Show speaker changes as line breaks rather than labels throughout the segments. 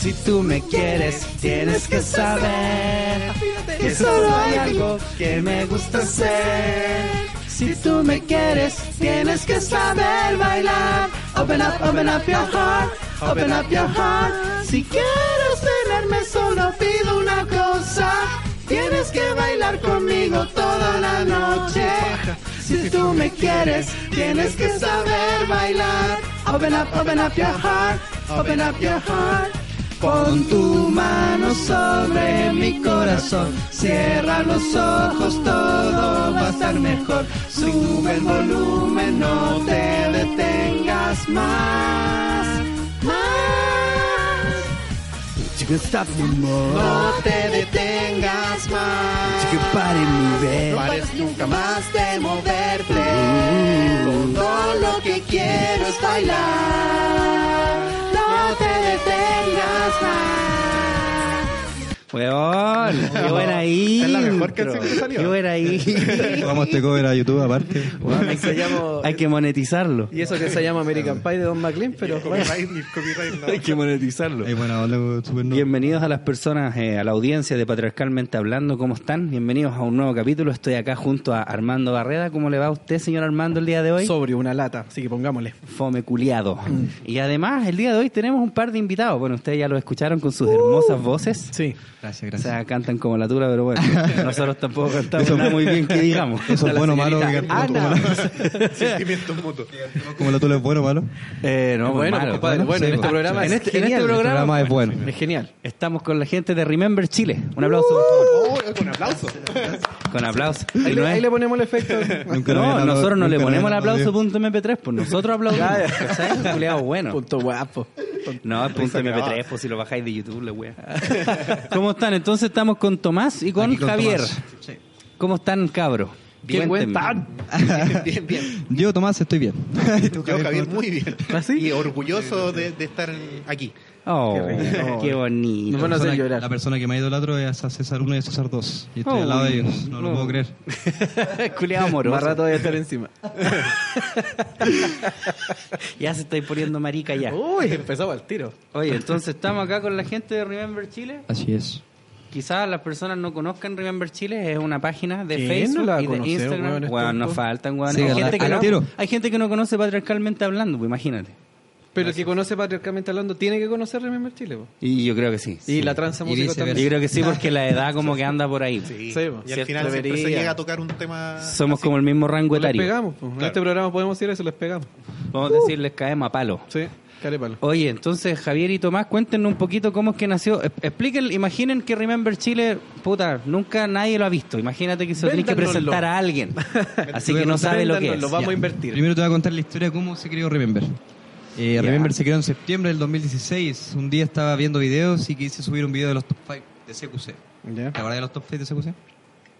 Si tú me quieres, tienes que saber que solo hay algo que me gusta hacer. Si tú me quieres, tienes que saber bailar. Open up, open up your heart, open up your heart. Si quieres tenerme, solo pido una cosa. Tienes que bailar conmigo toda la noche. Si tú me quieres, tienes que saber bailar. Open up, open up your heart, open up your heart. Pon tu mano sobre mi corazón, cierra los ojos, todo va a estar mejor. Sube el volumen, no te detengas más, más.
Chicken, stop the more.
No te detengas más.
Chicken, party,
No
move it.
pares nunca más de moverte.
Mm.
Todo lo que quiero es bailar. No te detengas más.
Weón, qué buena ahí.
Es la mejor canción que salió.
Qué buena ahí.
Vamos este cover a YouTube aparte.
Weón, hay,
Se
que,
llama-
hay que monetizarlo.
Y eso que se llama American Pie de Don McLean, pero bueno,
Copyright, ni el copyright, no.
Hay que monetizarlo.
Hay buena onda, super no.
Bienvenidos a las personas, eh, a la audiencia de Patriarcalmente Hablando, ¿cómo están? Bienvenidos a un nuevo capítulo. Estoy acá junto a Armando Barreda. ¿Cómo le va a usted, señor Armando, el día de hoy?
sobrio, una lata, así que pongámosle.
Fome culiado.
Mm.
Y además, el día de hoy tenemos un par de invitados. Bueno, ustedes ya lo escucharon con sus
Uh.
hermosas voces.
Sí.
Gracias,
O
gracias.
sea, cantan como la tula, pero bueno, nosotros tampoco cantamos
Eso-
nada muy bien que digamos.
Eso es bueno o malo,
señorita
Ricardo, como
Ana.
Sentimientos mutuos.
tú- como lo tuyo es bueno o malo.
Eh, no,
bueno,
malo.
compadre, bueno, en este programa
en
es
este, en
genial.
este
Este
programa,
programa es bueno.
Es genial. Uh.
estamos con la gente de Remember Chile. Un aplauso, por favor.
Oh, con aplauso.
Con aplauso.
Ahí, le,
Y no es-
ahí le ponemos el efecto.
Nunca nos
No,
habían hablado-
nosotros no
nunca
le
nos
ponemos el
habían hablado
aplauso punto mp3, pues nosotros aplaudimos. ¿Cachai? Un culiao bueno.
Punto guapo.
No, es punto
Risa
mp3, pues si lo bajáis de YouTube, la wea. ¿Cómo están? Entonces estamos con Tomás y con,
Aquí con
Javier.
Tomás.
¿Cómo están, cabro?
Qué buen
Cuéntenme.
pan. Bien, bien.
bien. Yo, Tomás, estoy bien. ¿Y tú,
Yo,
Javier,
Javier,
cómo
muy bien.
¿Ah, sí?
Y orgulloso de, de estar aquí.
Oh,
Qué rico.
qué
estás?
bonito.
Nos van a hacer
persona-
llorar.
La persona que me ha idolatro es a César 1 y a César 2. Y estoy al lado de ellos. No lo
Oh.
puedo creer.
Culeado
Más rato
amoroso.
voy a estar encima.
Ya se estáis poniendo marica ya.
Uy, empezaba el tiro.
Oye, entonces estamos acá con la gente de Remember Chile.
Así es.
Quizás las personas no conozcan Remember Chile, es una página de
¿Quién
Facebook
no la va a
y de
conocer,
Instagram.
weón, este
Weón, nos
tipo?
faltan, weón.
Sí,
hay,
¿verdad?
gente que
Al
no,
tiro.
hay gente que no conoce patriarcalmente hablando, pues imagínate.
Pero el que conoce patriarcalmente hablando tiene que conocer Remember Chile. po.
Y yo creo que sí.
Y la tranza
Y
música
viceversa.
Yo
también.
creo que sí, porque la edad como que anda por ahí.
Sí.
Sí,
y
bo.
al
Cierto,
final siempre se
debería.
llega a tocar un tema.
Somos como el mismo rango
Les
etario.
pegamos. po. En
Claro.
este programa podemos ir a eso, les pegamos.
Vamos a
Uh.
decirles caemos a palo.
Sí, carépalo.
Oye, entonces Javier y Tomás, cuéntenos un poquito cómo es que nació. E- Expliquen, imaginen que Remember Chile, puta, nunca nadie lo ha visto. Imagínate que se lo tienes que
Véndanoslo.
presentar a alguien. Así que no sabe lo que es.
Véndanoslo, vamos a invertir.
Primero te voy a contar la historia de cómo se creó Remember. Eh,
Ya.
Remember se creó en septiembre del 2016. Un día estaba viendo videos y quise subir un video de los top 5 de CQC.
Ya.
¿Te acuerdas de los top 6 de CQC?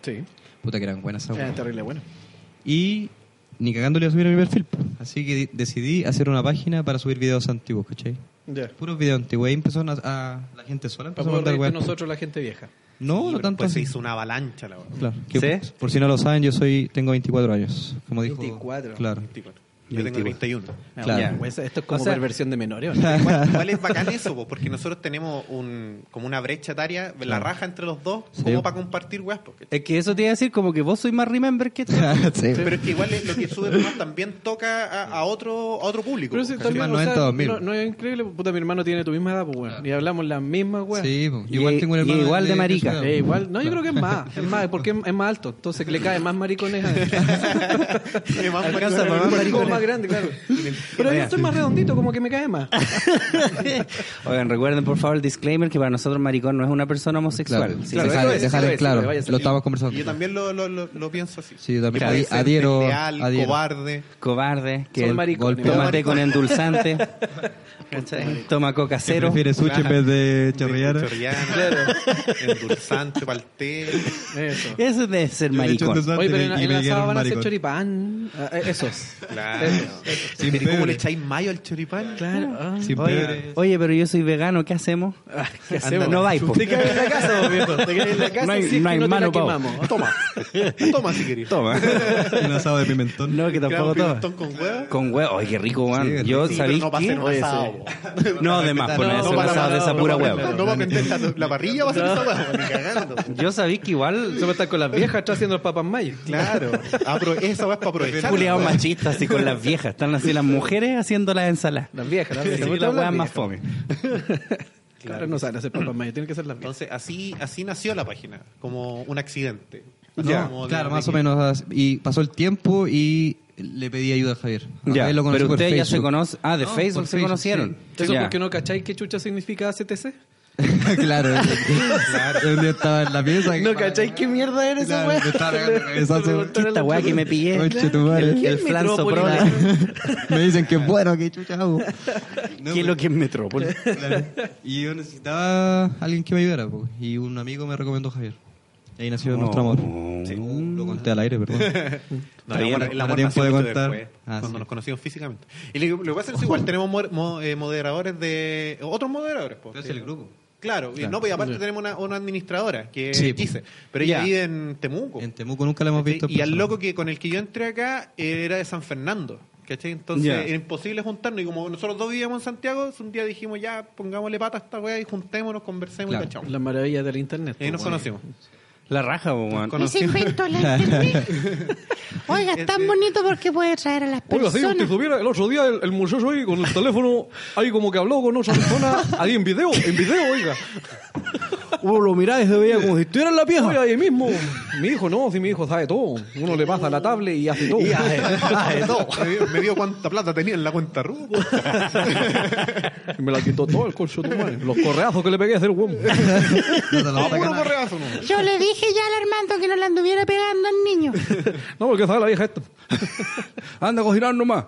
Sí.
Puta que eran buenas esas
Era
weas.
terrible, bueno.
Y ni cagándole a subir a mi perfil. po. Así que di- decidí hacer una página para subir videos antiguos, ¿cachai?
Ya.
Puros videos antiguos. Ahí empezó a, a- la gente sola.
Para
Empezó a
poder
mandar
reírte
weas.
nosotros, la gente vieja.
No, no tanto
Pues se
así.
hizo una avalancha, la verdad.
Claro. que
¿Sí?
por, por si no lo saben, yo soy tengo 24 años. Como dijo.
24.
Claro.
Yo tengo 31.
Claro.
Ya, pues, Esto es como
O sea-
perversión de menores. ¿o no?
Igual, igual es bacán eso, po, porque nosotros tenemos un, como una brecha etaria, la raja entre los dos, como para compartir weas. po, ¿cachai?
Es que eso te iba a decir como que vos sois más Remember que tú.
sí.
Pero es que igual es- lo que sube Tomás también toca a, a otro, a otro público.
Pero
po,
si
¿cachai?
también,
más
o sea,
90, 2000.
no, no es increíble, puta, mi hermano tiene tu misma edad, pues, weón. Y hablamos las mismas, weón.
Sí, po.
Y-
igual tengo un
y
hermano.
igual de marica.
Cachao.
Eh, igual, no, yo creo que es más, es más, porque es más alto, entonces le cae más maricones a
Y más maricones.
Alcanza para más
como
maricones.
más grande, claro. Pero yo soy más redondito, como que me cae más.
Oigan, recuerden por favor el disclaimer que para nosotros maricón no es una persona homosexual.
Claro,
Sí,
Claro, eso
sí.
déjale,
es,
déjale
eso es,
claro.
que vaya a ser.
Lo estábamos conversando.
Yo también lo, lo, lo, lo pienso así.
Sí, yo también.
Puede
Adi-
ser
adhiero-
desleal,
adhiero.
cobarde.
Cobarde, que
Son maricones.
toma té
Maricón.
con endulzante, ¿cachai? toma coca
Que
cero.
Prefiere sushi en
Claro.
vez de chorrear.
Chorrillana, endulzante, palté.
Eso.
Eso debe ser
Yo le echo
maricón.
endulzante
Oye, pero
y
en,
me
en el
dijeron
asado van a hacer
maricón.
choripán. Ah, eh, Esos.
Claro.
Sin
Pero ¿y ¿Cómo
pebre.
le echáis mayo al choripán? Claro.
Ah.
Sin
Oye,
pebre.
oye, pero yo soy vegano, ¿qué hacemos?
Ah,
¿Qué
hacemos?
no vais, po.
Te caes en la casa, vos, viejo. Te caes en la casa
No hay-
si es
no
que
hay
no te
mano,
la
pavo.
quemamos. Toma.
Toma si querés.
Toma.
Un asado de pimentón.
No, que tampoco
Creamos
toma.
pimentón con huevo.
Con huevo, ay, qué rico, weón.
Sí,
yo
Sí, pero
sabía.
no va a ser un asado. po.
No, de más, poner
No,
ese
no, para
asado de esa
nada,
pura
no,
huevo.
No va a prender la, la parrilla, va a ser esa huevo, ni cagando. po.
Yo sabía que igual.
Se va a estar con las viejas atrás haciendo los papas mayo.
Claro. Apro esa hueá es para aprovechar.
Culeados machistas y con las viejas. Están así las mujeres haciendo las ensaladas.
Las viejas, las
Sí,
viejas.
la hueá más fome.
Ah,
Claro, no saben hacer papas mayo, tienen que ser las viejas.
Entonces, así, así nació la página, como un accidente. Así
Ya,
como de-
claro,
de
más
que-
o menos. así. Y pasó el tiempo y le pedí ayuda a Javier. A
Ya,
Javier lo conocí
pero
por
ustedes ya
Facebook.
se conocen. Ah, de
No,
Facebook
por
se
Facebook,
conocieron.
¿Eso
Ya.
porque no cacháis qué chucha significa ACTC?
claro, claro. Un día estaba en la pieza.
No cacháis qué mierda eres esa
Claro,
weá.
me estaba pegando cabezazo.
¿Qué esta weá que me pillé.
Conche tu madre.
El, el flan
Metrópolis.
soprole.
Me dicen que es bueno, que chucha hago. No,
¿Qué es lo que es Metrópolis?
Claro. Y yo necesitaba alguien que me ayudara, po. y un amigo me recomendó Javier. Y ahí nació nuestro amor.
Oh.
Sí. Lo conté al aire, perdón.
No,
Está
el amor,
bien,
el
no
amor
tiene
nació
tiempo de
mucho
contar.
después,
Ah,
cuando
sí.
nos conocimos físicamente. Y lo, lo que pasa es que igual tenemos mo- mo- eh, moderadores de. otros moderadores. po,
Pero es
que-
el grupo.
Claro, y, no, pero aparte tenemos una, una administradora que
Sí,
es
po.
Gise, pero ella
Ya.
vive en Temuco.
En Temuco nunca lo hemos visto. en
y al
persona.
loco que con el que yo entré acá eh, era de San Fernando. ¿Cachai? Entonces
Ya.
era imposible juntarnos. Y como nosotros dos vivíamos en Santiago, un día dijimos ya, pongámosle pata a esta weá y juntémonos, conversemos
Claro.
y cachamos.
Las maravillas del internet.
Y ahí nos
pues, weón.
conocimos.
La raja, po, weón.
Con-
Ese cuento la entendí. Oiga, es tan bonito porque puede traer a las
Oiga,
personas.
si usted supiera, el otro día el, el muchacho ahí con el teléfono, ahí como que habló con otra persona, ahí en video, en video, oiga. Uno lo miraba y se veía como si estuviera en la pieza. Oiga, ahí mismo. Mi hijo, no, si mi hijo sabe todo. Uno le pasa la tablet y hace todo.
Y a-
Ah,
a- a- no, me dio- me dio cuánta plata tenía en la cuenta rubo.
Y me la quitó todo el coche de tu madre. Los correazos que le pegué a hacer, weón.
No te lo
No,
saca
puro
nada.
correazo, no.
Yo le dije ya al Armando que no la anduviera pegando al niño.
No, porque sabe la vieja esta.
Anda a cocinar nomás.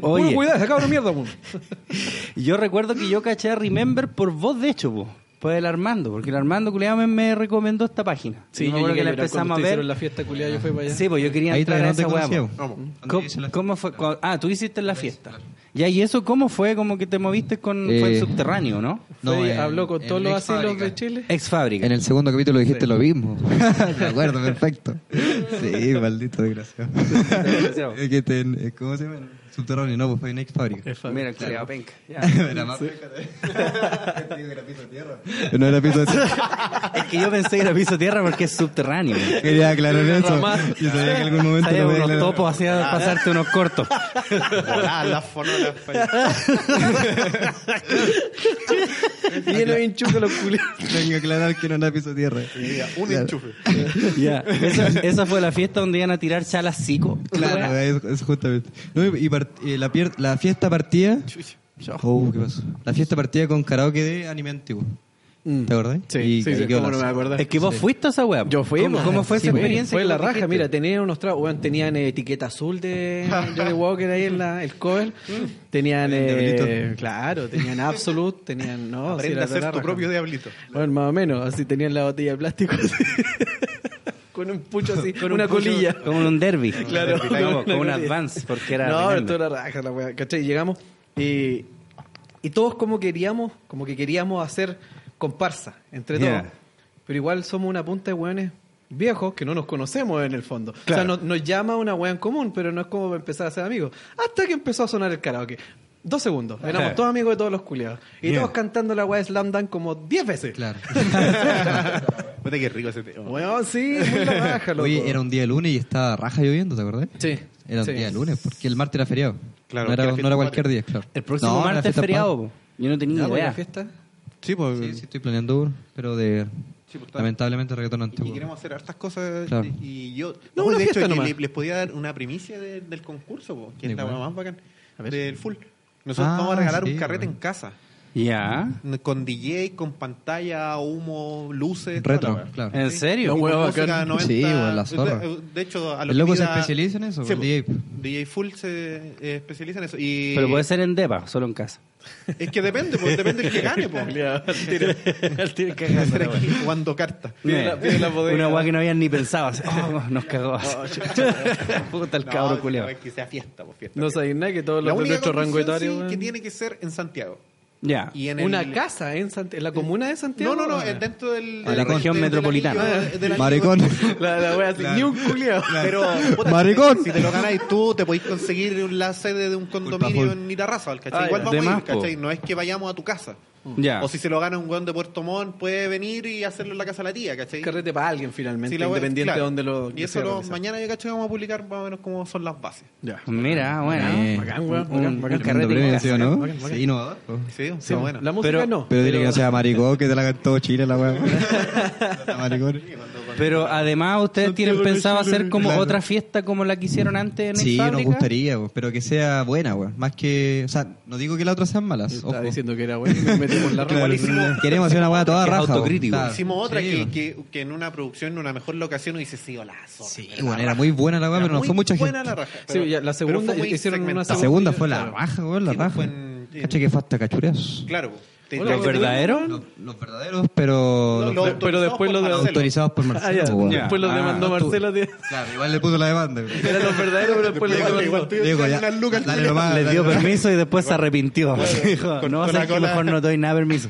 Oye.
Oye,
cuidado, ese cabrón de mierda, weón.
yo recuerdo que yo caché a Remember por vos, de hecho, po. Por el Armando, porque el Armando culiado me, me recomendó esta página. Y me acuerdo que la empezamos a ver.
la fiesta culiada, yo fui para allá.
Sí, pues yo quería
Ahí
entrar a
todavía no te
esa weá. po.
conocíamos.
¿Cómo, cómo fue? Cu- Ah, tú hiciste la fiesta. Ya, ¿y eso cómo fue? Como que te moviste con... Fue
Eh,
el subterráneo, ¿no?
No,
Fue y
en-
habló con
en
todos los
Ex
asilos
Fábrica.
de Chile.
Ex fábrica.
En el segundo capítulo dijiste lo mismo. Me acuerdo, perfecto. Sí, maldito desgraciado.
desgraciado.
Es que te- eh, ¿Cómo se llama? Subterráneo, no, pues fue en Ex Fábrica.
Mira, culiao, penca. Ya.
Era más cerca de- No era piso de tierra.
Es que yo pensé que era piso tierra porque es subterráneo.
Quería aclarar eso.
Ramás.
Yo sabía que en algún momento
Salían
lo voy a
unos
aclarar.
topos hacía pasarte unos cortos.
Volá, las fonolas.
Viene bien chuca los culiados.
Tengo que aclarar que no era piso de tierra.
Un
Claro.
enchufe.
Ya. Esa, esa fue la fiesta donde iban a tirar chalas psico.
Claro, es, es justamente. No, y- y part- eh, la, pier- la fiesta partía.
Chucha.
Oh, ¿qué pasó? La fiesta partía con karaoke de anime antiguo.
Mm.
¿Te acordás?
Sí,
Y-
sí,
y
sí,
qué
cómo no
golazo.
me acordás.
Es que vos fuiste a esa weá.
Yo fui.
¿Cómo,
man.
cómo fue
Sí,
esa
güey.
experiencia?
Fue
que
la
tú
raja,
dijiste?
mira, tenían unos tragos, weón, tenían eh, etiqueta azul de Johnny Walker ahí en la, el cover, tenían,
El
eh,
diablito.
claro, tenían Absolute, tenían, no, sí,
Aprende
era
a
toda la
hacer tu
raja.
propio diablito.
Bueno, más o menos, así tenían la botella de plástico así, con un pucho así, con una colilla.
Como en un derby.
Claro.
Como, como un advance, porque era.
No, pero
remember.
toda la raja, la weá, ¿cachai? Y Llegamos y, y todos como queríamos, como que queríamos hacer comparsa entre todos.
Yeah.
Pero igual somos una punta de weones viejos que no nos conocemos en el fondo. O sea, no- nos llama una wea en común, pero no es como empezar a ser amigos. Hasta que empezó a sonar el karaoke. Dos segundos. Éramos
Claro.
todos amigos de todos los culiados. Y
Yeah.
todos cantando la wea de Slam Dunk como 10 veces.
Claro.
Puta que rico ese tema.
Weón, sí, muy la raja, loco.
Oye, era un día de lunes y estaba raja lloviendo, ¿te acordás?
Sí.
Era un
sí.
día de lunes, porque el martes era feriado.
Claro,
no era,
porque era
no
fiesta
era
patria.
cualquier día, claro.
El próximo
No, era
martes es
fiesta
feriado. po. Yo no tenía
Ya,
ni
pues, la
idea.
fiesta?
Sí, pues.
patria. Sí, sí, estoy planeando uno, pero de.
Sí, pues, está-
lamentablemente reggaetón
Y, y
antiguo.
queremos hacer hartas cosas.
Claro.
Y yo.
No,
Oye,
una
de hecho,
fiesta
que
nomás.
le- les podía dar una primicia de- del concurso, po, que
Ni
es la
bueno.
más bacán.
A ver.
Del full. Nosotros
Ah,
vamos a regalar
sí,
un carrete
bueno.
en casa.
Ya.
Con DJ, con pantalla, humo, luces. toda
Retro,
la wea.
claro.
¿En serio?
Y con
huevo,
música
bacán.
90.
Sí, weón, la zorra.
De, de hecho, a lo
El loco
que
se
mida-
especializa en eso,
Sí,
el
po.
DJ.
DJ Full se eh, especializa en eso. Y
Pero puede ser en depa, solo en casa.
Es que depende, pues, depende del que gane. Pues. Hacer aquí jugando cartas.
Pide la- pide la bodega.
Eh, Una weá que no habían ni pensado. así, oh, nos cagó. Puta el cabro
No,
culiao.
Que sea fiesta, pues fiesta.
No
fiesta.
sabéis nada que todos
La
los de
única
nuestro rango
condición, sí,
etario.
que
weón.
tiene que ser en Santiago.
Ya.
Y en
Una
el- Eh,
casa en, Sant- en la comuna de Santiago.
No, no, no,
weón.
es dentro del,
De Ah, la
del-
región
del- del
metropolitana.
anillo- del anillo-
Maricón.
La, la wea así, ni un culiao.
Pero, puta,
Maricón.
Si te lo ganas tú, te podéis conseguir la sede de un condominio en Irarraza, ¿cachai?
Ah,
Igual
ya.
vamos
De
a
más,
ir,
po.
¿cachai? No es que vayamos a tu casa.
Ya.
O si se lo gana un weón de Puerto Montt, puede venir y hacerlo en la casa de la tía, ¿cachai?
Carrete para alguien finalmente,
Sí, la wea-
independiente
claro.
de donde lo.
Y eso
sea
lo,
realizar.
mañana yo cacho que vamos a publicar más o menos cómo son las bases.
Ya.
Mira, bueno.
Eh,
Bacán, weón,
un-
bacán,
un
bacán.
carrete
Tremendo premio,
en casa.
¿sí o no?
Bacán, bacán.
Sí, innovador. po.
Sí, está buena.
La música
Pero-
no.
Pero dile que
pero-
no sea maricón, que te la cantó Chile la weá. maricón.
Pero además ustedes tienen pensado hacer como
Claro.
otra fiesta como la que hicieron antes en
Sí, nos
Exfábrica?
gustaría, po, pero que sea buena, weón. Más que. O sea, no digo que las otras sean malas.
Estaba
ojo.
diciendo que era bueno. Me metí por la
Claro,
rama.
Queremos hacer una weá toda
Es
raja. po.
autocrítico.
Claro.
Hicimos otra
Sí,
que,
po.
que, que en una producción, en una mejor locación, hubiese sido la zorra.
Sí,
¿verdad?
bueno, era muy buena la weá,
Era
pero no
muy
fue mucha
buena
gente.
la raja.
Sí, ya, la segunda,
pero fue muy
hicieron una
segmentada.
La segunda
Sí,
fue la
claro.
raja, weón, la
Sí, pues,
raja.
fue en- en-
Cacha que fue hasta cachureas.
Claro. po. Te-
Hola,
te-
¿Los
¿verdad?
verdaderos?
Los, los verdaderos, pero.
Lo-
los
lo
pero
autorizados
después
por
lo de-
Marcelo.
autorizados por
Ah,
Marcelo.
ya.
po, weón.
Después lo
Ah,
demandó
tú-
Marcela. tío.
Claro, igual le puso la demanda. weón.
Era los verdaderos, pero después lo
Igual-
demandó.
igual te-
Diego,
te-
ya.
unas lucas,
Dale
culiao.
nomás.
Les
dale
dio
nomás.
permiso y después se arrepintió. Dijo,
con-
no,
con
sabes
la
que
cola.
mejor no doy nada permiso.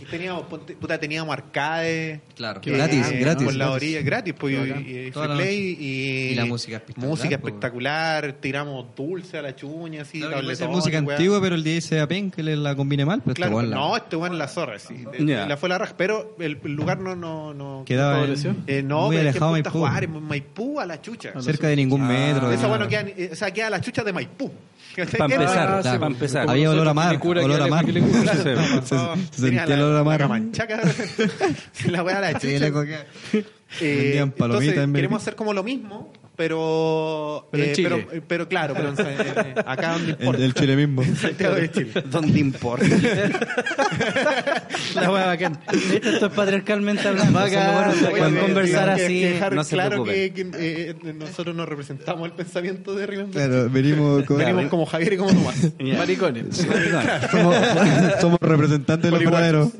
Y Teníamos, ponte- puta, teníamos arcade.
Claro,
que-
gratis,
eh,
gratis,
Por la
gratis.
orilla, gratis, pues, y,
Bacán.
y- y
Toda
free
la
play. Y,
Y la música espectacular,
Música
pues.
espectacular, tiramos dulce a la chuña, así,
Claro, que puede ser
tabletón,
música
y weá.
antigua, pero el DJ se apen que le la combine mal. Pero
Claro,
esta weón la-
no, este weón la zorra, sí. De-
Ya.
La fue la raja, pero el el lugar no... no, no
quedaba en-
favoreció?
Eh, no,
muy
pero es que
alejado de
Punta
Maipú.
Juárez, Maipú a la chucha.
Cerca de ningún metro.
Esa
nada.
bueno queda, eh, o sea, queda a la chucha de Maipú.
Para empezar,
Ah, sí,
para
pues,
empezar.
Había olor a mar.
Quilicura,
Olor a
que
mar.
le- que le-
Se-
Claro,
se- se- se sentía el olor a mar.
manchaca. la wea a la
Sí,
chucha.
le coquea.
Eh,
Vendían palomitas
entonces,
en Belén.
queremos hacer como lo mismo, pero.
Pero en
eh,
Chile.
pero, pero claro, pero en- eh, eh, acá donde
El,
importa.
el chile mismo.
Santiago de Chile.
¿Dónde importa? la hueá bacán. Esto es patriarcalmente hablando.
Bacán,
solo bueno,
bacán.
pueden conversar
Que-
así,
que dejar
no se
claro
preocupen.
que, que, eh, nosotros no representamos el pensamiento de Riven.
Claro, venimos con.
Venimos como Javier y como Tomás.
Maricones.
Somos, somos representantes de los verdaderos.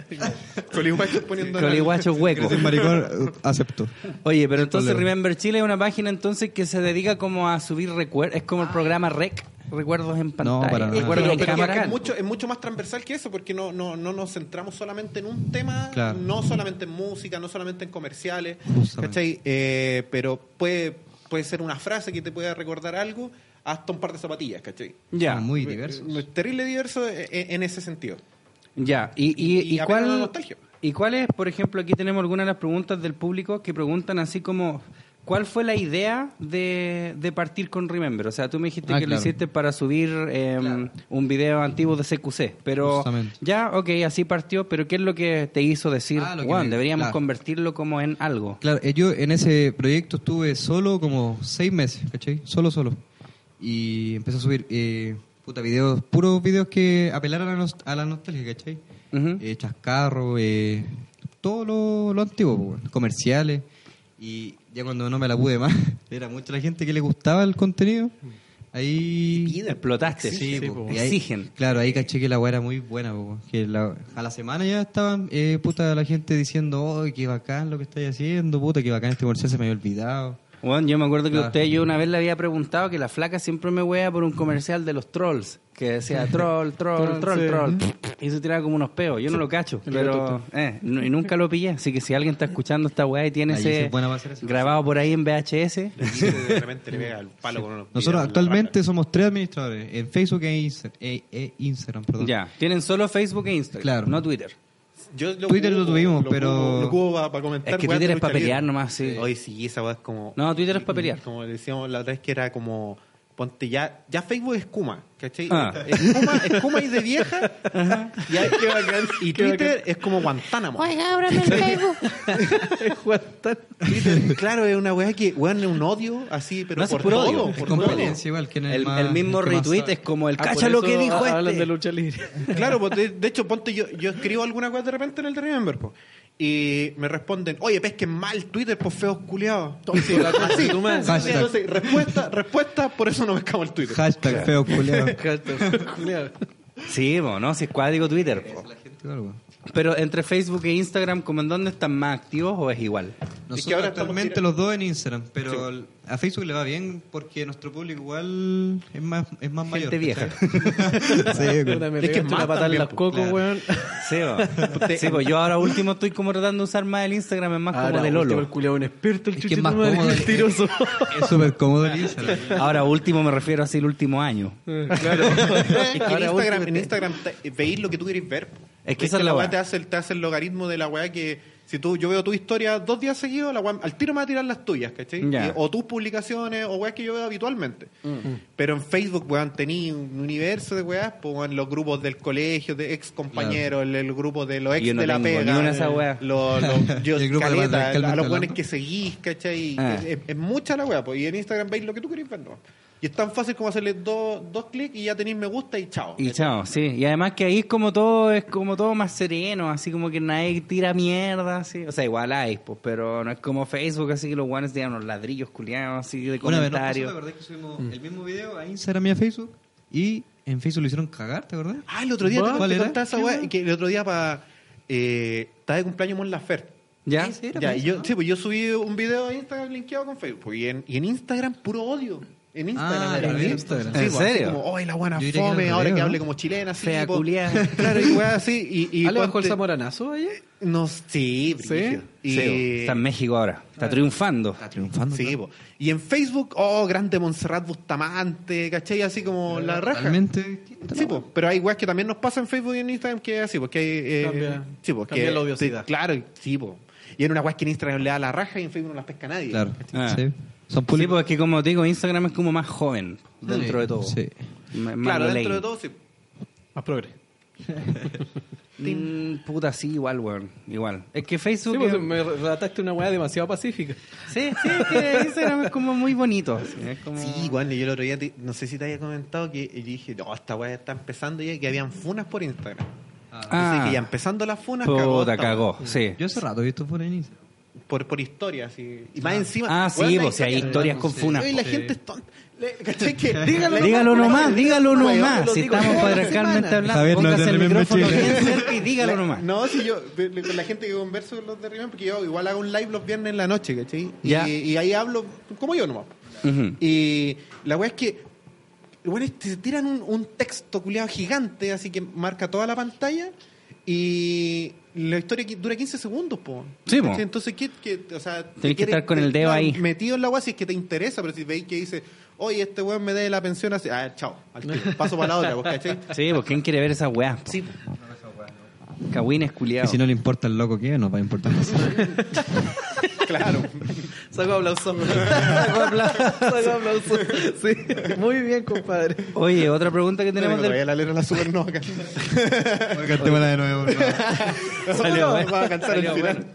Colihuachos poniendo.
Colihuacho hueco.
Sin maricón, eh, acepto.
Oye, pero entonces
Tolero.
Remember Chile es una página entonces que se dedica como a subir recuerdos, es como el
Ah.
programa Rec, recuerdos en pantalla,
para nada.
recuerdos
Pero,
en
pero que
cámara.
es, mucho, es mucho más transversal que eso, porque no, no, no nos centramos solamente en un tema,
Claro.
no solamente en música, no solamente en comerciales,
Justamente.
¿cachai? Eh, pero puede, puede ser una frase que te pueda recordar algo, hasta un par de zapatillas, ¿cachai?
Ya,
Somos Muy diversos.
Eh, Terrible diverso eh, eh, en ese sentido.
ya. ¿Y, y,
Y
y
apela a la
cuál,
nostalgia.
¿Y cuál es, por ejemplo, aquí tenemos algunas de las preguntas del público que preguntan así como, ¿cuál fue la idea de, de partir con Remember? O sea, tú me dijiste
Ah,
que lo
claro.
hiciste para subir eh, un video antiguo de CQC, pero
Justamente.
ya, ok, así partió, pero ¿qué es lo que te hizo decir,
Ah, lo que
"Guau,
me-
deberíamos
claro.
convertirlo como en algo?
Claro, eh, yo en ese proyecto estuve solo como seis meses, ¿cachai? Solo, solo. Y empecé a subir, eh, puta, videos, puros videos que apelaran a, la nos- a la nostalgia, ¿cachai?
Ujú.
Eh, chascarro, eh, todo lo, lo antiguo, po, weón. comerciales. Y ya cuando no me la pude más, era mucha la gente que le gustaba el contenido. Ahí...
Explotaste.
Sí, po.
po.
Y ahí-
Exigen.
Claro, ahí caché que la weá era muy buena, po, que la- a la semana ya estaban, eh, puta, la gente diciendo, oh, qué bacán lo que estáis haciendo, puta, qué bacán este comercial, se me había olvidado.
Bueno, yo me acuerdo que
Claro.
usted, yo una vez le había preguntado que la flaca siempre me wea por un comercial de los trolls, que decía troll, troll, troll, troll, y se tiraba como unos peos. Yo no lo cacho, pero eh, n- y nunca lo pillé. Así que si alguien está escuchando esta weá y tiene
Ahí
ese
es buena para hacer eso.
grabado por ahí en VHS,
Y de repente le pega el palo con unos
Nosotros
videos,
actualmente somos tres administradores, en Facebook e, Insta- e- e Instagram, perdón.
ya, tienen solo Facebook e Instagram,
Claro.
no Twitter.
la- Yo
Twitter lo tuvimos, pero-
Lo cubo para comentar.
Es que
weas de
Twitter es
lucha
para pelear
libre.
nomás, sí.
Hoy sí, esa weá es como.
No, Twitter es pa' pelear.
Como decíamos la otra vez que era como Ponte ya, ya Facebook es Kuma, ¿cachai?
Ah.
Es, Kuma, es Kuma y de vieja. Y, hay- y Twitter es como Guantánamo.
Oiga, ábrame el Facebook.
Twitter, claro, es una weá que, weón, es un odio así, pero
No, es
por
puro
todo.
odio,
Es
por todo.
competencia igual. ¿quién es
El,
más-
el mismo
el que más
retweet
sabe?
es como el
Ah,
cacha
por
lo
eso
que dijo
ha-
este.
Hablan de lucha libre.
Claro, pues de, de hecho, ponte yo, yo escribo alguna cosa de repente en el de Remember, po, y me responden, oye, pesquen mal Twitter, por feos culiados. Entonces, así,
tu madre.
así, entonces, respuesta, respuesta, por eso no pescamos el Twitter.
Hashtag feo culiao.
Sí, po, ¿no? Si es cuádico Twitter. po.
Claro, weón.
Pero entre Facebook e Instagram, ¿como en dónde están más activos o es igual?
Nosotros
que ahora estamos
actualmente los dos en Instagram, pero al- a Facebook le va bien porque nuestro público igual es más, es más mayor.
Gente vieja.
Sí, güey.
Puta, me
Es que
pegaste
es
una
más
patada en
también,
las
po.
cocos,
Claro.
weón.
Sí, po. Sí, po, yo ahora último estoy como tratando de usar más el Instagram, es más como
Ahora,
de
último, El
Lolo.
culiao un experto, el
Es que
chuchito
es más
madre,
cómodo.
mentiroso.
Es súper cómodo el Instagram.
Ahora último me refiero así el último año.
Es que en
Ahora,
Instagram,
último,
en
te-
Instagram te- veis lo que tú querés ver. po.
Es que
Veis
esa es la
weá
weá.
te hace, el- te hace el logaritmo de la weá que si tú yo veo tu historia dos días seguidos, la weá, al tiro me va a tirar las tuyas, ¿cachai?
Ya. Mm.
Y- o tus publicaciones o weá que yo veo habitualmente. Pero en Facebook, weón, tení un universo de weás, po, weón, los grupos del colegio, de ex compañeros, el, el grupo de los ex
Yo no
de la
tengo ni
pega.
una esa weá.
Los, los- yo-
Y el grupo de
caleta,
patriarcalmente
a los weones
hablando.
que seguís, ¿cachai?
Ah.
Es, es- es mucha la weá, po, y en Instagram veis lo que tú querés ver, ¿no? Y es tan fácil como hacerle dos, dos clics y ya tenéis me gusta y chao.
Y chao, sí. Y además que ahí es como todo, es como todo más sereno, así como que nadie tira mierda, así. O sea, igual hay, pues, pero no es como Facebook, así que los guanes tiran unos ladrillos culiados, así de
Una vez nos pasó, ¿te
comentarios.
acordás que subimos el mismo video a Instagram y a Facebook? Y en Facebook lo hicieron cagar, ¿te acordás?
Ah, el otro día te-
¿Cuál
te
era?
contaba esa weá, que el otro día para eh, estaba de cumpleaños Mon Laferte.
¿Ya?
Ya, y yo, sí, pues yo subí un video a Instagram linkeado con Facebook. pues, y, en, y en Instagram, puro odio. En Instagram.
Ah,
era
en
así.
Instagram.
Sí,
¿En
pues, así
serio?
Como, ¡ay, la buena
Yo diría que era
fome!
al
Ahora
revés,
que
¿no?
hable como chilena. Así,
Fea
po.
culiá.
Claro, y weá así. Y, y
¿Ah, le bajó el
ponte-
zamoranazo ahí?
Eh,
No, sí, brígido. Y,
Sí,
pues,
po. está en México ahora, está triunfando.
Triunfando.
Sí,
claro.
po. Y en Facebook, oh, grande Montserrat Bustamante, ¿cachai? Así como la raja.
Totalmente distinto,
Sí,
¿no?
po. pero hay weas que también nos pasa en Facebook y en Instagram que es así, porque hay. eh,
Cambia-
sí, po, que-
cambia la odiosidad.
sí, claro, y- sí, po. Y en una wea que en Instagram le da la raja y en Facebook no las pesca nadie.
Claro.
Ah.
Sí. Son
Sí,
públicos.
pues es que como te digo, Instagram es como más joven dentro de todo.
Sí.
M- más
Claro,
ley.
dentro de todo, sí.
Más progre.
Mm, puta, sí, igual, weón. Igual. Es que Facebook.
Sí,
es-
pues, me relataste una weá demasiado pacífica.
Sí, sí, es que Instagram es como muy bonito. ¿eh? sí, es como-
Sí, igual, yo el otro día, te- no sé si te había comentado que yo dije, no, esta wea está empezando ya, que habían funas por Instagram. Entonces,
Ah,
que ya empezando las funas, cagó
puta,
esta
cagó.
wea.
Sí.
Yo hace rato he visto por en Instagram.
Por, por historias, y, y más encima.
Ah,
weón,
sí,
la
pues si hay
historia-
historias con
sí.
funas.
Oye, la
Sí.
gente es tonta. Le- ¿cachai? Que-
Dígalo nomás, dígalo
Weón,
nomás.
lo
Si
digo
estamos
toda la
patriarcalmente
semana.
hablando,
Javier, no
póngase
te
el
remember
micrófono
Chile.
bien cerca y dígalo
La-
nomás.
No, si yo, de- de- con la gente que converso con los de Rimán, porque yo igual hago un live los viernes en la noche, ¿cachai? Y,
Ya.
y ahí hablo como yo nomás.
Ujú.
Y la weá es que, bueno, se tiran un, un texto culiado gigante, así que marca toda la pantalla y la historia que dura 15 segundos, po.
Sí, po.
¿Cachai? Entonces, ¿qué, qué- o sea,
Tenés que estar con el dedo ahí.
Metido en la weá si es que te interesa, pero si veis que dice, oye, este weón me dé la pensión así, ah, chao, al tiro, paso para la otra, po, ¿cachai?
Sí, pues ¿quién quiere ver esa weá? po?
Sí, po.
Cagüines
Y
culiados.
si no le importa el loco que es, nos va a importar.
claro.
Saco aplauso. Saco aplauso. Saco aplauso. Sí. Muy bien, compadre.
Oye, otra pregunta que tenemos
Tenemos todavía
del
la letra de la supernova.
Cantémosla de nuevo. por favor.
Salió,
bueno.
va a alcanzar
Salió
el final.
bueno.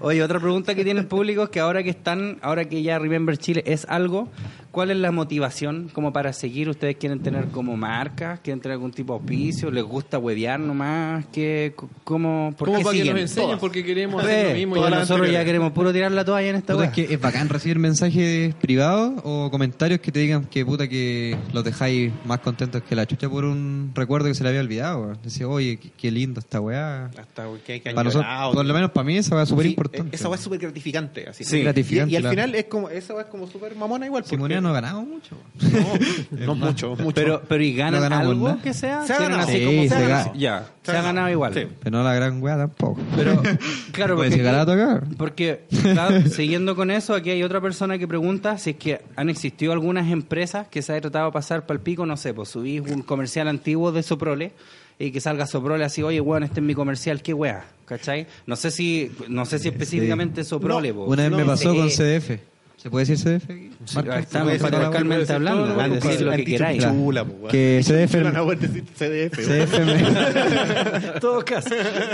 Oye, otra pregunta que tiene el público es que ahora que están, ahora que ya Remember Chile es algo, ¿cuál es la motivación como para seguir? ¿Ustedes quieren tener como marcas? ¿Quieren tener algún tipo de auspicio? ¿Les gusta huevear nomás? ¿Qué, c- ¿Cómo? ¿Por
Como
qué
para que
siguen?
nos enseñen,
Todas.
porque queremos hacer lo
Ve,
mismo. y
todas Eh,
ya no-
nosotros ya queremos puro tirar la toalla en esta
Puta,
wea.
es que es bacán recibir mensajes privados o comentarios que te digan que puta que los dejáis más contentos que la chucha por un recuerdo que se le había olvidado. weón. Decía, oye, qué, qué lindo esta weá.
Hasta que hay que
Para nosotros,
añorar,
por lo menos para mí esa weá es súper
Sí,
importante.
Esa weá es súper gratificante. Así.
Sí.
Y-
Gratificante,
Y, al
claro.
final es como, esa weá es como súper mamona igual. porque-
Simonía no ganamos mucho.
no, no mucho, mucho.
Pero, pero ¿y ganan
No ganamos
algo
nada.
que sea?
Se ha
¿Tienen
ganado.
así
Sí,
como-
se
se ha
ga-
ganado. Ya, se ha ganado igual.
Sí.
Pero no la gran weá tampoco.
Pero, claro,
Puede
porque,
llegar a tocar.
porque, claro, siguiendo con eso, aquí hay otra persona que pregunta si es que han existido algunas empresas que se ha tratado de pasar para el pico, no sé, pues subís un comercial antiguo de Soprole y que salga Soprole así, oye, weón, este es mi comercial, qué weá, ¿cachai? No sé si, no sé si específicamente Soprole, po.
Una vez
No
me pasó
sé.
con CDF. ¿Se puede decir CDF aquí? Marca.
puede
Estamos
decir-
patriarcalmente
puede decir
hablando,
todo,
van a
compadre.
decir lo que queráis.
Chula, po, weón.
Que CDF,
Chula, no, este weón, decir CDF, weón.
CDF, me-
Todo caso.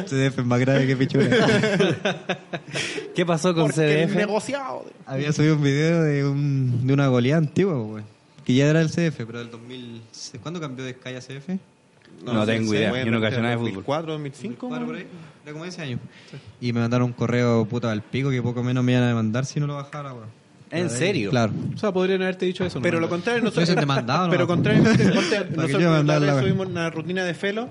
CDF es más grave que pichura.
¿Qué pasó con
Porque el
CDF?
negociado.
Había subido un video de, un, de una goleada antigua, po, weón. Que ya era el CDF, pero del 2000... ¿Cuándo cambió de calle a CDF?
No tengo idea, yo no cacho nada de fútbol.
2004, 2005.
Cuatro por
weón.
ahí, era como 10 años. Y me mandaron un correo puta al pico que poco menos me iban a demandar si no lo bajara, weón.
¿En serio?
Claro.
O sea, podrían haberte dicho eso. ¿no?
Pero lo contrario, nosotros.
Yo soy demandado,
pero
no.
contrario, nosotros
Para que
nosotros
yo
la
mandar
otra
la
vez
wea.
subimos una rutina de Felo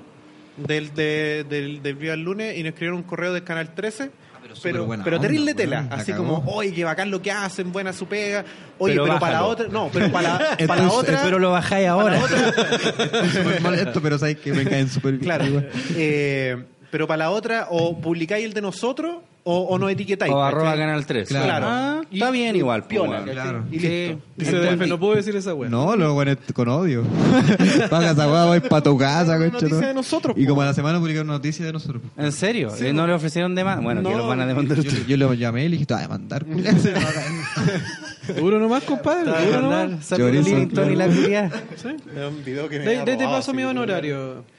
del, de, del, del Viva el Lunes y nos escribieron un correo del Canal 13.
Ah,
Pero,
súper
pero,
buena onda,
terrible
weón,
tela,
la
así
cagó.
como, oye, qué bacán lo que hacen, buena su pega, oye,
Pero
pero, para la
bájalo.
otra, no, pero para, la- para la
Entonces,
otra,
Pero lo bajáis ahora.
Súper molesto, pero sabes que me caen súper bien.
claro, eh, pero para la otra, o publicáis el de nosotros, o, o no etiquetáis.
O arroba
¿cachai?
Canal 3.
Claro.
Ah, está bien igual. po,
Piola,
weón.
¿cachai?
Claro.
Y
Sí.
listo.
Y CDF, no puedo decir esa weá.
No, lo bueno es con odio. Paga esa weá, voy para tu casa, coche.
Una noticia
¿no?
de nosotros,
Y
po.
como a la semana publicaron noticias de nosotros. po.
¿En serio? ¿Eh, ¿No le ofrecieron demanda? Bueno, que
No.
los van a demandar
Yo,
ustedes.
yo lo llamé y le dije, te voy a demandar, culiao".
Duro nomás, compadre.
Te van a
Duro nomás.
demandar. Samuel
Lloré,
Livingstone
Samuel.
y la culiá.
Es un video que me
De,
ha
este
de, te
robado,
paso
así
mi
que-
honorario.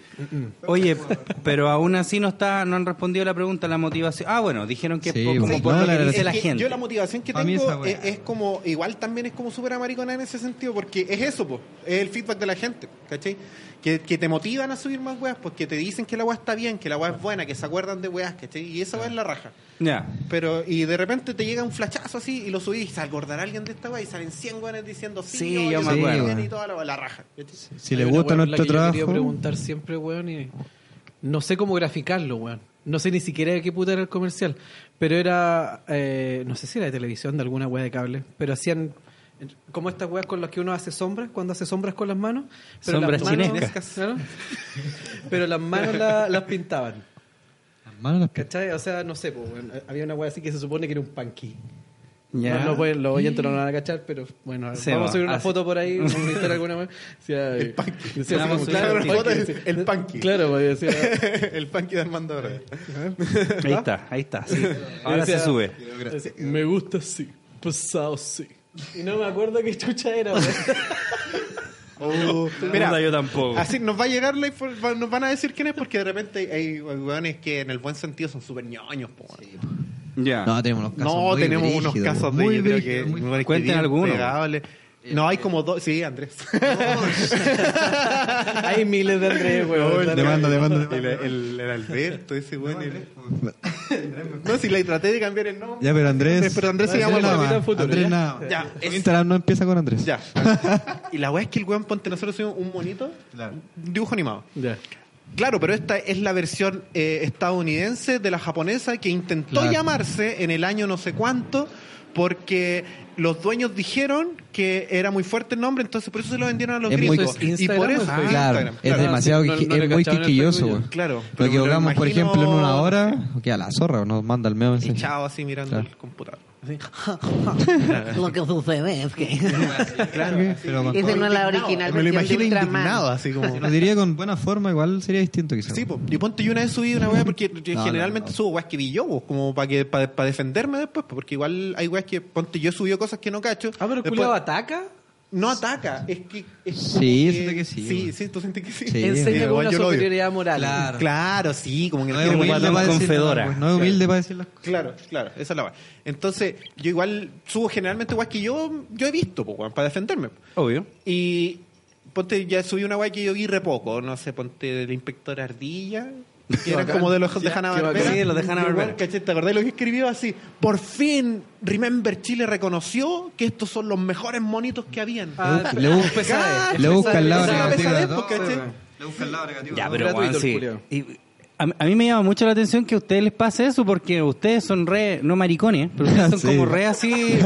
Oye, pero aún así no está, no han respondido a la pregunta, la motivación. Ah, bueno, dijeron que
Sí,
por- como
bueno.
por
No,
lo
la
que
verdad
dice
es
la
que
gente.
Yo la motivación que
Pa' mí esa
tengo
weá.
es, es como, igual también es como súper amaricona en ese sentido, porque es eso, pues, es el feedback de la gente, ¿cachai? Que, que te motivan a subir más weas, porque te dicen que la wea está bien, que la wea es buena, que se acuerdan de weas, ¿cachai? Y esa wea es la raja.
Ya.
Pero, y de repente te llega un flachazo así y lo subís y se acordará alguien de esta wea y salen 100 weones diciendo sí,
Sí,
oye,
yo me
sí,
acuerdo.
bien", y toda la, la raja. ¿cachai?
Si
Hay
le
una
gusta
weá por la
nuestro
que Yo quería
trabajo.
preguntar siempre, weón, y no sé cómo graficarlo, weón. No sé ni siquiera de qué puta era el comercial. Pero era, eh, no sé si era de televisión, de alguna weá de cable. Pero hacían eh, como estas weas con las que uno hace sombras, cuando hace sombras con las manos. Pero
Sombras
las manos,
chinescas.
claro, Pero las manos la- las pintaban.
Las manos las pe-
¿Cachai? O sea, no sé, pues, weón, había una weá así que se supone que era un panqui.
Ya.
No, no pueden- los oyentes no lo van a cachar, pero bueno,
Se
vamos
va,
a subir una
así.
foto por ahí, vamos a editar alguna vez. eh, el
punky.
Vamos a subir una
foto de- el punky.
Claro, porque decía,
el punky de Armando Bravo.
Ahí está, ahí está. sí. Ahora se
decía-
sube.
decía, me gusta sí, pasado sí. Y no me acuerdo qué chucha era. weón.
Oh,
Puta, yo tampoco.
Así nos va a llegar la info- va- nos van a decir quién es porque de repente hay hueones que en el buen sentido son súper ñoños, po.
Ya.
No, tenemos unos pues, casos.
no,
muy
tenemos
brígidos,
unos casos de
muy
yo creo
brígidos,
que
muy-
hueones que
Cuenten
bien
alguno.
pegables. No, hay como dos, sí, Andrés.
Hay miles de Andrés, weón.
Demanda, demanda, pues,
El,
demanda.
el- el Alberto, ese weón. el- No, si le traté de cambiar el nombre.
Ya, pero Andrés.
Pero Andrés se
Andrés la
llama
nada
Lama.
más.
vida futuro,
Andrés
ya.
nada más.
Ya, es-
Instagram no empieza con Andrés.
Ya. Y la weá es que el weón ponte nosotros subimos un bonito
Claro.
dibujo animado.
Ya.
Claro, pero esta es la versión eh, estadounidense de la japonesa que intentó
Claro.
llamarse en el año no sé cuánto porque los dueños dijeron que era muy fuerte el nombre, entonces por eso se lo vendieron a los
Es muy
gringos.
co-
y
Instagram
por eso
o
Ah,
Facebook?
Claro,
Instagram,
es
claro.
demasiado,
Sí, no-
quisqui-
no le
es muy
cachaban el
quisquilloso,
Facebook,
güey.
Claro, pero
Lo
me lo
equivocamos, por
imagino-
ejemplo, en una hora, que a la zorra, nos manda el medio
Y
mensaje.
chao así mirando
Claro.
el computador.
Lo que sucede es que
Claro, pero con-
esa no es la original
me lo
versión
imagino
de Ultraman.
indignado, así como...
lo diría con buena forma, igual sería distinto quizás.
Sí, po. y ponte yo una vez subí una weá porque yo
no,
generalmente
no.
subo weas que vi yo, po, como para que para defenderme después, po, porque igual hay weas que ponte yo subió cosas que no cacho.
Ah, pero el
Después-
culiao ataca.
No ataca, es que. Es
Sí,
como
siento que sí,
Sí,
güey.
sí, tú sientes que sí.
Sí.
Enseña
Mira,
con
igual
una
yo lo odio.
superioridad moral.
Claro.
Claro, sí, como que
No
no
es
quiere
humilde
guardar-
para
con
decir nada,
fedora.
güey. No es humilde para decir las cosas.
Claro, claro, esa es la wea. Entonces, yo igual subo generalmente weas que yo, yo he visto, po, weón, para defenderme. po.
Obvio.
Y ponte, ya subí una wea que yo vi re poco, no sé, ponte del inspector Ardilla. Que eran
bacán.
como de los de Hanna Barbera.
Sí, los de Hanna-Barbera.
¿Te acordás lo que escribió así? Por fin Remember Chile reconoció que estos son los mejores monitos que habían.
Ah,
Le busca-
pesadez.
le busca el lado
Esa es la
negativo de
pesadez,
todo,
po, ¿cachai?
güey.
Le busca el lado negativo.
Ya,
Gratuito
pero Juan,
el
sí.
culiao.
Y a, a mí me llama mucho la atención que a ustedes les pase eso porque ustedes son re, no maricones, pero ustedes son
Sí.
como re así.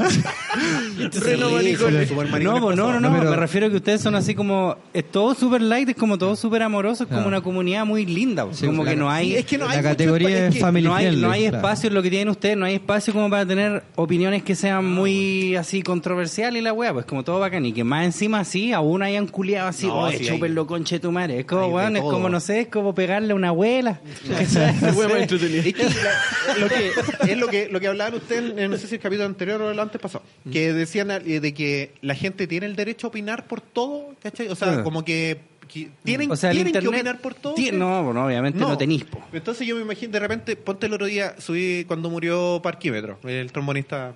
Re no maricones. Super maricones
No, pues, no, no, no,
No, pero-
me refiero a que ustedes son así como, es todo súper light, es como todo súper amoroso, es como
Claro.
una comunidad muy linda, pues,
Sí,
como
claro.
que no hay...
Sí, es que no
La
hay mucho
categoría
espacio,
es
es que
family
no hay,
friendly.
no hay
claro.
espacio en lo que tienen ustedes, no hay espacio como para tener opiniones que sean muy así controversiales y la weá, pues como todo bacán. Y que más encima así, aún hayan culiado así,
No,
oye,
sí,
chúpenlo, conche tu madre. Es como,
hay de
weón, es
todo.
como, no sé, es como pegarle a una abuela.
Qué wea más entretenida.
Es que la- lo que, es lo que, lo que hablaban ustedes, eh, no sé si el capítulo anterior o el antes pasado, que decían eh, de que la gente tiene el derecho a opinar por todo, ¿cachai? O sea,
Claro.
como que, que tienen,
O sea, el
tienen que
internet
opinar por todo.
tie- no, bueno, obviamente no, tenís, po.
Entonces yo me imagino, de repente, ponte el otro día, subí cuando murió Parquímetro, el trombonista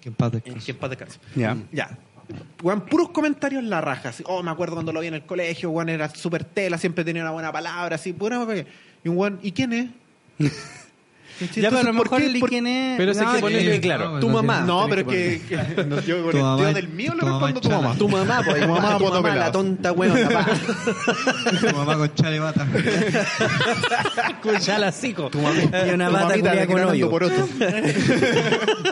Que empate.
en que en paz descanse.
Ya.
Ya. Weón, puros comentarios en la raja. así, oh, me acuerdo cuando lo vi en el colegio, Juan era súper tela, siempre tenía una buena palabra, así, pura Y un Juan, ¿y quién es? Entonces,
ya, pero a lo
¿por
mejor
qué-
el
por-
quién es.
Pero sé
no,
que
eh,
ponerle,
eh,
claro,
no,
tu
no
mamá.
tiene-
No, pero es que, que- no, yo con
Tu
el
mamá
tío
es-
del mío le
tu mamá
respondo
es
tu
chala.
mamá.
Tu mamá, po,
Tu mamá,
tu
poto
mamá,
pelado.
la tonta, weón.
Tu mamá con chale bata.
Ya la Eh, cico. Y una
Tu
pata
mamita
culiá con
granando
hoyo.
poroto.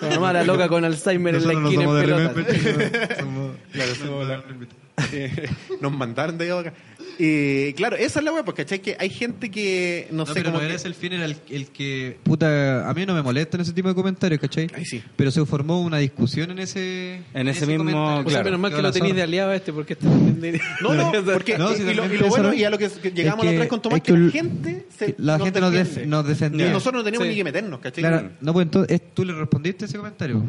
Tu mamá, la loca con Alzheimer en la
Nosotros no
esquina
somos
en
de
pelota.
Remember. Somos- somos de Remember.
Eh, Nos mandaron de acá. Eh, claro, esa es la wea, porque ¿cachai? Que hay gente que, no,
No,
sé
pero
cómo.
no eres el fin, era el, el que. Puta, a mí no me molestan ese tipo de comentarios, ¿cachai?
Ay, sí.
Pero se formó una discusión en ese.
En ese mismo-
comentario.
O sea,
Claro.
menos mal que
Quedó
lo
la
tenéis de
zorra.
aliado este, porque este también de-
No, no, porque
No,
y,
si
y lo, y
también
lo bueno
pensaron-
y a lo que que
es
llegamos la otra vez
que-
con Tomás,
es
que,
que
la
el-
gente se-
la gente nos
defiende.
def- nos defendía.
Y Nosotros no tenemos
Sí.
ni que meternos, ¿cachai?
Claro, no, pues entonces es- tú le respondiste ese comentario.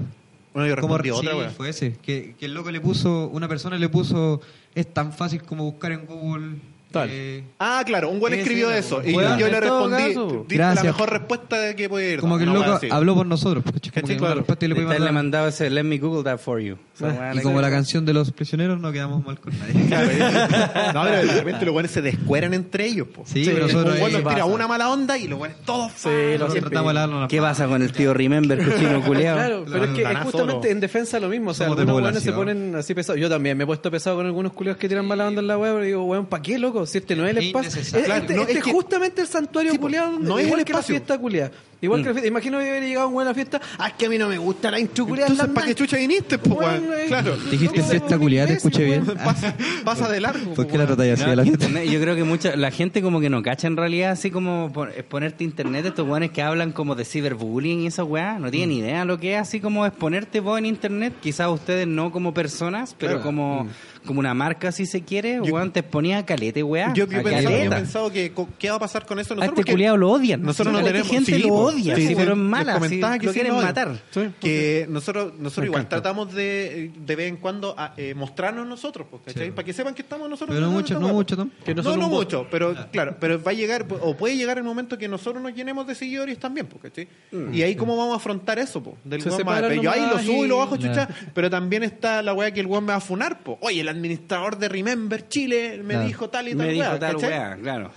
Bueno, yo
Como
respondí otra
sí,
wea.
fue ese. Que, que el loco le puso, una persona le puso, es tan fácil como buscar en Google.
Tal.
eh,
Ah, claro, un buen
Ese,
escribió
pues,
eso. Y yo,
weón,
yo
en
le
todo
respondí
caso.
di la
Gracias.
mejor respuesta que puede ir.
como que el
Una wea
loco
así.
habló por nosotros. pues, ¿cachai? Como
¿Cachai?
que una
Claro.
respuesta y le pudimos
Está- Le
dar.
mandaba ese Let me Google that for you. Esa weá,
Y como la canción de los prisioneros, no quedamos mal con nadie.
Claro, eh. no, pero de repente los buenos se descueran entre ellos. Po.
Sí,
Un
pero nosotros
weón
ahí-
nos tira
pasa.
una mala onda y los buenos todos
Sí, lo
Nosotros tratamos de lavarnos las
¿Qué pasa con el tío Remember, cochino culiado?
Claro, pero es que es
Tanazo,
justamente
no.
en defensa lo mismo. O sea,
Somos de
algunos weones se
población.
ponen así pesados. Yo también me he puesto pesado con algunos culiados que tiran mala onda en la web. Pero digo, weón, ¿para qué, loco? Si este no es el
Es
espacio.
innecesario.
Este,
Claro,
este-
no,
este
es
es
que-
justamente el santuario
Sí, po,
culiado. donde-
no es
igual
el
que la
espacio.
fiesta culiada. Igual que la fiesta. Imagino que hubiera llegado a una fiesta. Ah, es que a mí no me gusta la intro culiada.
Entonces, ¿para qué chucha viniste? Po,
Weón,
weón?
eh.
Claro.
Dijiste
No,
fiesta
no,
culiada, te
imbécil,
escuché bien.
weón.
Pasa, pasa de largo.
¿Por
po,
qué la
weón.
tratáis así a la gente?
Internet, Yo creo que mucha la gente como que no cacha en realidad, así como por- exponerte a internet, estos weones que hablan como de ciberbullying y esa weá, no tienen idea lo que es, así como exponerte vos en internet, quizás ustedes no como personas, pero
Claro.
como, como una marca si se quiere, weón, te exponía a calete, weá.
Yo,
a
yo, pensaba, yo
Ah, caleta.
pensaba que co- qué va a pasar con eso
a
nosotros.
este
porque
culiado lo odian.
Nosotros no
Esta
tenemos
gente
sí,
lo
po,
odia,
sí,
sí,
les
pero es mala, sí,
comentaba que
lo
sí,
quieren
no,
matar.
Que nosotros, nosotros
Me
igual
encanta.
tratamos de de vez en cuando a- eh, mostrarnos nosotros, pues, ¿cachai? Para que sepan que estamos nosotros.
Pero no
tratando
mucho,
esta
no
hueá,
mucho,
pues.
¿no?
Que no
no,
son
no
un bot.
mucho, pero claro, pero va a llegar o puede llegar el momento que nosotros nos llenemos de seguidores también, pues, ¿cachai?
Mm.
Y ahí cómo vamos a afrontar eso, pues, del
Se
weón más
separan
de- yo ahí lo
nomás
subo y lo
y-
bajo, chucha, pero también está la weá que el weón me va a funar, pues. Oye, el administrador de Remember Chile me
Claro.
dijo tal y tal
me dijo
weá,
tal
¿cachai?
weá, claro.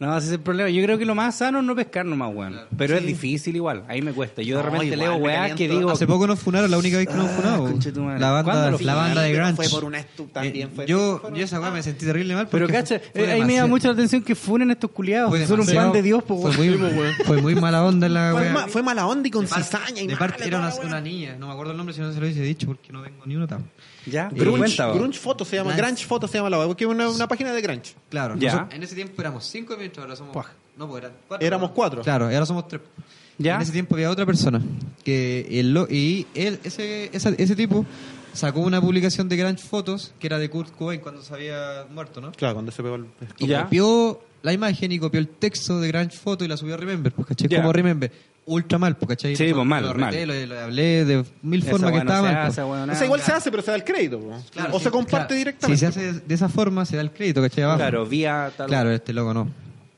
No, ese es el problema. Yo creo que lo más sano es no pescar nomás, weón. Pero es difícil igual. Ahí me cuesta. Yo de
No,
repente
igual,
leo
me
weá
caliento.
que digo.
Hace poco nos funaron, la única vez que nos han funado.
conche tu madre.
La
¿Cuándo
banda,
lo
la
funaron?
banda de
Pero
Grunge. Eh,
fue por una estu- también fue-
yo,
fue por
yo esa weá
una-
me sentí terrible mal.
Pero
porque
cacha,
fue
eh, ahí me da
demasiado-
mucho la atención que funen estos culiados.
fue
Son un
demasiado-
pan de Dios, po, weón.
Fue muy, fue muy mala onda la
Fue,
weá.
ma- fue mala onda y con
Ah, De parte-
cizaña y
De
mala
parte era
toda la
una,
weá.
una niña, no me acuerdo el nombre si no se lo hubiese dicho porque no tengo ni una tapa.
Ya, pero
Grunge,
cuenta, weón.
Grunge Foto se llama,
Grunge.
Grunge Foto se llama la web, porque es una, una página de Grunge.
Claro,
Ya.
nosotros- en ese tiempo éramos cinco minutos, ahora somos. No, pues eran cuatro.
Éramos cuatro.
Claro, y ahora somos tres.
Ya.
En ese tiempo había otra persona que el lo- y él, ese, esa- ese tipo sacó una publicación de Grunge Fotos que era de Kurt Cobain cuando se había muerto, ¿no?
Claro, cuando se pegó el...
Y
Ya.
copió la imagen y copió el texto de Grunge Foto y la subió a Remember, pues, ¿cachai?
Ya.
Como Remember. Ultra mal, pues, ¿cachai?
Sí, pues, mal,
lo reté,
mal.
Lo, lo hablé de mil
Esa
formas que
weá no
estaba
se
mal. pues.
hace, weón,
o sea, igual
nada.
se hace, pero se da el crédito. po.
Claro,
o
sí,
se comparte
claro.
directamente.
Si se hace de esa forma, se da el crédito, ¿cachai? Abajo.
Claro, vía tal.
Claro, este loco no.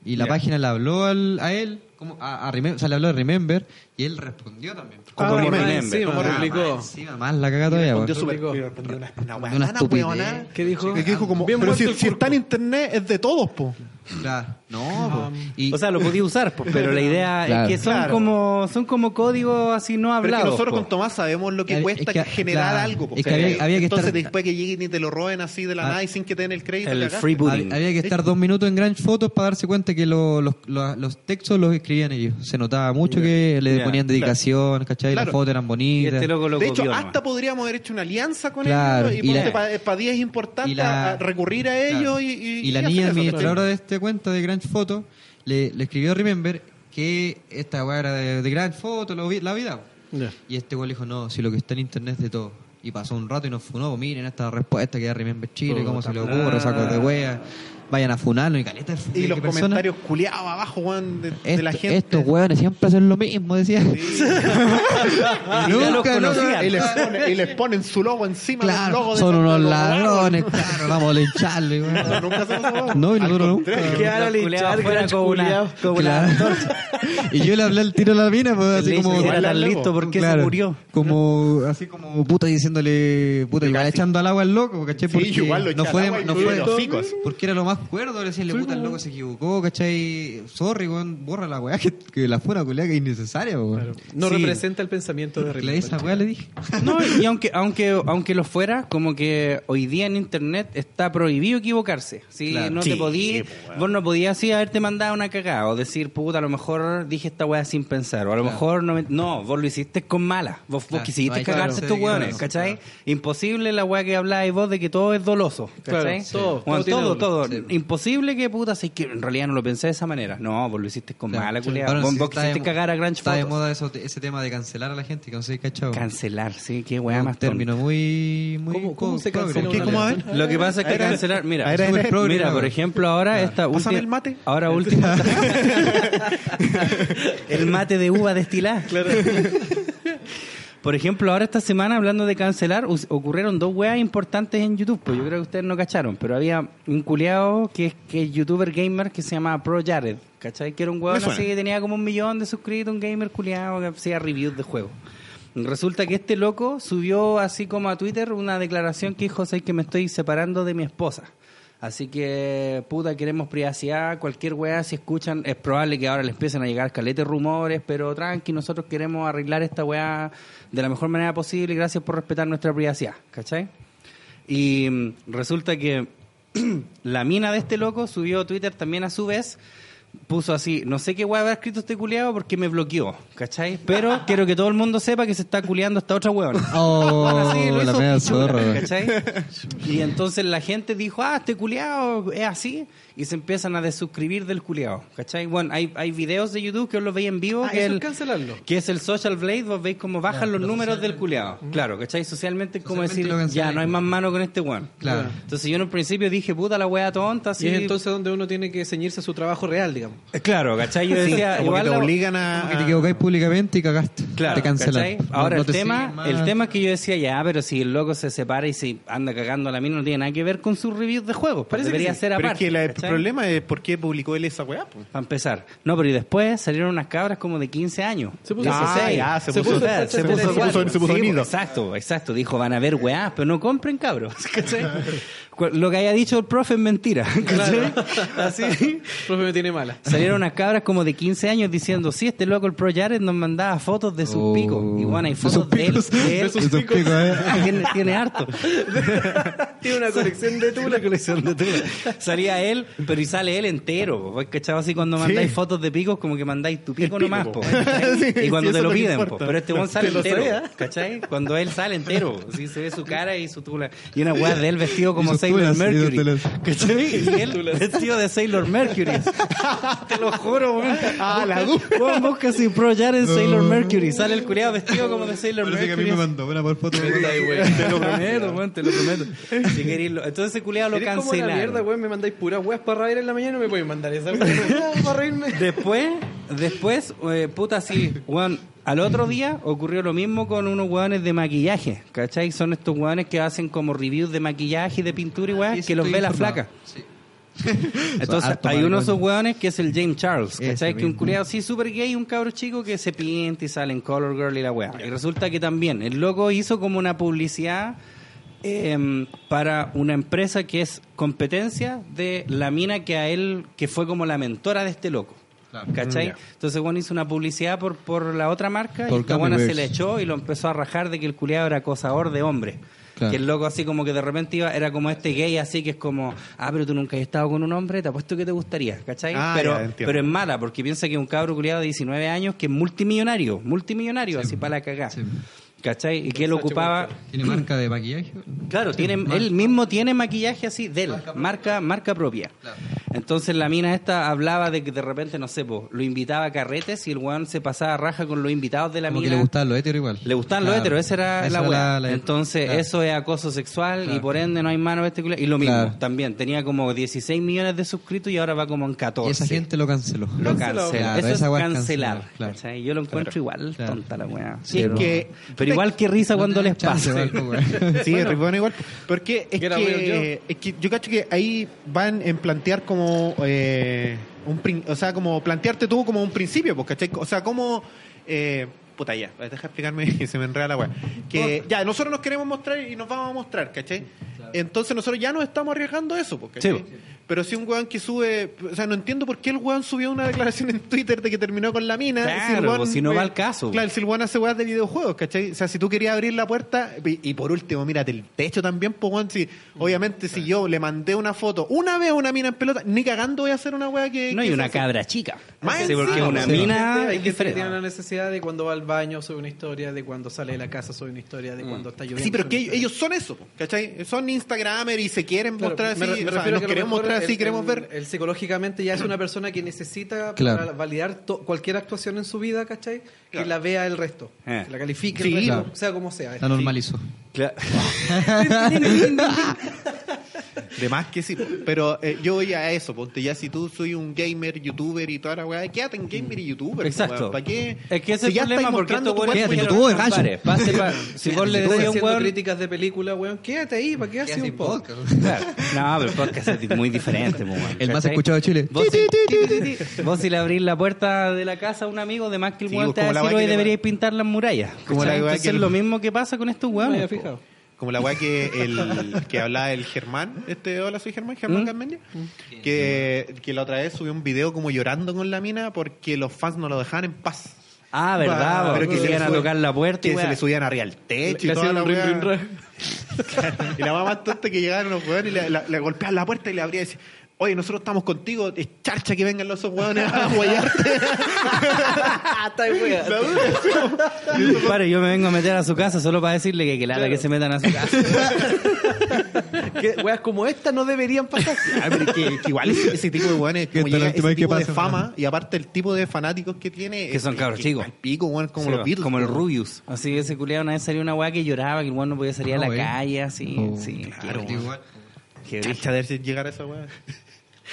Y la página le habló al- a él, como a, a Remem- o sea, le habló a Remember y él respondió también.
Como
Ah,
Remember.
más encima,
Como
Ah,
replicó.
más encima, más la cagada todavía. pues.
Respondió
weón.
súper-
Rico.
y respondió una, una
Una
weona,
estupidez.
weona.
¿Qué dijo?
Que dijo como,
Bien
pero
muerto
si,
el
si está en internet es de todos, po.
Claro. No, po. y,
Ah. O sea, lo podía usar, pues, pero la idea es
Claro.
que son
Claro.
como son como códigos así no
Pero es
hablados.
que nosotros
po.
con Tomás sabemos lo que
Es que-
cuesta
es que-
generar
claro,
algo. po.
es que había- había que
Entonces
estar-
después que lleguen y te lo roben así de la
Ah.
nada y sin que te den el crédito.
el Este.
cagaste.
free
hab-
pudding.
había que estar dos minutos en gran Fotos para darse cuenta que lo- los, los- los textos los escribían ellos. Se notaba mucho que le
Ya,
ponían
claro.
dedicación, ¿cachai?
Claro.
Las fotos eran
Y
bonitas.
este loco lo
de hecho,
copió
hasta
nomás.
podríamos haber hecho una alianza con
Claro,
ellos
y
y,
la-
ponte para días importantes
y la-
a recurrir a ellos
Claro.
y, y-
la
y hacer
niña
eso,
administradora
¿cachai?
de esta cuenta de Grand Photo le, le escribió a Remember que esta weá era de, de Grand Photo, la, vi- la vida.
Ya.
Y este weón le dijo, no, si lo que está en internet es de todo. pues, Y pasó un rato y nos funó, miren esta respuesta que da Remember Chile, cómo se le ocurre, saco de wea. vayan a funarlo y caleta. de-
Y
de
los
personas.
comentarios culiados abajo, weón, de, de
Esto-
la gente.
Estos hueones siempre hacen lo mismo, decía.
Sí.
Nunca,
los
nunca,
conocían.
y, les ponen, y les ponen su logo encima del
Claro,
logo de
son
Santa
unos
Lola.
ladrones, claro, vamos a lincharlo. y bueno.
Nosotros nunca hacemos esa weá.
No, y nosotros
Al
nunca.
contrario.
Que ahora
Los culiados fuera
linchar fuera
como
como una,
una-
como una
Claro. Y yo le hablé al tiro a la mina, pues, así
Le
como...
dice que era tan
Claro.
listo, ¿por qué
Claro,
se murió?
Como, así como puta diciéndole, puta, igual echando al agua al loco, ¿cachai?
Sí,
Porque
igual lo
no
echa al agua
fue,
y pues.
no
le
fue,
los hocicos.
porque era lo más cuerdo, le decían, puta, el loco se equivocó, ¿cachai? Sorry, weón, borra la weá, que, que la fuera culiá que es innecesaria, weón.
No
Sí.
representa el pensamiento de
Le esa
Ricardo.
weá le dije.
No, y aunque, aunque, aunque lo fuera, como que hoy día en internet está prohibido equivocarse. Si
Claro.
no
Sí,
te podías,
pues, weón.
vos no podías así haberte mandado una cagada o decir, puta, a lo mejor dije esta weá sin pensar, o a lo mejor no me- No, vos lo hiciste con mala. Vos, vos
Claro,
quisiste
no hay-
cagarte
claro,
estos
sí,
weones,
claro,
¿cachai?
claro.
Imposible la weá que habláis vos de que todo es doloso,
Claro,
¿cachai?
sí. todo,
Weón,
todo tiene
todo,
dolor.
todo. Imposible que puta, si es que en realidad no lo pensé de esa manera. No, vos lo hiciste con mala, culiao.
Ahora,
vos
sí,
vos
está de
quisiste
mo-
cagar a Grunge
Está de
Photos.
moda eso, ese tema de cancelar a la gente, que no sé, ¿cachai?
Cancelar, sí, qué weá
un
más tonta.
término muy, muy
¿Cómo- cómo
co-
se
progre.
cancela
¿Qué?
una
¿Cómo?
relación?
Lo que pasa es
A
que
ver, a ver.
cancelar,
A
mira,
ver, a ver.
super- mira,
Progre,
por
progre.
ejemplo, ahora esta
Pásame
última
el mate.
Ahora último. el mate de uva destilada. Por ejemplo, ahora esta semana, hablando de cancelar, us- ocurrieron dos weas importantes en YouTube. Pues yo creo que ustedes no cacharon, pero había un culeado que es que es youtuber gamer que se llama Pro Jared. ¿Cachai? Que era un weón
Me suena.
así que tenía como un millón de suscritos, un gamer culeado que hacía reviews de juegos. Resulta que este loco subió así como a Twitter una declaración que dijo, "Sabes que me estoy separando de mi esposa. Así que, puta, queremos privacidad, cualquier weá, si escuchan, es probable que ahora les empiecen a llegar caletes rumores, pero tranqui, nosotros queremos arreglar esta weá de la mejor manera posible, gracias por respetar nuestra privacidad, ¿cachai? Y mm, resulta que la mina de este loco subió a Twitter también a su vez. Puso así, no sé qué weá habrá escrito este culeado porque me bloqueó, ¿cachai? Pero quiero que todo el mundo sepa que se está culeando esta otra weón.
Oh,
Así Ah, lo
la
hizo
media
pichula,
zorra. weón.
¿cachai? Y entonces la gente dijo, ah, este culeado es así. Y se empiezan a desuscribir del culeado, ¿cachai? Bueno, hay, hay videos de YouTube que os los veis en vivo.
Ah,
que
eso
el-
es cancelarlo.
que es el social blade, vos veis cómo bajan los números del culeado. Claro, ¿cachai? Socialmente es como
Socialmente lo
decir,
canceláis,
ya, no hay más mano con este weón.
Claro.
Entonces yo en un principio dije, puta la wea tonta, así.
Y es entonces donde uno tiene que ceñirse a su trabajo real, digamos.
Eh, Claro, ¿cachai? Yo
Como
decía,
que
igual
te
la-
obligan a...
Como que te equivocáis públicamente y cagaste.
Ah. Claro,
te
¿cachai?
cancelaron.
Ahora
No- no
el
te
tema,
siguen más.
el tema es que yo decía, ya, pero si el loco se separa y se anda cagando a la mina, no tiene nada que ver con sus reviews de juegos. pues
Parece que
debería
sí.
ser
Pero
aparte.
es que la- el
¿cachai?
problema es por qué publicó él esa weá. po.
Para empezar. No, pero y después salieron unas cabras como de 15 años.
Se puso-
16.
Ah, ya,
se
se
puso-
puso, se
se
puso-
puso-
se puso-
se puso
sí,
nido.
Exacto, exacto. Dijo, van a ver weás, pero no compren cabros. ¿cachai? Cu- Lo que haya dicho el profe es mentira. ¿cachai? Así.
Profe, me tiene mala.
Salieron unas cabras como de 15 años diciendo, sí, este loco el Pro Jared nos mandaba fotos de sus
Oh.
picos. Y bueno, hay
De sus
fotos de, él-
picos.
de él.
De sus picos, eh.
Tiene, tiene harto.
Tiene una colección de tula.
colección de Salía él, pero y sale él entero. Pues cachado así cuando mandáis fotos de picos, como que mandáis tu pico,
pico,
nomás. po,
po.
¿cachai?
Sí,
y cuando
sí, eso
te
es lo
lo
que
piden,
importa.
po. pero este one sale
Te lo
entero.
sabía.
¿Cachai? Cuando él sale entero. Sí, se ve su cara y su tula. Y una weá de él vestido como
sus
Sailor
tulas, y sus
Mercury.
tulas.
¿Cachai? Y él vestido de Sailor Mercury. Te lo juro, weón.
Ah, la du-
Busca- Weón, busca si Pro Jar en Sailor Mercury. Sale el culiado vestido como de Sailor
Parece que a mí
Mercury.
me mandó una por foto.
Te lo prometo, weón, te lo prometo. Si queréis lo- Entonces ese culiado lo
Eres como la mierda,
cancelaron.
weón. Me mandáis puras weas para reír en la mañana. No me podéis mandar esa wea para reírme.
Después, después, eh, puta, sí, weón. Al otro día ocurrió lo mismo con unos weones de maquillaje, ¿cachai? Son estos weones que hacen como reviews de maquillaje y de pintura y weón, que los ve la flaca. Entonces,
Harto
hay uno de
maricón.
esos hueones que es el James Charles,
Ese
¿cachai? Que un
mismo.
culiado así súper gay, un cabro chico que se pinta y sale en Color Girl y la weá. Y resulta que también el loco hizo como una publicidad em, para una empresa que es competencia de la mina que a él, que fue como la mentora de este loco.
Claro.
¿Cachai?
Mm, ya.
Entonces, bueno, hizo una publicidad por, por la otra marca
Por
y la buena
Copyverse.
se le echó y lo empezó a rajar de que el culiado era acosador de hombre.
Claro.
Que el loco así como que de repente iba, era como este gay así que es como, ah, pero tú nunca has estado con un hombre, te apuesto que te gustaría, ¿cachai?
Ah,
pero,
ya, entiendo.
pero es mala, porque piensa que es un cabro culiado de 19 años que es multimillonario, multimillonario, así para la cagá.
Sí.
¿Cachai? Y que él ocupaba...
¿Tiene marca de maquillaje?
Claro, tiene,
marca.
él mismo tiene maquillaje así de él, marca, marca propia.
Claro.
Entonces la mina esta hablaba de que de repente, no sé, po, lo invitaba a carretes y el weón se pasaba raja con los invitados de la
Como que
mina.
le gustaban los héteros igual.
Le gustaban los
Claro.
héteros, esa era
Esa
la weá.
la-
Entonces,
claro.
eso es acoso sexual y
Claro.
por ende no hay mano vesticular. Y lo mismo,
Claro.
también, tenía como 16 millones de suscritos y ahora va como en 14.
Y esa gente lo canceló.
lo cancela.
Claro,
eso es
esa weá
cancelar.
cancelada, claro.
¿cachai? Yo lo encuentro igual
Claro.
tonta la weá.
Sí,
pero,
es que-
pero igual que risa
No
cuando
te dan
les
chance,
pase.
Valpo, weón.
Sí, es bueno igual. Porque es
Get a real
que, es que yo cacho que ahí van en plantear como eh, un prin- o sea, como plantearte tú como un principio, pues, ¿cachai? O sea, como eh, puta ya, deja explicarme que se me enreda la weá. Que ya, nosotros nos queremos mostrar y nos vamos a mostrar, ¿cachai? Entonces nosotros ya nos estamos arriesgando eso, pues, ¿cachai?
Sí, pues.
Pero si un weón que sube, o sea, no entiendo por qué el weón subió una declaración en Twitter de que terminó con la mina. el
Claro, pues, si no va al caso.
Claro, el si el weón hace weas de videojuegos, ¿cachai? O sea, si tú querías abrir la puerta, y, y por último, mírate el techo también, pues weón, si, obviamente si yo le mandé una foto una vez a una mina en pelota, ni cagando voy a hacer una wea que...
No,
que
y una
se hace.
cabra chica.
Más
Sí, porque
encima,
una
sí.
mina
hay gente que
es
tiene
diferente.
la necesidad de cuando va al baño soy una historia, de cuando sale de la casa soy una historia, de cuando está lloviendo.
Sí, pero
soy
que
una
ellos, ellos son eso, po, ¿cachai? Son Instagramer y se quieren
Claro,
mostrar así,
me re- me
o sea,
refiero
nos
que a lo
queremos
mejor
mostrar
el-
así, queremos
el-
ver...
El psicológicamente ya es una persona que necesita
Claro.
para validar to- cualquier actuación en su vida, ¿cachai?
Claro.
Y la vea el resto.
Eh.
Que la califique,
Sí,
el resto,
claro.
sea como sea.
La normalizó.
De más que sí, po. pero eh, yo voy a eso, ponte ya si tú soy un gamer, youtuber y toda la weá, quédate en gamer y youtuber.
Exacto.
¿Para qué?
Es que ese
si
es el problema porque
mostrando
estos
tu
weones
cuerpo,
Quédate,
ya
quieren
no-
tú,
armar
gallo.
bares. Pase pa- Si vos le
Tú
decís a un
haciendo
weón...
críticas de película, weón, quédate ahí, ¿para qué haces un podcast?
Claro. No, pero el podcast es muy diferente. po, weón.
El más
¿Cachai?
escuchado de Chile.
Vos si, vos si le abrís la puerta de la casa a un amigo, de más que el
Sí,
weón
pues,
te va
como la
a decir,
weá que
hoy
le-
deberías pintar las murallas.
Como la
¿Cachai?
weá
Entonces
que
es
el-
lo mismo que pasa con estos
No me
weones.
había
po.
fijado.
Como la weá que, el, que hablaba el Germán, este, hola soy Germán, Germán Garmendia, que, que la otra vez subió un video como llorando con la mina porque los fans no lo dejaban en paz.
Ah, verdad,
Pero
pero
que se
que
le
iban a
sube-
tocar la puerta
Que
y
se
weá.
le subían arriba al techo y
Le
toda
hacían
la
un rin,
weá.
rin, rin.
Y la mamá tonta que llegaron los hueones y le, la- le golpeaban la puerta y le abría y decía, oye, nosotros estamos contigo, es charcha que vengan los esos hueones a guayarte.
Ah,
La dura, sí,
Compadre, yo me vengo a meter a su casa solo para decirle que, que lata que se metan a su casa.
Que weas como esta no deberían pasar.
Ah, pero que, que igual ese, ese tipo de weones como
Que
llega
Tarantino
ese
hay que
tipo de
pasa,
fama y aparte el tipo de fanáticos que tiene
Que son
es-
cabros
es-
chicos.
al pico weón, como
Sí,
los Beatles
Como el
weón.
Rubius. Así ese culiado una vez salió una weá que lloraba, que el weón no podía salir a la
Ah, weón.
calle, así,
Oh,
sí.
claro,
Digo, igual.
Qué
Chacha de ver llegar a esa weá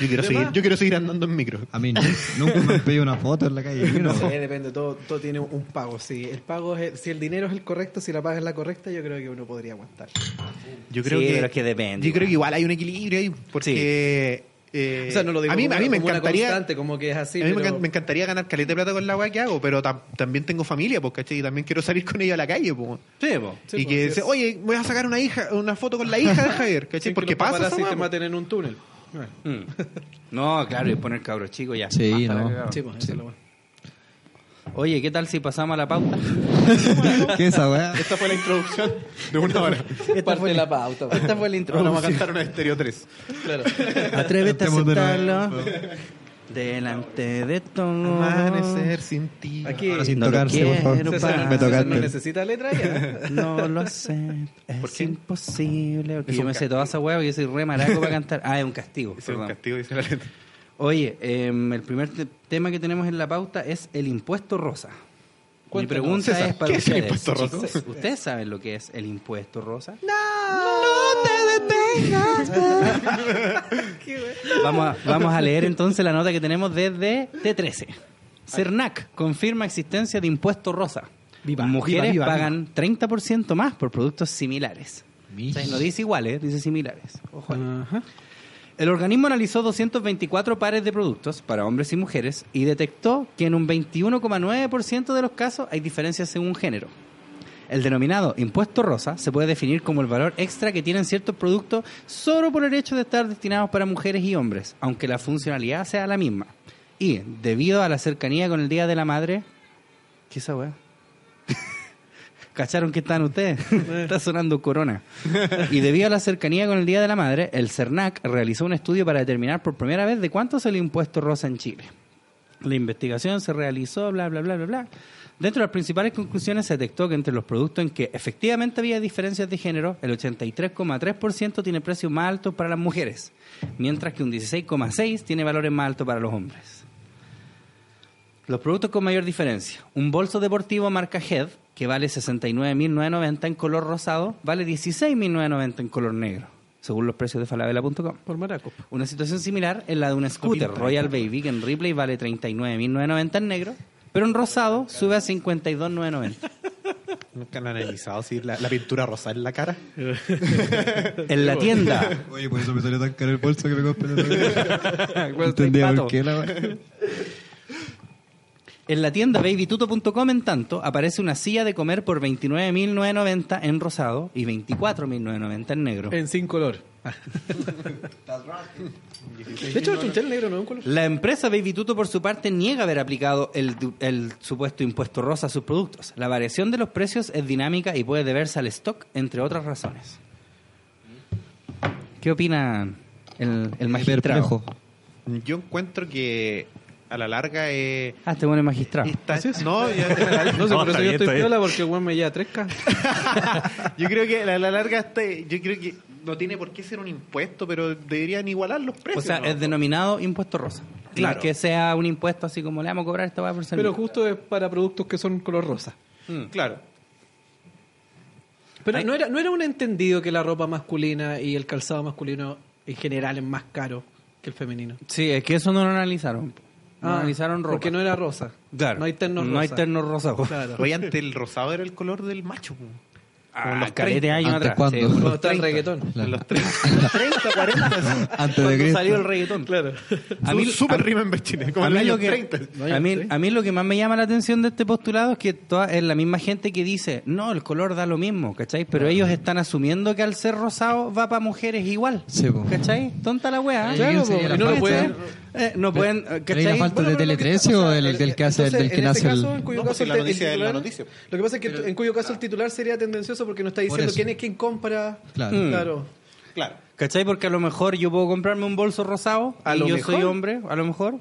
yo quiero seguir yo quiero seguir andando en micro
A mí no- nunca me han pedido una foto en la calle.
No
No.
sé, depende, todo, todo tiene un pago. Si el pago es el- si el dinero es el correcto, si la paga es la correcta, yo creo que uno podría aguantar.
yo creo
Sí,
que
pero es que depende,
yo creo que igual hay un equilibrio ahí porque eh,
O sea, no lo digo
a mí
como,
a mí me
como una
encantaría
constante, como que es así.
a mí me
pero-
encan- me encantaría ganar caleta de plata con la weá que hago, pero tam- también tengo familia, pues, ¿cachai? Y también quiero salir con ella a la calle, pues.
Sí, po.
Sí,
y
pues,
que
así
dice,
es.
oye, voy a sacar una hija, una foto con la hija de Javier,
Sin
¿cachai?
que
Porque
los
pasa esa
paparazzi
weá, pues.
te
po.
maten en un túnel. Bueno,
Mm. No, claro, y poner cabros chicos ya.
Sí,
Basta la
no.
cagada.
sí, pues, eso es lo bueno.
Oye, ¿qué tal si pasamos a la pauta?
¿Qué es esa weá?
Esta fue la introducción de una hora.
Parte de la pauta. pues.
Esta fue la
Ahora vamos a cantar una de Stereo 3.
Claro.
Atrévete a
Estemos de nuevo.
aceptarlo. Delante de todo.
Amanecer sin ti.
Aquí
Ahora sin
No lo
tocarse, por
quiero
favor.
César,
parar.
Me
César no
tocaste.
necesita letra ya.
No lo sé, es imposible. Porque
Es
yo
un
me sé toda esa hueá porque yo soy re maraco para cantar. Ah, es un castigo,
Ese es un
perdón.
castigo, dice la letra.
Oye, em, el primer te- tema que tenemos en la pauta es el impuesto rosa. Mi
Cuéntanos,
pregunta
César,
es para
¿qué es el
ustedes.
impuesto rosa?
chicos. ¿Ustedes saben lo que es el impuesto rosa? Vamos a, vamos a leer entonces la nota que tenemos desde T13. Cernac confirma existencia de impuesto rosa.
Viva,
Mujeres
viva, viva,
pagan 30% más por productos similares. O sea, no dice iguales, dice similares. Ojo ahí. El organismo analizó 224 pares de productos para hombres y mujeres y detectó que en un 21,9% de los casos hay diferencias según género. El denominado impuesto rosa se puede definir como el valor extra que tienen ciertos productos solo por el hecho de estar destinados para mujeres y hombres, aunque la funcionalidad sea la misma. Y, debido a la cercanía con el Día de la Madre... ¿Qué es esa weá? ¿Cacharon que están ustedes? Está sonando corona. Y debido a la cercanía con el Día de la Madre, el CERNAC realizó un estudio para determinar por primera vez de cuánto es el impuesto rosa en Chile. La investigación se realizó, bla, bla, bla, bla, bla. Dentro de las principales conclusiones se detectó que entre los productos en que efectivamente había diferencias de género, el 83,3% tiene precios más altos para las mujeres, mientras que un 16,6% tiene valores más altos para los hombres. Los productos con mayor diferencia. Un bolso deportivo marca Head, que vale 69.990 en color rosado, vale 16.990 en color negro, según los precios de falabella.com.
Por maraco.
Una situación similar es la de un scooter Royal Baby, que en Ripley vale 39.990 en negro, pero en rosado sube a 52.990.
Nunca han analizado si la, la pintura rosa en la cara.
En la tienda,
Oye, por eso me salió tan caro el bolso que me compré. el otro día.
Igual
Entendía
soy
por
pato.
qué la wea.
En la tienda babytuto.com, en tanto, aparece una silla de comer por 29.990 en rosado y 24.990 en negro.
En sin color. Ah. De hecho, el chunchel negro no es un color.
La empresa Babytuto, por su parte, niega haber aplicado el, du- el supuesto impuesto rosa a sus productos. La variación de los precios es dinámica y puede deberse al stock, entre otras razones. ¿Qué opina el, el magistrado?
Perplejo.
Yo encuentro que a la larga eh,
Ah, este bueno es magistrado.
está- no, ya-
No sé,
No,
por
está
eso yo
bien,
estoy
está bien.
piola porque el weón me lleva 3K.
yo creo que a la larga este, yo creo que no tiene por qué ser un impuesto, pero deberían igualar los
O
precios.
sea,
¿no?
es denominado impuesto rosa.
Claro.
No es que sea un impuesto así como le vamos a cobrar esta va por servir.
Pero justo es para productos que son color rosa.
claro.
Pero no era, no era un entendido que la ropa masculina y el calzado masculino en general es más caro que el femenino.
Sí, es que eso no lo analizaron. No
Ah,
analizaron ropa.
Porque no era rosa.
Claro.
No hay terno rosa.
No hay terno rosa. po.
Claro.
Oye, antes el rosado era el color del macho. po.
Ah, los caretes años
¿Antes
atrás.
cuándo?
Sí, bueno.
Cuando está el reggaetón.
En los 30, 30 40.
Antes de
Cuando
Cristo.
salió el reggaetón.
Claro.
A mí,
super remember Chile, como
a
en
mí
los
lo
años
que,
30.
a, mí, a mí lo que más me llama la atención de este postulado es que toda, es la misma gente que dice, no, el color da lo mismo, ¿cachai? Pero ellos están asumiendo que al ser rosado va para mujeres igual.
Sí, po.
¿Cachai? Tonta la wea. ¿eh?
Claro,
Claro, po,
po,
y
y
la
no lo
falta-
pueden.
Eh, no pueden, eh,
¿Pero hay una
¿cachai?
falta de
pero lo que-
Teletrece
o
o
sea,
del, del que hace,
entonces,
del que
en
nace
este
el...
caso, en cuyo
No,
caso
pues si
el
la
te-
noticia
el
es la
titular-
noticia. ah.
Lo que pasa es que en cuyo caso el titular sería tendencioso porque no está diciendo
eso.
quién es quien compra.
Claro.
Mm.
Mm.
Claro.
Claro.
¿Cachai? Porque a lo mejor yo puedo comprarme un bolso rosado
A
y
lo
yo soy
mejor.
hombre, a lo mejor.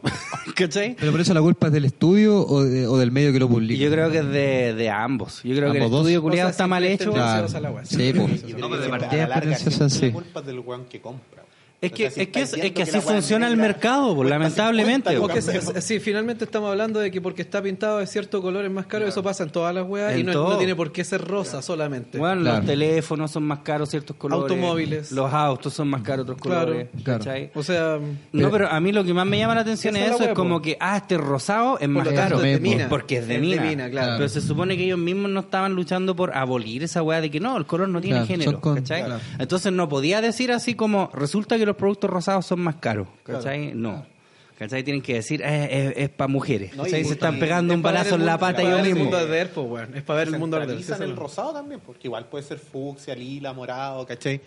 ¿Cachai?
Pero por eso la culpa es del estudio o, de- o del medio que lo
Y
publica.
yo creo que es de, de ambos. Yo creo que el
Ambos dos.
estudio
O sea,
culiado está mal
siempre
hecho.
es
Claro.
tendencioso a la wea.
Sí, pues.
No,
pero de
a
partida
la
es
larga
pretencioso en
siempre la
sí.
culpa es del weón que compra.
Es
O
que,
sea, si
es que,
estáis
es, es
viendo
que
la
así
weá
funciona el
negra
mercado, pues,
cuesta
lamentablemente.
50
Porque
lucas.
si finalmente estamos hablando de que porque está pintado de cierto color es más caro, eso pasa en todas las weas y
En
no,
todo.
no tiene por qué ser rosa solamente.
Bueno, los
Claro.
teléfonos son más caros ciertos colores.
Automóviles.
Los autos son más caros otros
Claro.
colores.
Claro.
¿cachai?
O sea,
No, pero a mí lo que más me llama la atención
Eh, Esa
es
es la
eso, es
hueá,
como
po.
que, ah, este rosado es
por
más
lo
caro.
tanto es de
También, po.
mina.
Porque es de
Es
mina.
claro.
Claro.
Pero se supone que ellos mismos no estaban luchando por abolir esa weá de que no, el color no tiene
Claro,
género.
son con-
¿cachai?
claro.
Entonces no podía decir así como, resulta que los productos rosados son más caros. ¿Cachai? No. ¿Cachai? Tienen que decir, "Eh, es, para mujeres.
No, y
¿cachai? se
puta,
están
y-
pegando
Es
un
para ver
balazo
el
en la
mundo-
pata
es para
yo
ver el
mismo.
mundo arder, po, weón. Es para ver el mundo arder. sí,
Centralizan
eso
el
no.
rosado también, porque igual puede ser fucsia, lila, morado, ¿cachai?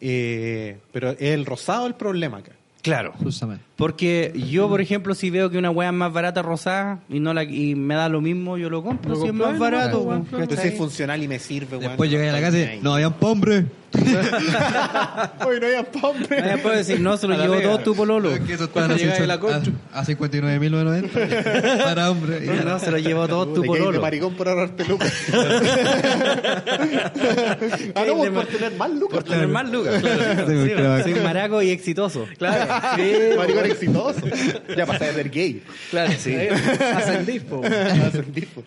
Eh, pero es el rosado el problema acá.
Claro.
Justamente.
Porque yo, por ejemplo, si veo que una weá es más barata rosada y no la y me da lo mismo, yo lo compro. si es más barato,
pues,
weón,
Entonces
¿cachai?
es funcional y me sirve, weón.
Después llegáis a la
Está
casa y...
bien
No, habían pombre.
ahí. Oye, no había pompe.
Nadie puede decir, no, se lo
A la
llevó
pega.
todo tu pololo.
Cuando llegáis a la concha.
a, a 59.990 para hombre.
No, no, se lo llevó todo tu
Te quedas de
pololo.
maricón por ahorrar pelucas. ah, no, vos por tener más lucas.
Por tener más lucas. Claro.
Sí,
Sí,
claro.
soy maraco y exitoso. Claro.
Maricón exitoso. Ya pasé de ser gay.
Claro, sí.
Ascendí, po, weón.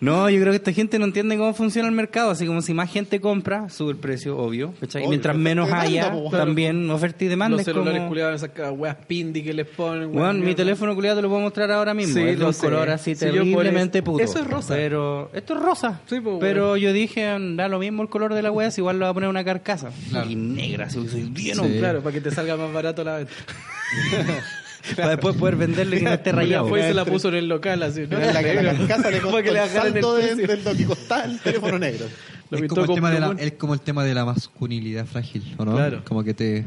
No, yo creo que esta gente no entiende cómo funciona el mercado. Así como si más gente compra, sube el precio, obvio. ¿cachai? Y
Obvio,
mientras menos
oferta y
haya,
demanda, po.
también oferta y demanda.
Los
es como-
celulares culiados, esas ca- weas pindi que les ponen.
Bueno, mi
mierda.
teléfono culiado te lo puedo mostrar ahora mismo.
Sí,
es de
lo
un
sé.
color así
Sí, yo por
terriblemente
eso-
puto.
eso es rosa.
Pero esto es rosa.
Sí, po,
pero yo dije, "Mm, da lo mismo el color de la wea, si igual lo va a poner una carcasa.
Claro.
Y negra, así que soy bien
Sí.
hombre.
Claro, para que te salga más barato la venta.
Para después poder venderle que no esté rayado.
Después se la puso en el local así. ¿no?
En la, en la casa le costó
Para que le
el
bajaran el
saldo de-
precio.
del lo que costaba el teléfono negro.
Lo
Es
pintó
como, el
con
tema de la,
plumón.
es como el tema de la masculinidad frágil, ¿o no?
Claro.
Como que te...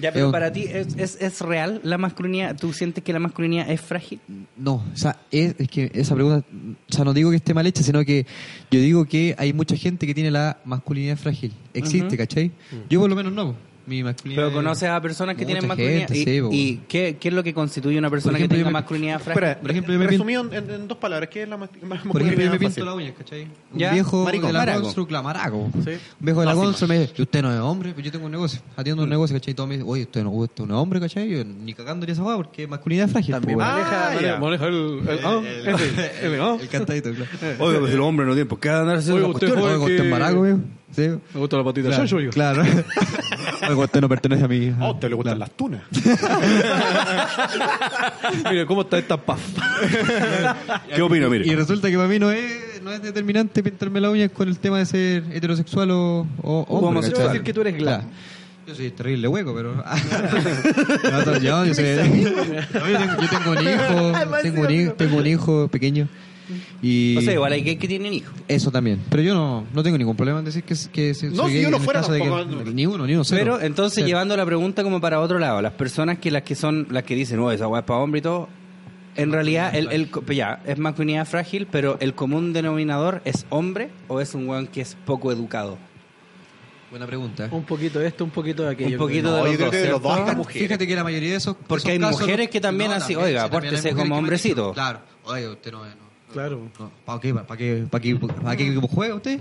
Ya,
es
pero
un-
para ti, ¿es, es, es real la masculinidad? ¿Tú sientes que la masculinidad es frágil?
No, o sea, es, es que esa pregunta, o sea, no digo que esté mal hecha, sino que yo digo que hay mucha gente que tiene la masculinidad frágil. Existe, ¿cachai? Yo por lo menos no. mi masculinidad.
Pero conoces a personas que
eh, Mucha
tienen masculinidad.
gente,
y
sí, po.
y ¿qué, qué es lo que constituye una persona
ejemplo,
que
yo
tenga
me-
masculinidad frágil?
Espera,
Por ejemplo, yo me
resumido en, en dos palabras, ¿qué es la más
Por ejemplo, yo me pinto las uñas, ¿cachai? Un
Ya,
viejo
maricón,
de la
maraco.
Constru, clamaraco. Un viejo de la
Lástima.
Constru me dice, "Y usted no es hombre, pues yo tengo un negocio,
Mm.
atiendo un negocio, ¿cachai? Y todos me dicen, oye, usted no, usted no es hombre, ¿cachai? Yo ni cagando ni esa hueá porque masculinidad es frágil.
También
po, weón.
maneja-
Ah,
ya.
Maneja el. el- ah, ese, ese, ah.
El cantadito, claro.
Oye, pues el hombre no tiene por qué andarse
Oye,
una
usted
cuestión.
joven
Oye, usted
que-
es maraco, weón. Sí.
Me gusta la patita.
Claro,
chancho, yo.
claro. Oye, usted no pertenece a mí.
Ah, A usted le gustan las tunas.
Mire, ¿cómo está esta paf?
¿Qué opino? Mire.
Y resulta que para mí no es, no es determinante pintarme las uñas con el tema de ser heterosexual o, o hombre.
homosexual.
¿cachai?
decir que tú eres glam.
Claro. Yo soy terrible hueco, pero... No, no, yo, yo, soy- No, yo tengo, yo tengo un hijo, tengo un, hijo- tengo un hijo pequeño. Y
O sea, igual hay que que tienen hijos.
Eso también. Pero yo no, no tengo ningún problema en decir que, que se-
No,
soy
si
gay
yo no
en el
fuera
caso de que-
tampoco-
Ni uno, ni uno. cero.
Pero entonces
Cero.
llevando la pregunta como para otro lado, las personas que las que son las que dicen, "Oh, esa weá es para hombre y todo." En realidad el, el co- ya, es masculinidad frágil, pero el común denominador es hombre o es un weón que es poco educado.
Buena pregunta.
Un poquito de esto, un poquito de aquello.
Un poquito
No,
de
yo creo
los dos,
que de los
¿cierto?
dos está mujeres.
Ah, Fíjate que la mayoría de esos
Porque hay
esos casos-
mujeres que también así, oiga,
también
pórtese
hay mujeres
como
que me han
hombrecito.
dicho, Claro. Oye, usted no es... No,
Claro.
¿Para qué? ¿Para qué? ¿Para qué? ¿Para qué equipo juega usted?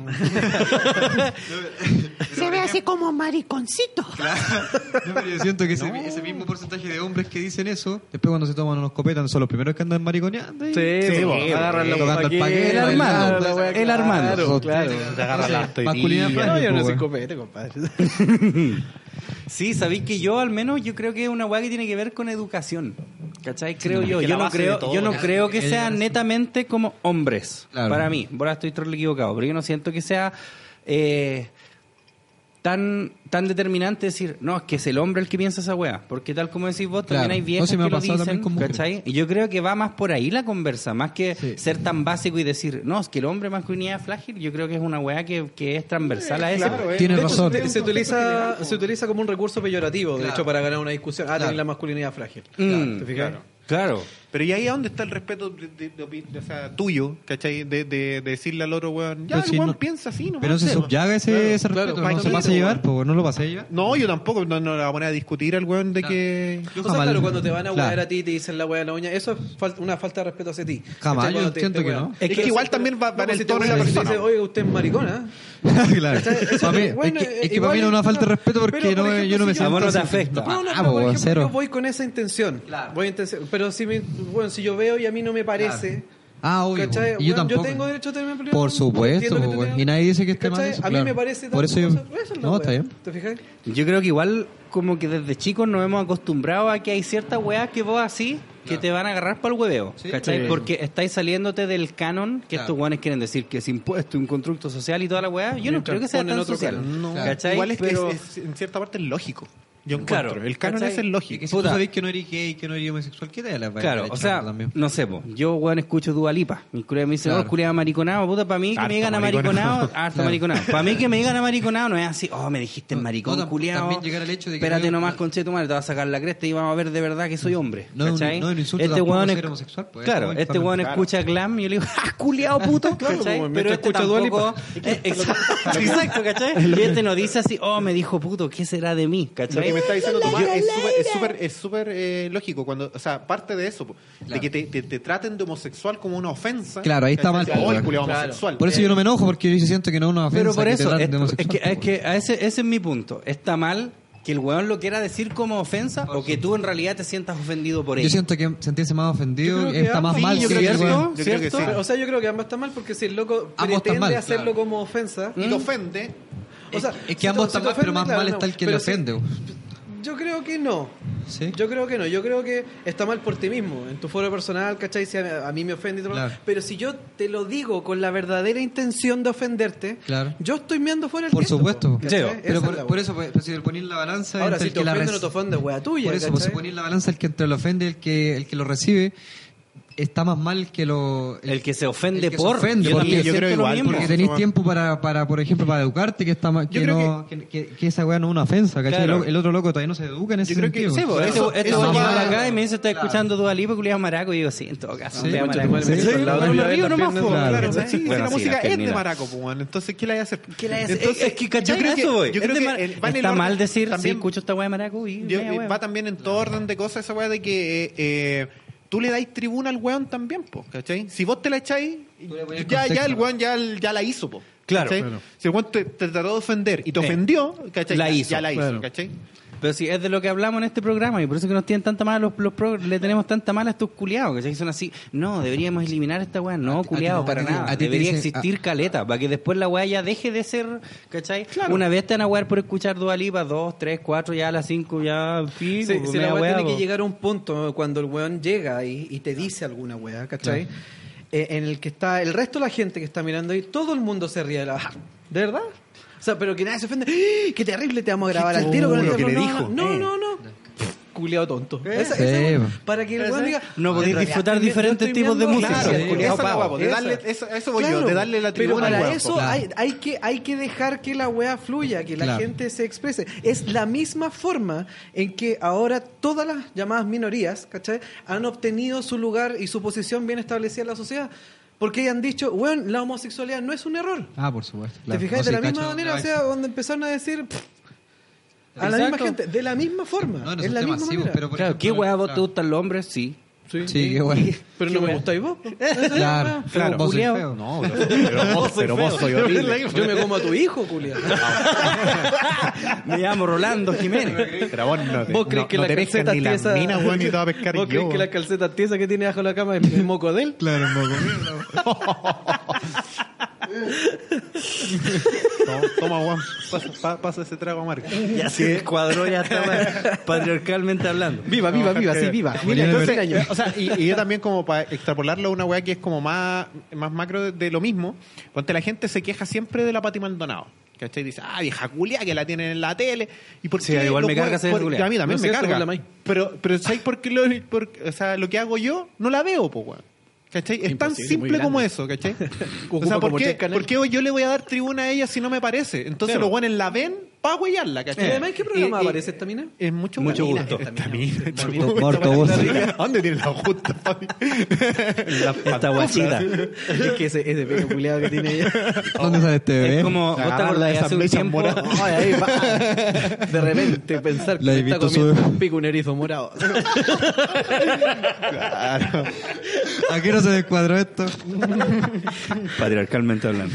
Se ve así como mariconcito.
Claro. No, pero yo siento que ese, ese mismo porcentaje de hombres que dicen eso, después cuando se toman unos copetas, son los primeros que andan mariconeando. y- Eh,
Sí,
Tocando el paquete,
El
bailando,
armado,
toda esa-
el armado.
Claro,
claro.
Te agarra la
Masculinidad
No,
frágil,
yo no
po,
soy
weón.
Pues,
copete, compadre.
Sí, sabéis que yo al menos yo creo que es una weá que tiene que ver con educación. ¿Cachai? Creo yo.
que
Yo
la
no
base
creo,
de todo,
yo no
¿no?
creo que
Es
sea
educación.
netamente como hombres.
Claro.
Para mí. Ahora estoy todo equivocado, pero yo no siento que sea eh, tan, tan determinante decir, no, es que es el hombre el que piensa esa weá. Porque tal como decís vos,
Claro.
también hay
No,
viejos
sí me ha
que lo
pasado también
dicen,
con mujeres.
¿cachai? Y yo creo que va más por ahí la conversa, más que
Sí.
ser tan básico y decir, no, es que el hombre masculinidad es frágil, yo creo que es una weá que, que es transversal a ese.
Claro, eh.
Tienes
De hecho,
razón.
Se, se utiliza, se utiliza como un recurso peyorativo, de
Claro.
hecho, para ganar una discusión. Ah,
Claro.
tenés la masculinidad frágil.
Mm,
¿Te fijas?
eh.
claro.
Pero ¿y ahí a dónde está el respeto de, de- de opi- o sea, tuyo, cachai? De, de- de decirle al otro, weón, ya,
Pero
el
si
weón
no-
piensa así, no
Pero no se subyaga ese, ese
claro,
respeto,
para
no se
mí,
pasa a
weón.
llevar, po, no lo pasa a llevar.
No, yo tampoco, no, no le voy a poner a discutir al weón de que...
Yo
o sea,
jamás-
claro, cuando te van a huear
Claro.
a ti y te dicen la hueá de la uña, eso es fal- una falta de respeto hacia ti.
Jamás,
¿Cachai?
yo
Cuando te-
siento
te
que
huean.
no.
Es que igual también va- va en
pues,
el
si te
tono de la
huean y te
persona.
dicen, Oye, usted es maricón, ¿ah?
claro.
¿Cachai? Eso
Pa' mí,
es- bueno,
es que, es que
igual-
para mí no es una falta de respeto porque
pero,
no,
por
me-
ejemplo,
yo no me
si
A
siento.
vos no te
así.
afecta.
No,
No, no,
ah,
pero
po,
por ejemplo,
cero.
yo voy con esa intención. Voy intención pero si, me, bueno, si yo veo y a mí no me parece...
Ah, obvio.
¿Cachai?
Y
Bueno,
yo tampoco.
tengo derecho a tener mi opinión.
Por
Entiendo
supuesto,
que
po,
tú
weón.
tengas-
y nadie dice que esté mal.
¿Cachai?
eso,
A mí
claro.
me parece tal
Por eso yo.
cosa. Eso es la
No,
wea.
está bien.
¿Te fijas?
Yo creo que igual como que desde chicos nos hemos acostumbrado a que hay ciertas weas que vos así que te van a agarrar para el hueveo,
Sí.
¿cachai?
Sí.
Porque estáis saliéndote del canon que
Claro.
estos weones quieren decir que es impuesto, un constructo social y toda la wea. Yo no
Mientras
creo que sea
ponen
tan
otro
social,
canon.
No,
¿cachai?
igual es
Pero-
que es- es- en cierta parte es lógico. Yo
Claro,
encuentro, el canon
¿cachai?
es el
Y
lógico.
que si tú sabés que no eres gay, que no eres homosexual, ¿qué te da la vaina
Claro,
de
o
charla
sea,
también?
no sé, po. yo, weón, escucho Dualipa. Mis culiados me dicen,
Claro.
oh, culiado mariconado, puta, para mí que
Harto
me digan a mariconado, harto
Claro.
mariconado. Para mí que me digan a mariconado no es así, oh, me dijiste
No,
maricón,
no, tam-
culiado.
también llegar al hecho de que
Espérate
no hay-
nomás, conche tu madre, te vas a sacar la cresta y vamos a ver de verdad que soy hombre.
No, no,
¿cachai?
no, no insulta
este
tampoco
weón
ser
es-
homosexual, pues,
Claro,
es
este weón
homosexual.
escucha glam y yo le digo, ah, culiado puto, ¿cachai?
como
Pero
mientras
este
escucha
tampoco...
Dua
eh, Exacto, exacto, ¿cachai? Y este no dice así, oh, me dijo puto, ¿qué será de mí?
Lo que
¿cachai?
me está diciendo Tomás es súper es súper- es súper, eh, lógico. Cuando, o sea, parte de eso, po, de que te, te- te traten de homosexual como una ofensa.
Claro, ahí está mal,
¿cachai? Oh,
po,
el culiao
claro.
homosexual.
Por eso yo no me enojo porque yo siento que no es una ofensa.
Pero por
que te
eso,
traten de
esto- es
homosexual, pues, po,
que, es que a ese, ese es mi punto. Está mal que el weón lo quiera decir como ofensa o que tú en realidad te sientas ofendido por
Yo
ello.
siento que sentirse más
Yo
ofendido
creo que
está más
ambos-
mal
Sí, yo
que
creo que
el
sí.
weón.
Yo creo que sí.
O sea, yo creo que ambas están mal porque si el loco
Ambos están
pretende
mal,
hacerlo
claro. Mm.
como ofensa...
Y lo ofende.
O sea,
Es que
te-
ambos
te
están mal, pero
ofenden,
más
claro,
mal
no.
está el que
Pero
le
si-
ofende.
Yo creo que no.
¿Sí?
Yo creo que no. Yo creo que está mal por ti mismo, en tu foro personal, ¿cachai? Si a, a mí me ofende y todo.
Claro.
Pero si yo te lo digo con la verdadera intención de ofenderte,
Claro.
yo estoy meando fuera el
Por
gesto,
supuesto.
¿cachai?
Leo,
Esa
Pero
es la
por,
wea.
por eso, pues, pues, si ponís la balanza
Ahora,
entre
si
el
te
que la
ofende,
rec-
no te ofende, wea tuya.
Por eso,
¿cachai?
pues, si ponís la balanza el que entre lo ofende y el que, el que lo recibe, está más mal que lo...
El que se ofende
el que se
por.
ofende,
yo
porque
también
yo
siento
creo
lo
igual,
mismo.
Porque tenéis tiempo para, para, por ejemplo, para educarte, que está más, que,
creo
no, que, que- que esa weá no es una ofensa, ¿cachai?
Claro.
El, el otro loco todavía no se educa en ese
Yo creo que-
sentido.
sí, pues,
Este-
Eso-
este
eso
weón
ya-
llegó acá y me dice, está escuchando tu Lipa, culiado maraco. Y digo, sí, en todo caso.
Sí,
culiao
mucho
maraco.
tu madre, sí,
Sí, sí,
la
me
otra
río
también,
nomás,
¿no?
po,
Claro.
claro.
Sí, si
Bueno,
la
sí,
música
la
es de
Germina.
maraco, pues, bueno. entonces, ¿qué le hay a hacer?
¿Qué le hace?
Entonces,
es que, ¿cachai?
yo creo
A
que-
eso voy.
yo
Es
creo
de
que
mar-
el- va en el
Está
orden-
mal decir,
también-
sí, escucho esta weá de maraco y...
Yo-
media
eh,
weá.
va también en todo orden de cosas esa weá de que eh, eh, tú le dais tribuna al weón también, po, ¿cachai? Si vos te la echáis,
le ponías
ya,
contexto.
ya el weón ya, ya la hizo, po.
Claro,
¿cachai?
claro.
Si el weón te, te trató de ofender y te
Eh,
ofendió, ¿cachai?
la
Ya-
hizo,
Ya la hizo,
claro.
¿cachai?
Pero sí, es de lo que hablamos en este programa y por eso que nos tienen tanta mala los, los pro- le tenemos tanta mala a estos culiados, ¿cachai? que son así, no, deberíamos eliminar esta weá, no,
ti- a
culiado,
ti-
para
a ti-
nada.
a ti te
Debería
dicen- ah,
existir caleta, para que después la weá ya deje de ser, ¿cachai? Una vez te van a wear por escuchar Dua Lipa, dos, tres, cuatro, ya a las cinco, ya
Sí,
pico,
si
media
la weá
weá,
tiene
po.
que llegar a un punto cuando el weón llega y, y te dice alguna weá, ¿cachai? Eh, en el que está el resto de la gente que está mirando ahí, todo el mundo se ríe de la. ¿De verdad? O sea, pero que nadie se ofende. ¡Ah! ¡Qué terrible! Te vamos a grabar al tiro con el
chulo que
teléfono.
le
No,
dijo.
no, no. no. Culeado tonto. Esa-
Sí,
esa weá,
po.
para que el weón diga.
No
"Ah,
podéis
en realidad
disfrutar
estoy-
diferentes
estoy
tipos de
mirando
música".
Claro,
Sí,
culiao
esa es la
pavo,
weá, po, de
esa.
darle- eso- eso voy yo,
Claro,
de darle la tribuna
Pero
al
para
weón,
eso
po.
hay, hay que, hay que dejar que la weá fluya, que la
Claro.
gente se exprese. Es la misma forma en que ahora todas las llamadas minorías, ¿cachai? Han obtenido su lugar y su posición bien establecida en la sociedad. Porque hayan dicho, weón, la homosexualidad no es un error.
Ah, por supuesto.
¿Te
claro.
fijas?
No,
de
sí,
la misma
cacho.
manera, o
No,
sea, donde empezaron a decir... "Pff", a la
Exacto.
misma gente, de la misma forma.
no, no
es
un
la
tema
misma
así,
manera.
pero por
Claro, ¿qué
ejemplo,
weá vos te
claro.
gustan los hombres? Sí.
Sí, qué weá.
Pero no me gustáis vos. ¿no?
Claro,
Claro.
Vos sois
Culeado.
feo.
No, pero, pero vos, pero vos soy horrible.
Yo me como a tu hijo, Julián.
Me llamo Rolando Jiménez.
Pero vos no te,
¿Vos crees
no-
que
no
la
te pescan
calceta
ni las
tiesa...
minas, weón, ni te va a pescar
¿Vos crees
yo.
que la calceta tiesa que tiene bajo la cama es el moco de él?
Claro, un poco.
Toma, Toma, weón, pasa, pa- pasa ese trago amargo.
ya se cuadró, ya está patriarcalmente hablando.
Viva, viva, viva, sí, viva. Mira,
Mira, entonces,
12 años.
o sea, y, y yo también como para extrapolarlo a una weá que es como más, más macro de, de lo mismo, ponte la gente se queja siempre de la Pati Maldonado. ¿Cachai? Dice, ah, vieja culia que la tienen en la tele. ¿Y por
Sí,
qué
a igual
los
me
weones-
carga esa
por-
culia.
A mí
No
también
es
me
cierto,
carga.
por la May.
Pero, pero ¿sabéis por qué lo, por- o sea, lo que hago yo? No la veo, po, weón. ¿Cachai? Es tan
Imposible,
simple
muy
como
grande.
eso, ¿cachai? o
Ocupa
sea, ¿por
como
qué,
tres canales.
¿por qué yo le voy a dar tribuna a ella si no me parece? Entonces
Claro. Eh.
los weones la ven para huellarla, ¿cachai?
Y
Eh,
además, ¿en qué programa
Y- y-
aparece esta mina?
es mucho, eh,
Mucho
mina.
gusto.
Esta mina, mucho
Morto-
gusto.
morto gusto.
¿A ¿Dónde tiene la justa, Fabi?
Esta guachita.
Es que ese, ese pelo culiado que tiene ella.
¿Dónde sale este bebé?
Es como, ¿vos te
Agarrarla
acordás
de esas
hace un
mechas
tiempo?
moradas.
Ay, ahí va. De repente pensar que
La
me está
evitó
comiendo
su-
un pico un erizo morado.
Claro.
¿A qué no se descuadró esto?
Patriarcalmente hablando.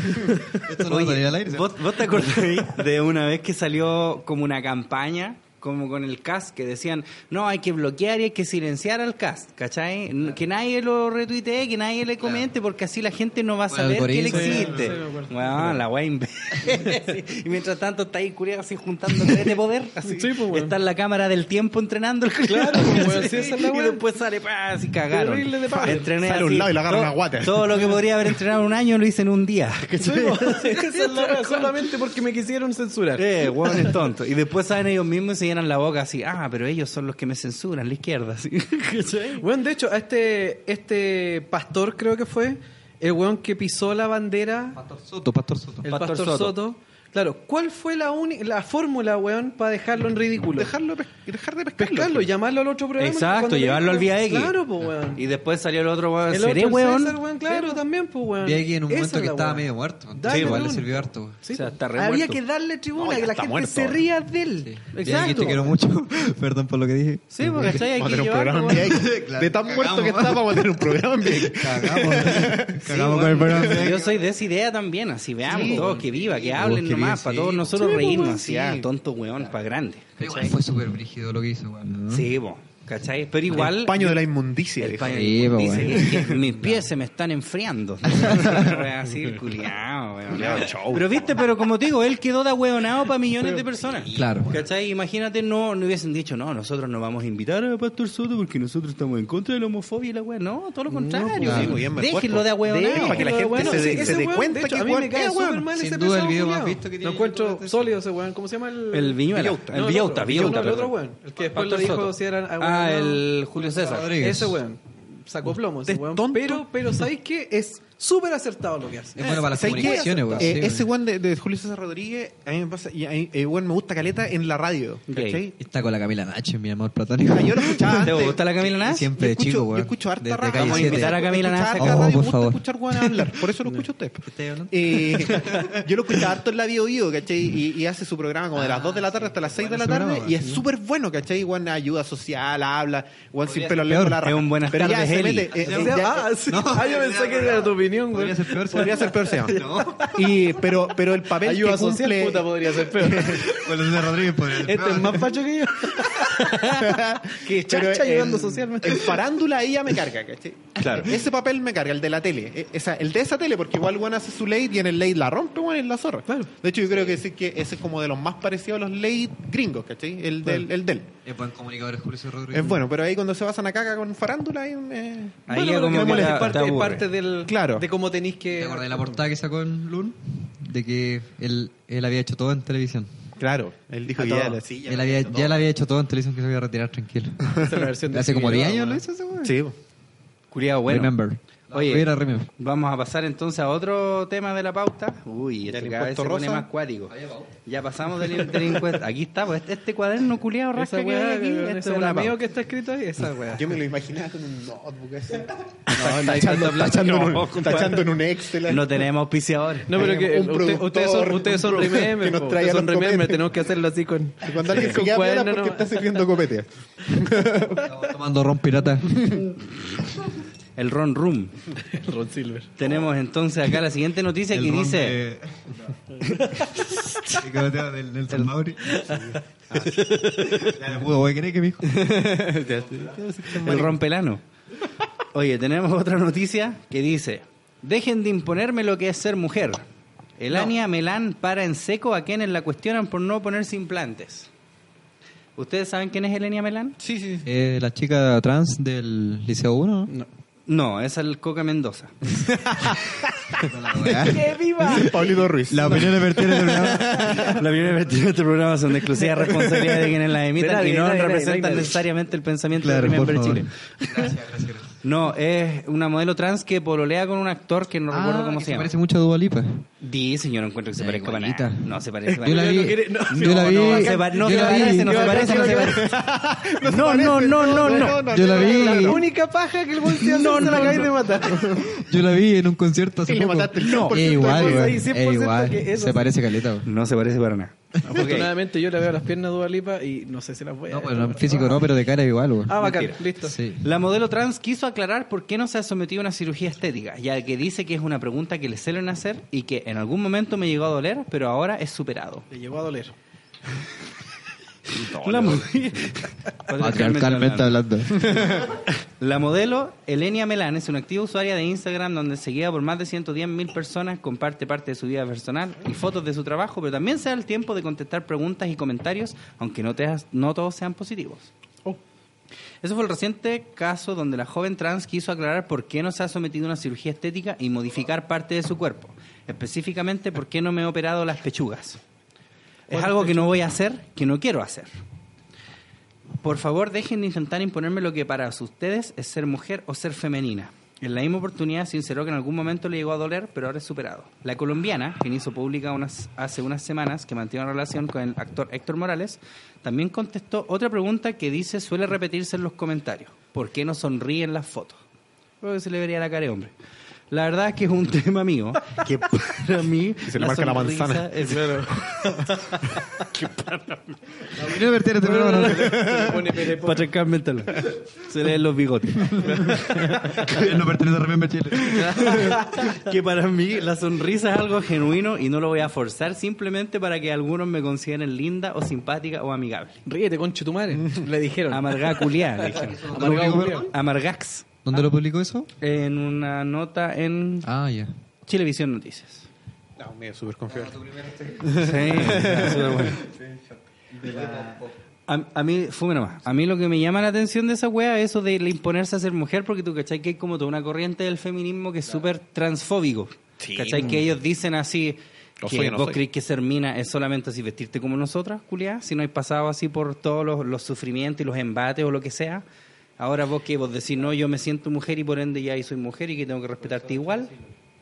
Esto no
Oye,
salía al aire. ¿sí?
¿vos, vos te acordás de una vez que salió como una campaña? Como con el CAS, que decían, no, hay que bloquear y hay que silenciar al CAS, ¿cachai? N- Que nadie lo retuitee, que nadie le comente, porque así la gente no va a
El
saber que él
algoritmo. Sí,
existe.
sí, me acuerdo.
Bueno, la wea imbécil. Y mientras tanto está ahí culiado así juntando de poder. Así.
Sí, pues, bueno.
Está en la cámara del tiempo entrenando el culiao.
Claro, pues, bueno, sí, esa es la
Y
wea.
después sale, pa, así cagaron.
Terrible de paja.
Entrené
Sale a
así
un lado y le agarra
todo-
una guata.
Todo lo que podría haber entrenado en un año lo hice en un día.
pues. Esa es la weá, solamente porque me quisieron censurar.
Eh, hueón es tonto. Y después saben ellos mismos y se llenan la boca así, ah, pero ellos son los que me censuran, la izquierda. Así. ¿Cachai?
Bueno, de hecho, a este, este pastor creo que fue, el weón que pisó la bandera
Pastor Soto, Pastor Soto.
El
Pastor
Pastor,
Soto.
Soto. Claro, ¿cuál fue la, uni- la fórmula, weón, para dejarlo en ridículo?
Dejarlo pes- dejar de pescarlo. pues.
Pescarlo, llamarlo al otro programa.
pues. Exacto,
cuando
llevarlo al
tenga-
Vía X.
Claro, pues, weón.
Y después salió el otro weón,
El otro,
seré
el
weón.
César, weón, claro, también, pues, weón.
Vi aquí en un
Esa
momento
es
que
la
estaba
weón.
medio muerto.
Dale,
Sí, igual le
weón.
sirvió harto. güey.
Sí,
O sea, está re
Había
muerto.
que darle tribuna,
No, ya
que la
está
gente
muerto
se
ahora.
ría de él.
Vi aquí,
Exacto.
te quiero mucho. Perdón por lo que dije.
Sí, porque ¿cachai? hay
Vamos a
que
tener un
llevarlo,
programa en
weón.
VX. De tan muerto que está, vamos a tener un programa en VX.
Cagamos.
Sí,
Cagamos con
weón.
el programa.
Yo soy de esa idea también, así veamos, todos que viva, que hablen
que viva,
nomás, para
sí.
todos nosotros
Sí,
reírnos,
weón,
así,
sí.
ah, tonto weón, para grande.
Igual fue súper brígido lo que hizo, güey.
¿Mm?
Sí, po, ¿cachai? Pero igual...
El paño de la inmundicia.
El
viejo.
paño
Sí, pues, po,
dice
weón.
que- que mis pies se me están enfriando. Una wea Así, el culiao, weón. Pero viste, pero como te digo, él quedó de ahueonado para millones de personas.
Claro.
¿Cachai? Imagínate, no, no hubiesen dicho, no, nosotros no vamos a invitar a Pastor Soto porque nosotros estamos en contra de la homofobia y la wea. No, todo lo contrario.
claro.
Sí,
Bien, mejor,
Déjenlo
po.
de
Déjenlo
ahueonado.
para que la gente
Bueno,
se dé-
sí,
se
ese
dé
weón,
cuenta
de hecho,
que
a mí me
weón
cae
es,
súper
weón.
mal
Sin
ese
duda, el
pesado
video más
culiao.
visto que tiene
Lo encuentro
YouTube es-
sólido ese weón. ¿Cómo se llama? El,
El Viñuela.
No,
El
otro,
Villauta, Villauta,
El otro
perdón.
weón. El que después
Pastor
lo dijo
Soto.
si eran.
Ah, el Julio César.
Rodríguez.
Ese weón. sacó plomo ese
Usted es
weón.
tonto.
Pero, pero ¿sabéis qué? Es súper acertado lo que hace.
Es bueno para las
¿Sabes qué?
comunicaciones, weón.
Eh,
sí,
ese
weón.
weón de, de Julio César Rodríguez, a mí me pasa, y a mí, eh, weón, me gusta caleta en la radio, ¿cachai?
Gay.
Está con la Camila Nacho, mi amor platónico.
Ah, Yo lo escuchaba
¿Te
antes.
gusta la Camila Nas?
Siempre
yo escucho,
chico, weón.
Yo escucho harta
Desde
radio.
calle
Vamos a
siete.
invitar a Camila Nas.
Oh,
radio, me
por
gusta
favor.
escuchar weón hablar. Por eso lo escucho a usted. Eh, yo lo escuchaba harto en la Bio Bio, ¿cachai? Y, y hace su programa como de las 2 de la tarde hasta las 6 de la
bueno ese
tarde.
programa,
Y es súper bueno, ¿cachai? Weón, ayuda social, habla. Weón, sin
Podría
pelo
ser
lejos
peor.
la raja.
Es un buenas
Pero ya
tardes,
se
Eli.
mete, eh, eh, ya-
Ah, sí. Ah, yo pensé que era tu opinión, güey.
Podría ser peor. ¿sabes?
Podría ser peor, se llama. Y, pero, pero el papel
Ayuda
que
social,
cumple...
puta, podría ser peor.
Bueno, César Rodríguez podría ser
Este
peor.
es más facho que yo. que
Pero
chacha
en-
ayudando socialmente.
En farándula ella me carga, ¿cachai? Claro. Ese papel me carga, el de la tele. E- esa- el de esa tele, porque igual, weón, hace su late y en el late la rompe, weón, en la zorra. Claro. De hecho, yo creo que sí que ese es como de los más parecidos a los late gringos, ¿cachai? El del. El del.
Es buen comunicador, es Julio César Rodríguez.
Es bueno, pero ahí cuando se basan a caca con farándula, ahí me...
Ahí
Bueno,
ya
pero
como
vemos
que
la
te-
parte,
te aburre.
parte del,
Claro.
de cómo tenéis que...
¿Te acordás de la portada que sacó en Lun? De que él, él había hecho todo en televisión.
Claro. Él dijo
A
que
todo.
ya la- sí, ya
él
la-
había, ya le había hecho todo en televisión que se había retirado tranquilo.
Esa es la versión de
Hace como
Figueroa,
10 años
weón.
lo hizo ese weón.
Sí, po.
Culiado bueno.
Remember.
Oye.
Voy a ir a Remember.
Vamos a pasar entonces a otro tema de la pauta. Uy,
¿Del
este cada vez
impuesto
se pone
rosa?
más cuático. Ya pasamos del, del impuesto. Aquí está, pues este, este cuaderno culiado rasca
Esa
que hay
weá,
aquí.
weón,
esto
ese
es una
amigo
pauta.
que está escrito ahí, esa weá.
Yo me lo imaginaba con un notebook así.
tanta
tachando,
plata.
tachando en
No,
un,
compadre.
tachando en un Excel. ahí.
No tenemos auspiciador.
No, pero que
Eh, Un
usted-
productor,
ustedes son, ustedes son
un productor
remember,
que nos
po,
traiga
ustedes son
los cometes.
remember, tenemos que hacerlo así con...
Y cuando alguien se
con
queda piola
cuaderno,
porque
no.
está sirviendo copete.
Estaba tomando ron pirata.
El Ron Room.
Ron Silver.
Tenemos entonces acá la siguiente noticia que
ron
dice.
de- El caboteo del Nelson Mauri. Ya no pudo, güey, creer que mi hijo.
El rompelano. Oye, tenemos otra noticia que dice: Dejen de imponerme lo que es ser mujer. Elania Melán para en seco a quienes la cuestionan por no ponerse implantes. ¿Ustedes saben quién es Elenia Melán?
Sí, sí.
Eh, la chica trans del Liceo 1, ¿no?
No, es el Coca Mendoza.
Pablito Ruiz.
La opinión de Bertieres
Las opiniones vertidas en este programa son de exclusiva responsabilidad de quienes las
De
emitan
nadie,
y no
nadie, nadie,
representan
nadie.
necesariamente el pensamiento
Claro,
de
por
Remember
favor.
Chile. No, es una modelo trans que pololea con un actor que no recuerdo cómo se llama.
Ah, Parece mucho a Dualipa.
Dice, yo no encuentro que se
Ya,
parezca para
igualita.
nada. No se parece para
Yo la
nada.
vi. Yo la vi.
No, se pa- no
yo
se
la vi-
parece, no se parece, no se parece. No, no, no, no, no.
Yo la
La
vi.
única paja que el güey se hace
No,
se la
no,
acabáis
no.
de matar.
Yo la vi en un concierto hace
Y le
poco.
mataste el 100%
Es igual,
de
güey.
ahí, 100%
Es igual.
que eso
Se
sí.
parece caleta, güey.
No se parece para nada.
Afortunadamente yo le veo las piernas de Dualipa y no sé si las voy a...
No, pues no, físico no, pero de cara es igual, güey.
Ah, bacán,
Mentira.
listo.
Sí.
La modelo trans quiso aclarar por qué no se ha sometido a una cirugía estética, ya que dice que es una pregunta que le suelen hacer y que en algún momento me llegó a doler, pero ahora es superado.
Le llegó a doler.
La, mo-
Patriarcalmente hablando.
La modelo Elenia Melán es una activa usuaria de Instagram donde seguida por más de 110 mil personas comparte parte de su vida personal y fotos de su trabajo, pero también se da el tiempo de contestar preguntas y comentarios, aunque no, te- no todos sean positivos. Eso fue el reciente caso donde la joven trans quiso aclarar por qué no se ha sometido a una cirugía estética y modificar parte de su cuerpo. Específicamente, por qué no me he operado las pechugas. Es algo que no voy a hacer, que no quiero hacer. Por favor, dejen de intentar imponerme lo que para ustedes es ser mujer o ser femenina. En la misma oportunidad sinceró que en algún momento le llegó a doler, pero ahora es superado. La colombiana, quien hizo pública unas, hace unas semanas que mantiene una relación con el actor Héctor Morales, también contestó otra pregunta que dice suele repetirse en los comentarios. ¿Por qué no sonríen las fotos? Porque se le vería la cara de hombre. La verdad es que es un tema mío, que para mí...
se le marca la
sonrisa
manzana.
es-
La opinión de Bertieres de nuevo, no.
Patrick Carmen te lo- Se le ven los bigotes.
No pertenece a Remember Chile.
que para mí la sonrisa es algo genuino y no lo voy a forzar simplemente para que algunos me consideren linda o simpática o amigable.
Ríete, conche tu madre. Le dijeron.
Amargá culiá, le dije.
Amargado culiao.
Amargax.
¿Dónde lo publicó eso?
En una nota en
Ah, ya.
Chilevisión Noticias.
No, mira, súper confiado.
Sí, súper bueno. A, a mí, fume nomás. A mí lo que me llama la atención de esa wea es eso de la imponerse a ser mujer, porque tú cachai que hay como toda una corriente del feminismo que es súper transfóbico. Cachai que ellos dicen así.
Lo
que
soy mm. o no
vos
soy.
creéis que ser mina es solamente así vestirte como nosotras, culiá, si no hay pasado así por todos los, los sufrimientos y los embates o lo que sea. Ahora vos que vos decís, no, yo me siento mujer y por ende ya ahí soy mujer y que tengo que respetarte igual.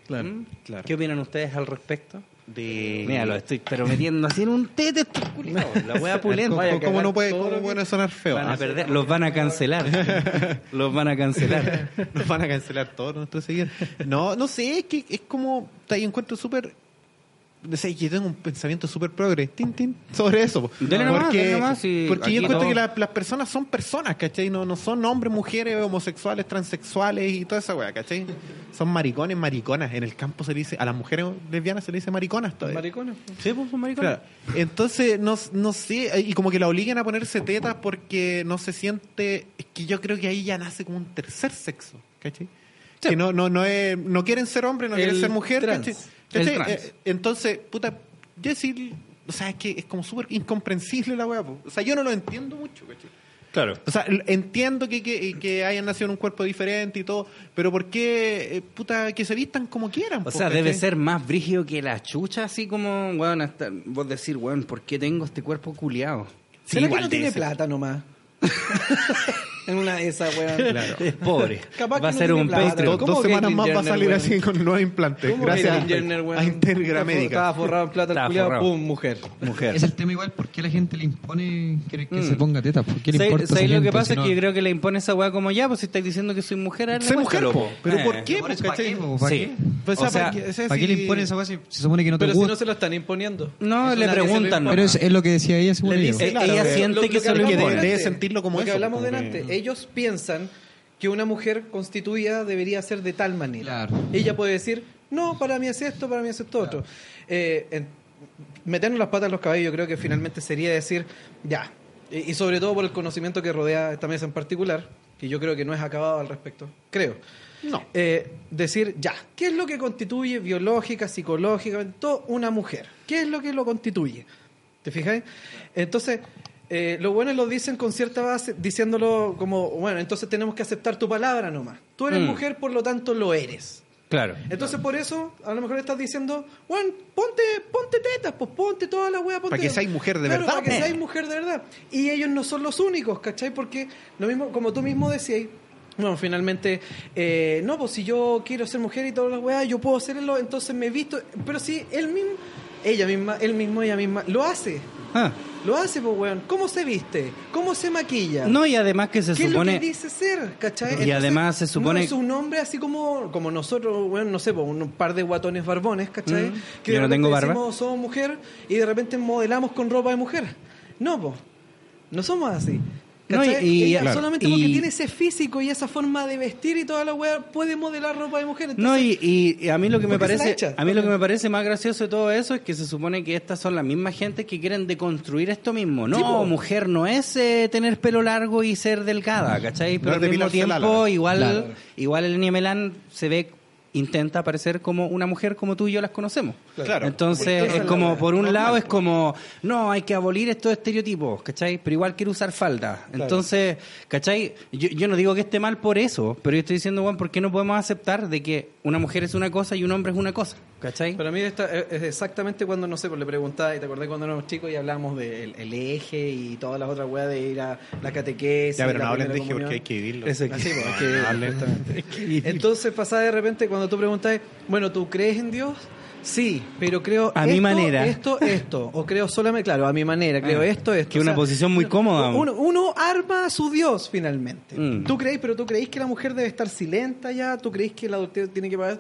Claro,
¿Mm?
claro.
¿Qué opinan ustedes al respecto?
De...
Mira, lo estoy pero metiendo así en un tete estos culiados, La wea pulenta.
¿Cómo, cómo no puede, cómo puede sonar feo? Ah,
Van a perder, los van a cancelar. Los van a cancelar.
Nos van a cancelar todos nuestros seguidores. No, no sé, es que es como. Te encuentro súper. No sé, yo tengo un pensamiento súper progre tin, tin, sobre eso. po.
Dele nomás,
porque
dele nomás, sí,
porque yo
aquí
encuentro
todo.
que la- las personas son personas, ¿cachai? No, no son hombres, mujeres, homosexuales, transexuales y toda esa weá, ¿cachai? Son maricones, mariconas. En el campo se le dice, a las mujeres lesbianas se le dice mariconas todavía.
Maricones.
Sí, pues son maricones.
Claro. Entonces, no, no sé, y como que la obliguen a ponerse tetas porque no se siente, es que yo creo que ahí ya nace como un tercer sexo, ¿cachai? Que no, no, no, es, no quieren ser hombre, no quieren
El
ser mujer,
trans.
¿cachai? ¿Cachai?
El trans.
Eh, entonces, puta, yo decir, o sea, es que es como súper incomprensible la weá, po. o sea, yo no lo entiendo mucho, ¿cachai?
Claro.
O sea, l- entiendo que, que, que hayan nacido en un cuerpo diferente y todo, pero ¿por qué, eh, puta, que se vistan como quieran?
O
po,
sea, debe
¿cachai?
ser más brígido que la chucha, así como, weón, hasta vos decir, weón, ¿por qué tengo este cuerpo culiado?
Sí,
¿Será que
igual
no
debe
tiene
ser.
plata nomás? en una de esas, weón.
Es pobre.
Capaz
va a
que no
ser
tiene
un
plata.
Patreon.
Do-
¿Cómo
dos semanas
Caitlyn
más va a
Jenner,
salir
weón?
así con nuevos implantes.
¿Cómo
Gracias
Caitlyn Jenner, weón?
a Integra
Estaba- Estaba
Médica.
forrado en plata el
Estaba
culiado,
forrado.
pum, mujer.
Mujer.
Es el tema igual, ¿por qué la gente le impone que, que
Mm.
se ponga teta? ¿Por qué le
¿Sabes-
importa esa
sabes lo
gente
que pasa?
si no-
Es que yo creo que le impone esa weá como ya, pues si estáis diciendo que soy mujer, ahora
Sé mujer,
demuéstralo,
po.
po.
¿Pero
Eh.
por qué? po,
Por eso, ¿Para
cachai?
qué? po? ¿Para
Sí.
qué?
Pues,
o
ah,
sea,
porque- ese
¿Para qué le
sí-
impone esa cosa si se supone que no te
Pero si no
gusta?
se lo están imponiendo.
No,
Eso
le
nadie se lo
preguntan,
impone.
no-
Pero es, es lo que decía ella, según
Le
ella.
dice,
Eh, ella
claro,
siente que se lo
hablamos
impone.
delante.
Debe sentirlo como
Lo que
eso, pues,
hablamos
como
delante. Ellos piensan que una mujer constituida debería ser de tal manera.
Claro.
Ella puede decir, no, para mí es esto, para mí es esto otro. Eh, en- meternos las patas en los cabellos creo que finalmente sería decir, ya. Y, y sobre todo por el conocimiento que rodea esta mesa en particular, que yo creo que no es acabado al respecto. Creo.
No.
Eh, decir, ya, ¿qué es lo que constituye biológica, psicológicamente, todo una mujer? ¿Qué es lo que lo constituye? ¿Te fijáis? Entonces, eh, los buenos lo dicen con cierta base, diciéndolo como, bueno, entonces tenemos que aceptar tu palabra nomás. Tú eres
Mm.
mujer, por lo tanto lo eres.
Claro.
Entonces, por eso, a lo mejor estás diciendo, bueno, ponte, ponte tetas, pues ponte toda la wea, ponte.
que seas mujer de
Claro,
verdad,
Para que
po.
seas mujer de verdad. Y ellos no son los únicos, ¿cachai? Porque lo mismo, como tú mismo decías, bueno, finalmente, eh, no, pues si yo quiero ser mujer y todas las weas, yo puedo hacerlo, entonces me visto. Pero si él mismo, ella misma, él mismo, ella misma, lo hace.
Ah.
Lo hace, pues, weón. ¿Cómo se viste? ¿Cómo se maquilla?
No, y además que se
¿Qué
supone...
es lo que dice ser? ¿Cachai?
Y además se supone-
No es un hombre así como, como nosotros, bueno, no sé, pues, un par de guatones barbones, ¿cachai?
Mm.
Que
Yo
de
no tengo
repente
barba.
Decimos, somos mujer y de repente modelamos con ropa de mujer. No, pues. No somos así.
No, y-
¿cachai?
y-
Ella
claro.
solamente
y-
porque tiene ese físico y esa forma de vestir y toda la weá puede modelar ropa de mujer.
No,
Entonces,
y, y- y a mí lo que me
¿Por qué se la
parece
echa?
a mí lo que me parece más gracioso de todo eso es que se supone que estas son las mismas gentes que quieren deconstruir esto mismo. No,
Sí, po.
mujer no es eh, tener pelo largo y ser delgada, ¿cachai? Pero
es
al mismo
depilarse el
tiempo
ala.
igual igual el Niemelán se ve intenta parecer como una mujer como tú y yo las conocemos.
Claro.
Entonces
Esa
es
es la
como
verdad.
por un lado es como no, hay que abolir estos estereotipos, ¿cachai? Pero igual quiero usar falda. Entonces, ¿cachai? Yo, yo no digo que esté mal por eso, pero yo estoy diciendo, bueno, ¿por qué no podemos aceptar de que una mujer es una cosa y un hombre es una cosa? ¿Cachai?
Para mí esta eh, es es exactamente cuando, no sé, pues le preguntaba, y te acordé cuando éramos chicos y hablábamos del el eje y todas las otras weas de ir a la catequesis.
Ya, pero
la
no hablen de
primera
eje porque hay
comunión.
que vivirlo.
Eso que-
Así, po,
no,
hay que vivirlo,
hablen.
justamente.
Entonces pasa de repente cuando tú preguntas, bueno, ¿tú crees en Dios? Sí, pero creo
A mi
esto,
manera.
esto, esto, o creo solamente, claro, a mi manera, creo
Ah,
esto, esto.
que una posición muy cómoda.
Uno, uno arma a su Dios finalmente.
Mm.
Tú crees, pero tú crees que la mujer debe estar silenta ya, tú crees que la adulterio tiene que pagar.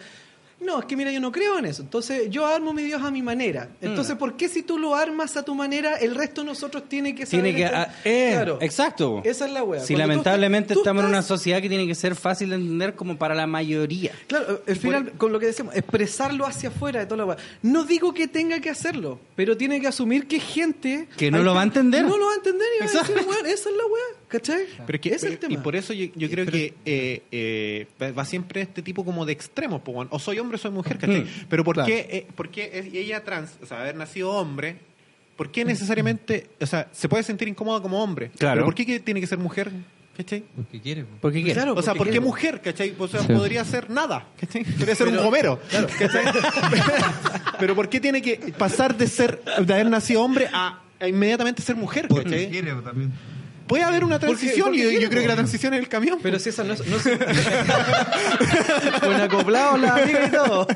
No, es que mira, yo no creo en eso. Entonces, yo armo mi Dios a mi manera.
Mm.
Entonces, ¿por qué si tú lo armas a tu manera, el resto de nosotros tiene que saber
Tiene que...
esto?
ah, eh,
Claro.
Exacto.
Esa es la wea.
Si
Cuando tú
lamentablemente
estás- tú
estamos en una
estás-
sociedad que tiene que ser fácil de entender como para la mayoría.
Claro, al final, con lo que decimos, expresarlo hacia afuera de toda la weá. No digo que tenga que hacerlo, pero tiene que asumir que gente.
Que no lo va a entender.
No lo va a entender y va a decir, weón, esa es la weá, ¿cachai?
Pero es que,
Ese es el
pero-
tema.
Y por eso yo, yo creo que eh, eh, va- va siempre este tipo como de extremos. po, weón. o soy hombre o soy mujer, ¿cachai?
Mm.
Pero ¿por qué, eh, por qué es- ella trans, o sea, haber nacido hombre, ¿por
Mm.
qué necesariamente, o sea, se puede sentir incómoda como hombre?
Claro.
¿Pero por qué que tiene que ser mujer? ¿Cachai?
Porque quiere. po.
Porque
Claro,
o sea,
porque
¿por qué
quiere.
mujer? ¿Cachai? O sea, podría ser nada. ¿Cachai? Podría ser un gomero. ¿cachai? Pero ¿por qué tiene que pasar de ser, de haber nacido hombre a, a inmediatamente ser mujer?
Porque
¿cachai?
quiere po, también.
Puede haber una transición
porque
y yo- yo,
quiere,
creo que la
po.
transición es el camión.
Pero si esa no es. No es... Buen acoplado la amiga y todo.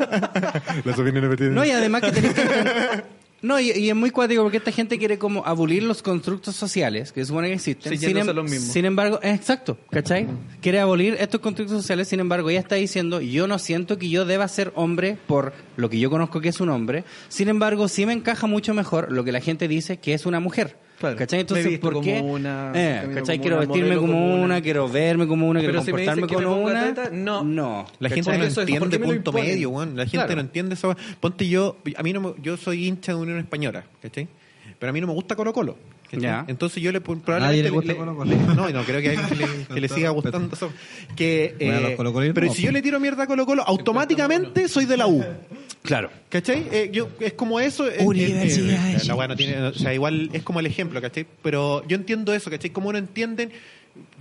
Las opiniones vertidas.
No, y además que tenés que- No, y, y es muy cuático porque esta gente quiere como abolir los constructos sociales que se supone que existen.
Sí, yéndose a los mismos.
sin embargo, eh, exacto, ¿cachai? Quiere abolir estos constructos sociales, sin embargo, ella está diciendo, yo no siento que yo deba ser hombre por lo que yo conozco que es un hombre, sin embargo, sí me encaja mucho mejor lo que la gente dice que es una mujer.
Claro.
¿Cachai?
Me
Entonces,
he visto
¿por
como
qué?
una,
Eh,
camino
¿Cachai?
como
quiero
una,
vestirme
modelo
como,
como
una,
una.
quiero verme como una, quiero
Pero si me dicen
comportarme
que me
como
ponga
una.
teta, no.
No.
La
¿Cachai?
gente no
Por eso es, ¿por
entiende
qué me lo
punto
imponen?
medio, weón. La gente
Claro.
no entiende esa weá. Ponte yo, a mí no me- yo soy hincha de Unión Española, ¿cachai? Pero a mí no me gusta Colo Colo. ¿cachai?
Ya.
Entonces yo le pu-
nadie
probablemente
le gusta Colo Colo.
no, no, creo que hay alguien que le, que le siga gustando esa weá. que
Bueno,
eh,
los colocolinos
Pero
no,
si
pues.
yo le tiro mierda a Colo Colo, automáticamente soy de la U.
Claro.
¿Cachai? Eh, yo, es como eso. eh, eh, eh,
Universidades.
la weá no tiene- o sea, igual es como el ejemplo, ¿cachai? Pero yo entiendo eso, ¿cachai? Como no entienden.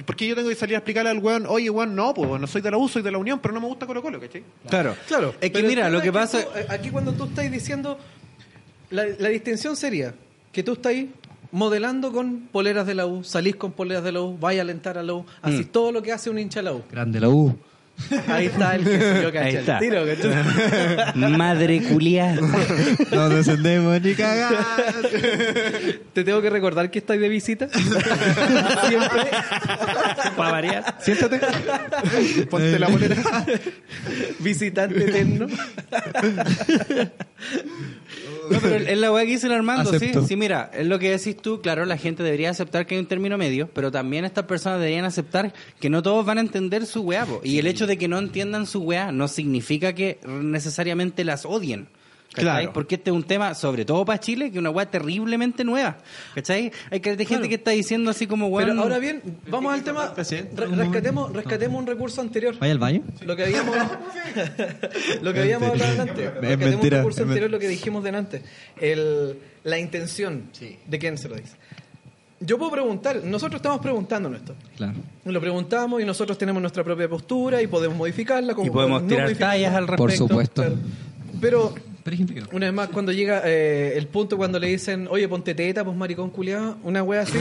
Porque yo tengo que salir a explicarle al weón, oye, weón, no, pues no soy de la U, soy de la Unión, pero no me gusta Colo Colo, ¿cachai?
Claro.
Claro.
Es que
Pero el
mira,
tema
lo que pasa.
tú, eh, aquí cuando tú estás diciendo. La, la distinción sería que tú estás modelando con poleras de la U, salís con poleras de la U, vais a alentar a la U, así
Mm.
todo lo que hace un hincha de la U.
Grande la U.
Ahí está el que se dio
Ahí
cancha.
está.
el tiro, ¿cachai?
Madre culiada.
Nos descendemos ni cagar.
Te tengo que recordar que estás de visita. Siempre.
Para variar.
Siéntate. Ponte la bolera.
Visitante eterno.
No, pero es la weá que dice el Armando,
Acepto.
sí. Sí, mira, es lo que decís tú. Claro, la gente debería aceptar que hay un término medio, pero también estas personas deberían aceptar que no todos van a entender su weá. po. Y el hecho de que no entiendan su weá no significa que necesariamente las odien. ¿Cachai?
Claro.
Porque este es un tema, sobre todo para Chile, que es una weá terriblemente nueva. ¿Cachai? Hay que- hay gente que está diciendo así como, weón.
Pero ahora bien, vamos al tema.
Presidente,
Re-
un momento.
rescatemos, rescatemos un recurso anterior.
¿Vaya al baño?
Lo que habíamos, lo que habíamos
Mentira.
hablado antes.
Es
Rescatemos un
mentira,
recurso
es men-
anterior, lo que dijimos delante. El, la intención de quién se lo dice. Yo puedo preguntar, nosotros estamos preguntándonos esto.
Claro.
Lo preguntamos y nosotros tenemos nuestra propia postura y podemos modificarla. como
y podemos
no
tirar
modificarla.
tallas al respecto.
Por supuesto.
Claro. Pero
Pero hay gente que no.
una vez más, cuando llega eh, el punto cuando le dicen, oye, ponte teta, pues maricón culiado, una wea así.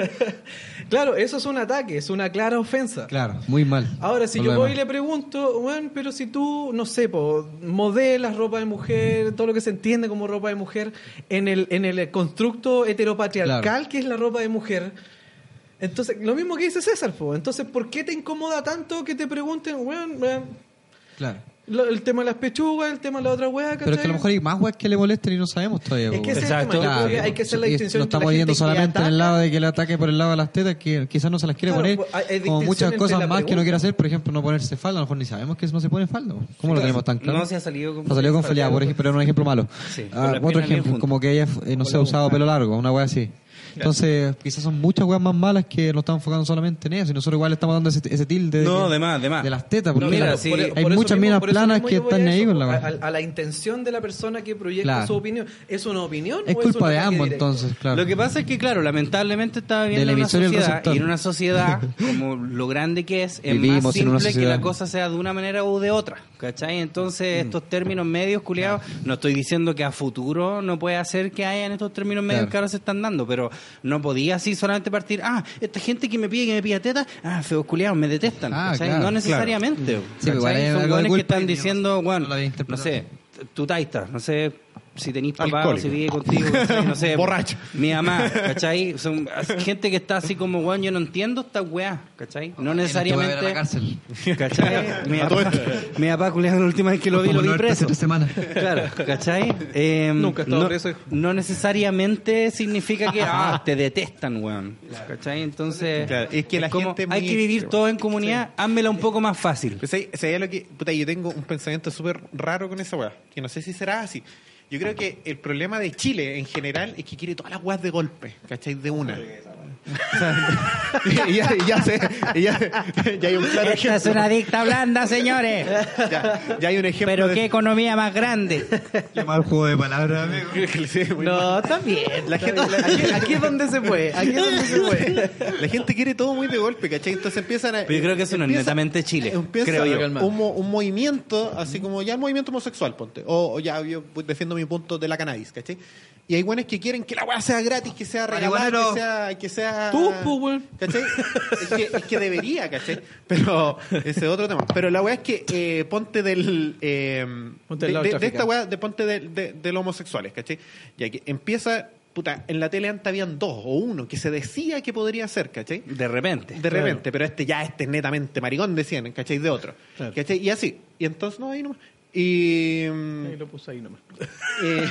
claro, eso es un ataque, es una clara ofensa.
Claro, muy mal.
Ahora, si
Por
yo
lo
voy y
demás.
le pregunto, bueno, pero si tú, no sé, po, modelas ropa de mujer, todo lo que se entiende como ropa de mujer, en el, en el constructo heteropatriarcal
Claro.
que es la ropa de mujer, entonces, lo mismo que dice César, po, entonces, ¿por qué te incomoda tanto que te pregunten, bueno,
Claro.
el tema de las pechugas, el tema de la otra wea,
Pero es que a
¿cachai?
lo mejor hay más weas que le molesten y no sabemos todavía.
Es
po,
que ese es el
weón.
tema, yo creo que hay que hacer la
Y
distinción
No
entre
estamos
la
yendo
gente que
solamente en el
ataca-
lado de que le ataque por el lado de las tetas, que quizás no se las quiere
Claro,
poner.
pues, hay- hay
como
distinción
muchas
entre
cosas
la
más que no
pregunta.
quiere hacer, por ejemplo, no ponerse falda. A lo mejor ni sabemos que no se pone falda. ¿Cómo lo tenemos tan claro?
No se ha salido con
No salió con
falda,
felicidad, por
pues.
ejemplo, pero era un ejemplo malo.
Sí,
Ah,
con las
otro
piernas bien
ejemplo,
juntas.
como que ella, eh, no sé, ha usado pelo largo, una wea así. Entonces, quizás son muchas weas más malas que nos estamos enfocando solamente en eso. Y nosotros igual le estamos dando ese, ese tilde. de
No,
que-
de más, de más.
las tetas, porque
No, mira,
claro,
sí.
Por-
hay
por eso
muchas
mismo-
minas
por eso
planas
mismo
que
yo voy a
están
eso,
ahí con la
a,
wea.
a- a la intención de la persona que proyecta
Claro.
su opinión. ¿Es una opinión?
Es
o
culpa
un ataque
de ambos,
directo?
entonces, claro.
Lo que pasa es que, claro, lamentablemente está viviendo
Del
en una
emisor y el
sociedad,
receptor.
y en una sociedad, como lo grande que es, es
Vivimos
más
en una
simple que
sociedad. Mm.
la cosa sea de una manera u de otra, ¿cachai? Entonces, estos términos medios, culiados, no estoy diciendo que a futuro no puede ser que hayan estos términos medios
Claro.
que ahora se están dando, pero no podía así solamente partir, ah, esta gente que me pide que me pida teta, ah, feos culiados, me detestan,
Ah,
¿cachai?
claro,
No necesariamente,
Sí, pero
¿cachai?
igual hay
Son
algo de
hueones que
culpa y
están
no-
diciendo, bueno,
no la había
no
interpretado.
sé, tu taita, no sé si tenís papá o
Alcohólico.
si vive contigo, ¿cachai? no sé.
Borracho.
Eh, Mi mamá, ¿cachai? Son gente que está así como, weón, yo no entiendo esta weá, ¿cachai? No
Te voy a ver a la
necesariamente.
cárcel.
¿Cachai? Mi papá, mi papá, culiao, la última vez que lo vi,
Como
lo vi
no este verte
preso.
tres semanas.
Claro, ¿cachai? Eh,
Nunca he estado
no,
preso, hijo.
No necesariamente significa que, ah, te detestan, weón. ¿cachai? Entonces,
Claro, es que la gente es
Hay
muy
que vivir
extrema.
todo en comunidad, házmela un poco más fácil.
Pues ahí- ¿sabía lo que, puta, yo tengo un pensamiento súper raro con esa weá, que no sé si será así. Yo creo que el problema de Chile en general es que quiere todas las weas de golpe, ¿cachai? De una. O sea, y ya, y ya, se, y ya, ya hay un
Esta
claro
es
ejemplo.
una dicta blanda, señores.
Ya, ya hay un ejemplo.
Pero
de-
qué economía más grande.
Qué mal juego de palabras, amigo.
Sí, muy
No, también.
La gente-
aquí, aquí es donde se puede. Aquí es donde se puede.
La gente quiere todo muy de golpe, ¿cachai? Entonces empiezan a.
Pero yo creo que eso no es
empieza- eh,
netamente Chile,
Empieza
creo yo.
Un, mo- un movimiento, así como ya el movimiento homosexual, ponte. O, o ya yo defiendo mi punto de la cannabis, ¿cachai? Y hay buenos que quieren que la weá sea gratis, que sea regalada,
Marihuanero.
que sea, que sea.
Tú, pues, weón.
¿Cachai? Es que, es que debería, ¿cachai? Pero ese es otro tema. Pero la weá es que eh, ponte del. eh,
Ponte del
de,
lado
de-
del
de esta
traficante.
weá, de ponte del- de, de los homosexuales, ¿cachai? Ya que empieza. Puta, en la tele antes habían dos o uno que se decía que podría ser, ¿cachai?
De repente.
De repente, pero este ya, este es netamente maricón, decían, ¿cachai? De otro. ¿Cachai? Y así. Y entonces, no, ahí nomás. Y. mm,
lo puse ahí nomás.
eh,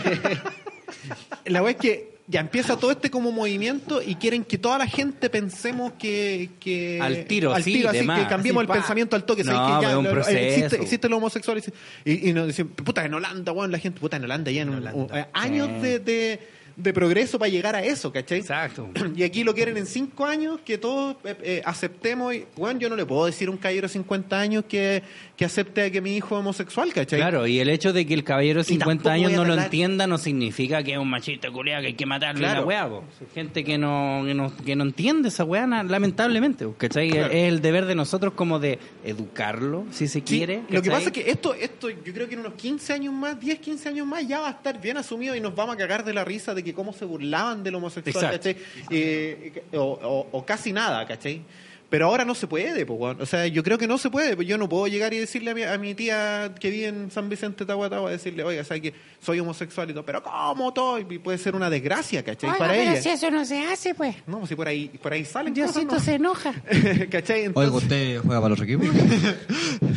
la verdad es que ya empieza todo este como movimiento y quieren que toda la gente pensemos que, que-
Al tiro,
al
sí,
tiro,
de
así
más.
que cambiemos
Sí,
el
pa.
pensamiento al toque, ¿sabes?
No,
que ya
pero un
lo- lo-
proceso.
existe, existe los homosexuales y, y nos dicen, puta, en Holanda, weón, la gente, puta, en Holanda ya en un- un- eh, años de, de- de progreso para llegar a eso, ¿cachai?
Exacto.
Y aquí lo quieren en cinco años que todos eh, eh, aceptemos. Y, bueno, yo no le puedo decir a un caballero de 50 años que, que acepte a que mi hijo es homosexual, ¿cachai?
Claro, y el hecho de que el caballero de
Y tampoco
50 años
voy a
no lo
tratar-
entienda no significa que es un machista culiado que hay que matarle
Claro.
la weá, po. Gente que no, que no, que no entiende esa weá, na- lamentablemente, po, ¿cachai?
Claro.
Es el deber de nosotros como de educarlo, si se
Sí,
quiere.
Lo que
¿cachai?
pasa es que esto, esto, yo creo que en unos 15 años más, 10, 15 años más, ya va a estar bien asumido y nos vamos a cagar de la risa de que cómo se burlaban del homosexual,
Exacto.
¿cachai? Eh, o, o- o casi nada, ¿cachai? Pero ahora no se puede, po, weón. o sea, yo creo que no se puede. pues Yo no puedo llegar y decirle a mi, a mi tía que vive en San Vicente Tahuatahua, decirle, oiga, ¿sabes que soy homosexual y todo? Pero ¿cómo todo? Y puede ser una desgracia, ¿cachai?
Oiga,
Para
pero
ella.
si eso no se hace, pues.
No, si por ahí, por ahí salen
Diosito
cosas,
se enoja.
¿no? ¿Cachai?
Oiga,
Entonces,
¿usted juega para otro equipo?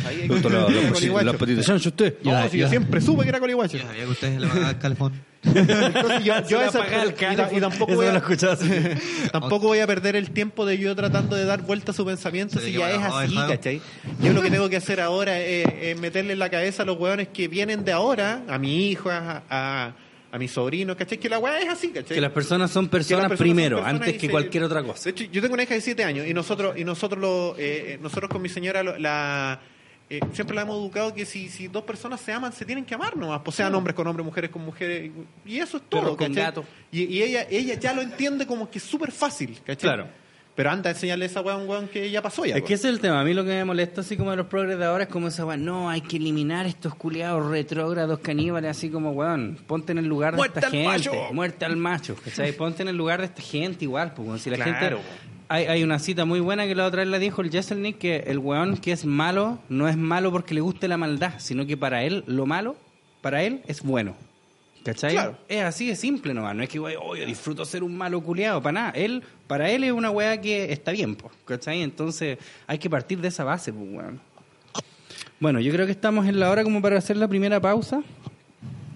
ahí hay que- con iguacho.
usted.
No,
Ya,
si
ya.
yo siempre supe que era colihuacho.
Yo sabía que usted le pagaba el calefón.
Entonces, yo, yo
la
esa-
paga al
y
cali,
ta- y,
pues.
tampoco,
Eso
voy
no lo
a,
escuchaba.
tampoco voy a perder el tiempo de yo tratando de dar vuelta a su pensamiento
Sí,
si
que
ya
bueno,
es
vamos a
así,
dejar.
¿cachai? Yo lo que tengo que hacer ahora es, es meterle en la cabeza a los hueones que vienen de ahora, a mi hijo, a, a, a mis sobrinos, ¿cachai? Que la hueá es así, ¿cachai?
Que las personas son
Que las
personas
personas
primero,
son personas
antes
y
que
se-
cualquier otra cosa.
De hecho, yo tengo una hija de 7 años y nosotros, y nosotros, lo, eh, eh, nosotros con mi señora lo- la... eh, siempre la hemos educado que si, si dos personas se aman, se tienen que amar nomás, pues sean hombres con hombres, mujeres con mujeres, y eso es todo.
Mm. Perros con
¿cachai?
gatos.
Y, y ella, ella ya lo entiende como que es súper fácil, ¿cachai?
Claro.
Pero anda a enseñarle a esa weón, weón, que ya pasó ya. pues.
Es
weón.
que ese es el tema. A mí lo que me molesta, así como de los progres de ahora, es como esa weá. No, hay que eliminar estos culiados retrógrados caníbales, así como weón. Ponte en el lugar de
¡Muerte
esta
al
gente.
macho!
Muerte al macho. ¿cachai? Ponte en el lugar de esta gente igual, pues, weón. Si la
Claro,
gente.
weón.
Hay, hay una cita muy buena que la otra vez la dijo el Jesselnik: que el weón que es malo no es malo porque le guste la maldad, sino que para él, lo malo, para él es bueno. ¿Cachai?
Claro.
Es así de simple nomás. No es que, güey, oh, yo disfruto ser un malo culiado. Para nada. Él, para él es una weá que está bien, po, ¿cachai? Entonces hay que partir de esa base, pues, weón. Bueno, yo creo que estamos en la hora como para hacer la primera pausa.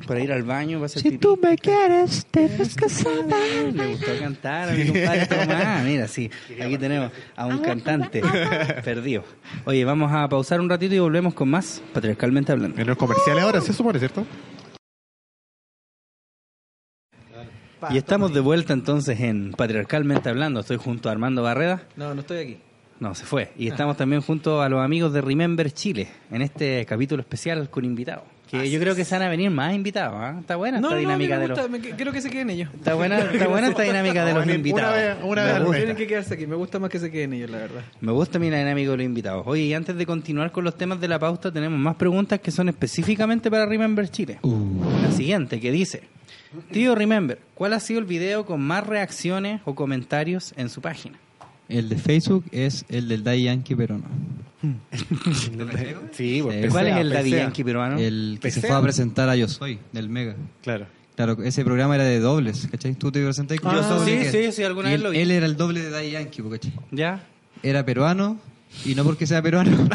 Para ir al baño, para hacer
Si
pipí.
tú me quieres, tienes que saber.
Me gustó cantar a mi compadre Tomás. Mira, sí, aquí tenemos a un cantante perdido. Oye, vamos a pausar un ratito y volvemos con más, patriarcalmente hablando.
En los comerciales ahora se supone, ¿cierto?
Y estamos de vuelta entonces en Patriarcalmente Hablando. Estoy junto a Armando Barreda.
No, no estoy aquí.
No, se fue. Y estamos también junto a los amigos de Remember Chile en este capítulo especial con invitados. Que yo creo que se van a venir más invitados. ¿ah? Está buena
No,
esta
no, no, a mí
dinámica
me
de los.
gusta, me que- creo que se queden ellos.
Está buena, está buena esta dinámica de los
Una
invitados.
vez- una vez
Me
al
gusta.
mes.
Tienen que quedarse aquí, me gusta más que se queden ellos, la verdad.
Me gusta mi dinámica de los invitados. Oye, y antes de continuar con los temas de la pauta, tenemos más preguntas que son específicamente para Remember Chile. La siguiente, que dice, tío Remember, ¿cuál ha sido el video con más reacciones o comentarios en su página?
El de Facebook es el del Dai Yankee, pero no.
Sí, pues,
Eh,
pesea,
¿Cuál es el Daddy
pesea.
Yankee peruano?
El que se
Pesea.
fue a presentar a Yo Soy, del Mega.
Claro.
Claro, ese programa era de dobles, ¿cachai? Tú te presentabas con
Ah,
Yo Soy,
sí,
¿qué?
sí, sí, alguna
Y
vez
él-
lo vi.
Él era el doble de Dai Yankee, po, ¿cachai?
¿Ya?
Era peruano, y no porque sea peruano.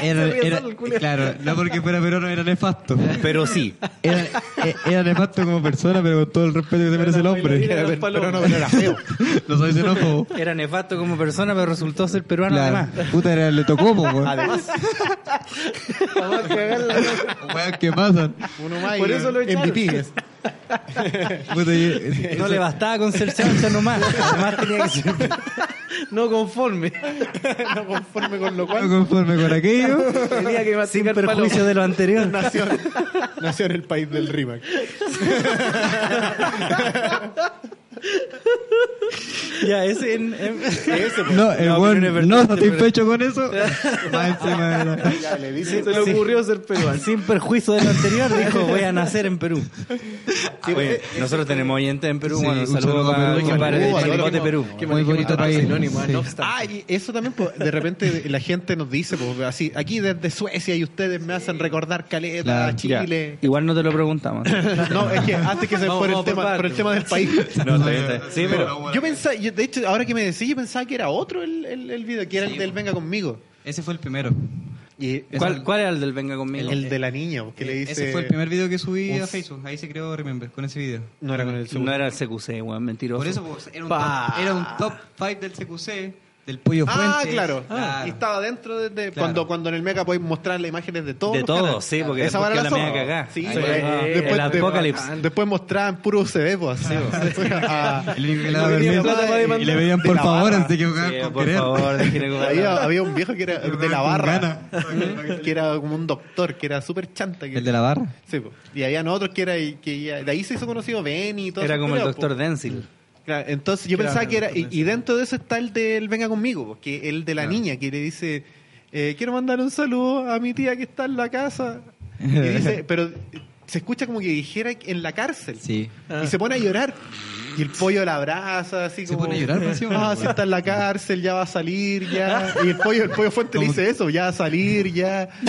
Era,
Se ríe
era-
solo el culiao.
claro, no porque fuera peruano, era nefasto.
Pero sí.
Era, e- era nefasto como persona, pero con todo el respeto que se merece el hombre.
bailarina de los
Pero-
palomos.
pero no, pero era feo. No soy xenófobo.
Era nefasto como persona, pero resultó ser peruano
Claro.
además.
Puta, era, le tocó, po, weón.
Además,
Weón, ¿qué pasan?
uno más y
Por eso lo echaron.
MVP.
Puta, eh, yo-
No le bastaba con ser chancha nomás. Además tenía que ser...
No conforme.
No conforme con lo cual.
No conforme con aquello.
Tenía que
Sin
masticar
perjuicio de lo anterior.
Nació, nació en el país del RIMAC.
Ya, ese en,
Eso, pues.
No, el
No,
weón
pero no es
no
verdad,
satisfecho con eso. va encima de la-
Ya, le dice.
se le ocurrió ser peruano. Sin perjuicio del anterior, dijo, voy a nacer en Perú.
Sí,
Oye,
eh,
nosotros tenemos oyentes en Perú.
Sí,
bueno,
un saludo
saludo
a
para
Perú.
mi compadre de
Uy,
Chalicote,
qué
Perú.
Muy bonito país. sí.
Ah, y eso también, pues, de repente la gente nos dice, pues, así, aquí desde Suecia y ustedes me hacen recordar Caleta,
Claro,
Ya,
Ah, Chile.
Igual no te lo preguntamos.
No, es que antes que se
Vamos,
por, el
vamos por
tema, por el
partes.
tema del país.
No, está bien, está bien. Sí, pero...
Yo pensaba, yo, de hecho, ahora que me decís, yo pensaba que era otro el, el, el video, que era el del Venga conmigo.
Ese fue el primero.
Y
¿Cuál, ¿Cuál era el del Venga
El,
conmigo?
el de la niña, porque le
Eh,
dice.
Ese fue el primer video que subí a
Uf.
Facebook. Ahí se creó Remember, con ese video.
No era con el segundo.
No era el CQC, weón, mentiroso.
Por eso pues, era, un
Pa.
top, era un top 5 del CQC, del Pollo Fuentes.
Ah, claro.
Claro.
Y estaba dentro de, de-
Claro.
cuando, cuando en el Mega podéis mostrar las imágenes de todos.
De
los
todos,
canales.
sí, porque
Esa
después
vara
que la
zorra.
mega cagá.
Sí,
Ahí
porque
va.
después,
El
de-
apocalipsis.
después mostraban puro USB, pues, así, pues. Ah,
El único que le
No
daba
tenía
permiso.
plata para demandar.
Y le pedían
De
por
la
favor
barra.
antes de que
Sí,
jugaran con
por
querer.
favor, déjenle jugar.
había, había un viejo que era
Que
de la
con
barra,
ganas.
que era como un doctor, que era súper chanta. que-
¿El de la barra?
Sí, pues. Y habían otros que era. Que ya- de ahí se hizo conocido Benny y todo
Era
eso,
como el
pero,
doctor
pues.
Denzil.
Claro, entonces yo pensaba que era. Y, y dentro de eso está el del Venga conmigo, porque el de la niña que le dice: eh, Quiero mandar un saludo a mi tía que está en la casa. Y dice, pero eh, se escucha como que dijera en la cárcel.
Sí.
Y se pone a llorar. Y el pollo la abraza, así
Se
como.
pone a llorar, pues, por encima.
Ah, si está en la cárcel, ya va a salir, ya. Y el pollo, el pollo fuente le
Como-
dice eso, ya va a salir, ya. Y,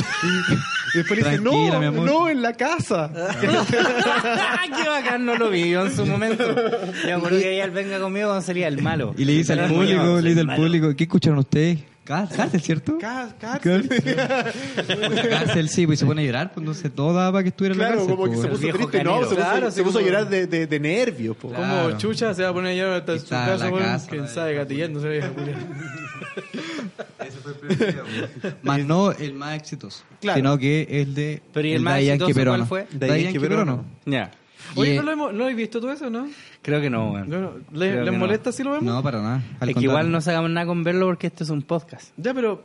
y después le dice,
Tranquila, mi
no,
amor".
no, en la casa.
¡Ah, qué bacán! No lo vi yo en su momento. Yo me acuerdo que ahí al Venga Conmigo sería el malo.
Y le dice al
Era
público,
malo,
le dice al
malo.
público, ¿qué escucharon ustedes? Cá- Cárcel, ¿cierto?
Cá- cárcel.
Cárcel. Cárcel, sí, pues y se pone a llorar, pues no sé, todo daba para que estuviera en la
Claro,
cárcel.
como que
pues,
se
bueno.
puso
viejo
triste, no,
canero.
se puso,
Claro,
se
sí,
puso a
como-
llorar de, de, de nervios, pues. po.
Claro.
Como chucha se va a poner ya hasta en su
Está en
casa,
la
weón.
casa,
Quién
vaya.
sabe, gatillándose la vieja culia.
Más no el más exitoso,
Claro.
sino que el de
Pero ¿y el más
Dayan
exitoso
Queperono.
cuál fue?
Dayan
Dayan
Queperono.
Queperono.
Ya.
Oye,
Y,
¿no lo, hemos, ¿no lo has visto tú eso, no?
Creo que no, weón.
No, no. ¿Le-
Creo
¿Les
que no.
molesta si lo vemos?
No, para nada. al
Es que
contrario.
igual no sacamos nada con verlo porque esto es un podcast.
Ya, pero.
O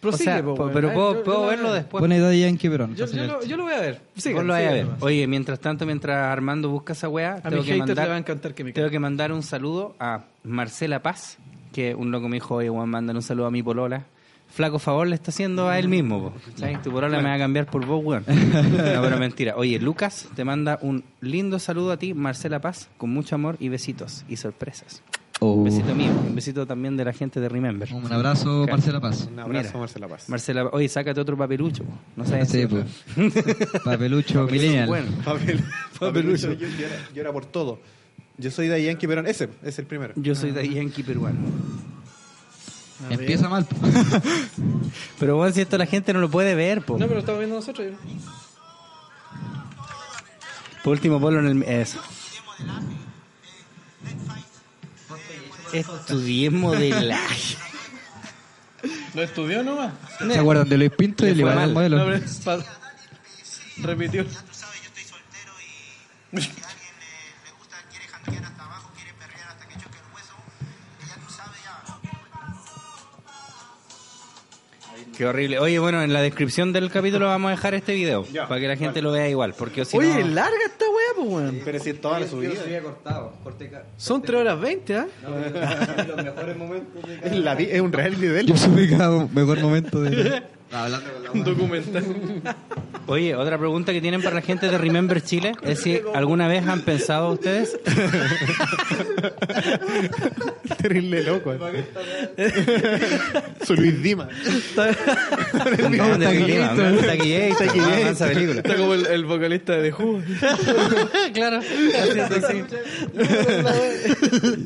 Prosigue,
sea,
po,
po-
weón.
pero
Ay,
puedo,
yo-
puedo
yo lo-
verlo después.
Pone Dayan Queperono.
Yo,
para
yo, lo,
señalar.
yo lo voy a ver. Sí,
Vos lo vayas a ver. Oye, mientras tanto, mientras Armando busca esa weá,
A
tengo
mis
que
haters
mandar...
le va a encantar que me
Tengo que mandar un saludo a Marcela Paz, que un loco me dijo, oye, Juan, mandan un saludo a mi polola. Flaco favor le está haciendo a él mismo, po. ¿Sabes? Tu polola me va a cambiar por vos, weón. No, pero mentira. Oye, Lucas te manda un lindo saludo a ti, Marcela Paz, con mucho amor y besitos y sorpresas. Un
Oh.
besito mío, un besito también de la gente de Remember.
Un abrazo, Marcela Paz.
Un abrazo,
Mira.
Marcela Paz.
Marcela, oye, sácate otro papelucho, po. no sabes.
Sí, pues. Papelucho Millennial.
Bueno,
Papel-
Papelucho.
Papelucho, yo, yo era, yo era por todo. Yo soy de Yankee Perón, ese es el primero.
yo soy de Yankee peruano.
Empieza mal. pues. po.
Pero bueno, si esto la gente no lo puede ver, po.
No, pero lo estamos viendo nosotros. ¿eh?
Por último, ponlo en el. Eso. Estudié modelaje.
¿Lo estudió nomás?
¿Se acuerdan de Luis Pinto y
Le
el
fue
Iván
mal.
el modelo?
No, pero es pa- Repitió.
Qué horrible. Oye, bueno, en la descripción del capítulo vamos a dejar este video. para que la gente lo vea igual. Porque si
Oye,
no-
larga esta weá, pues, weón.
Pero si es toda la subida.
cortado,
Son 3 horas 20, ¿ah?
los mejores momentos de
Es, la vi- es un reality de él.
Yo supe cada mejor momento de... Hablando con la
Un documental.
Oye, otra pregunta que tienen para la gente de Remember Chile es si alguna vez han pensado ustedes.
Terrible loco. Su Luis Dima.
Juan de
Taquillito.
Lima, Juan de Taquillito,
Taquillito.
Juan de esa película.
Está como el, el vocalista de Who.
Claro.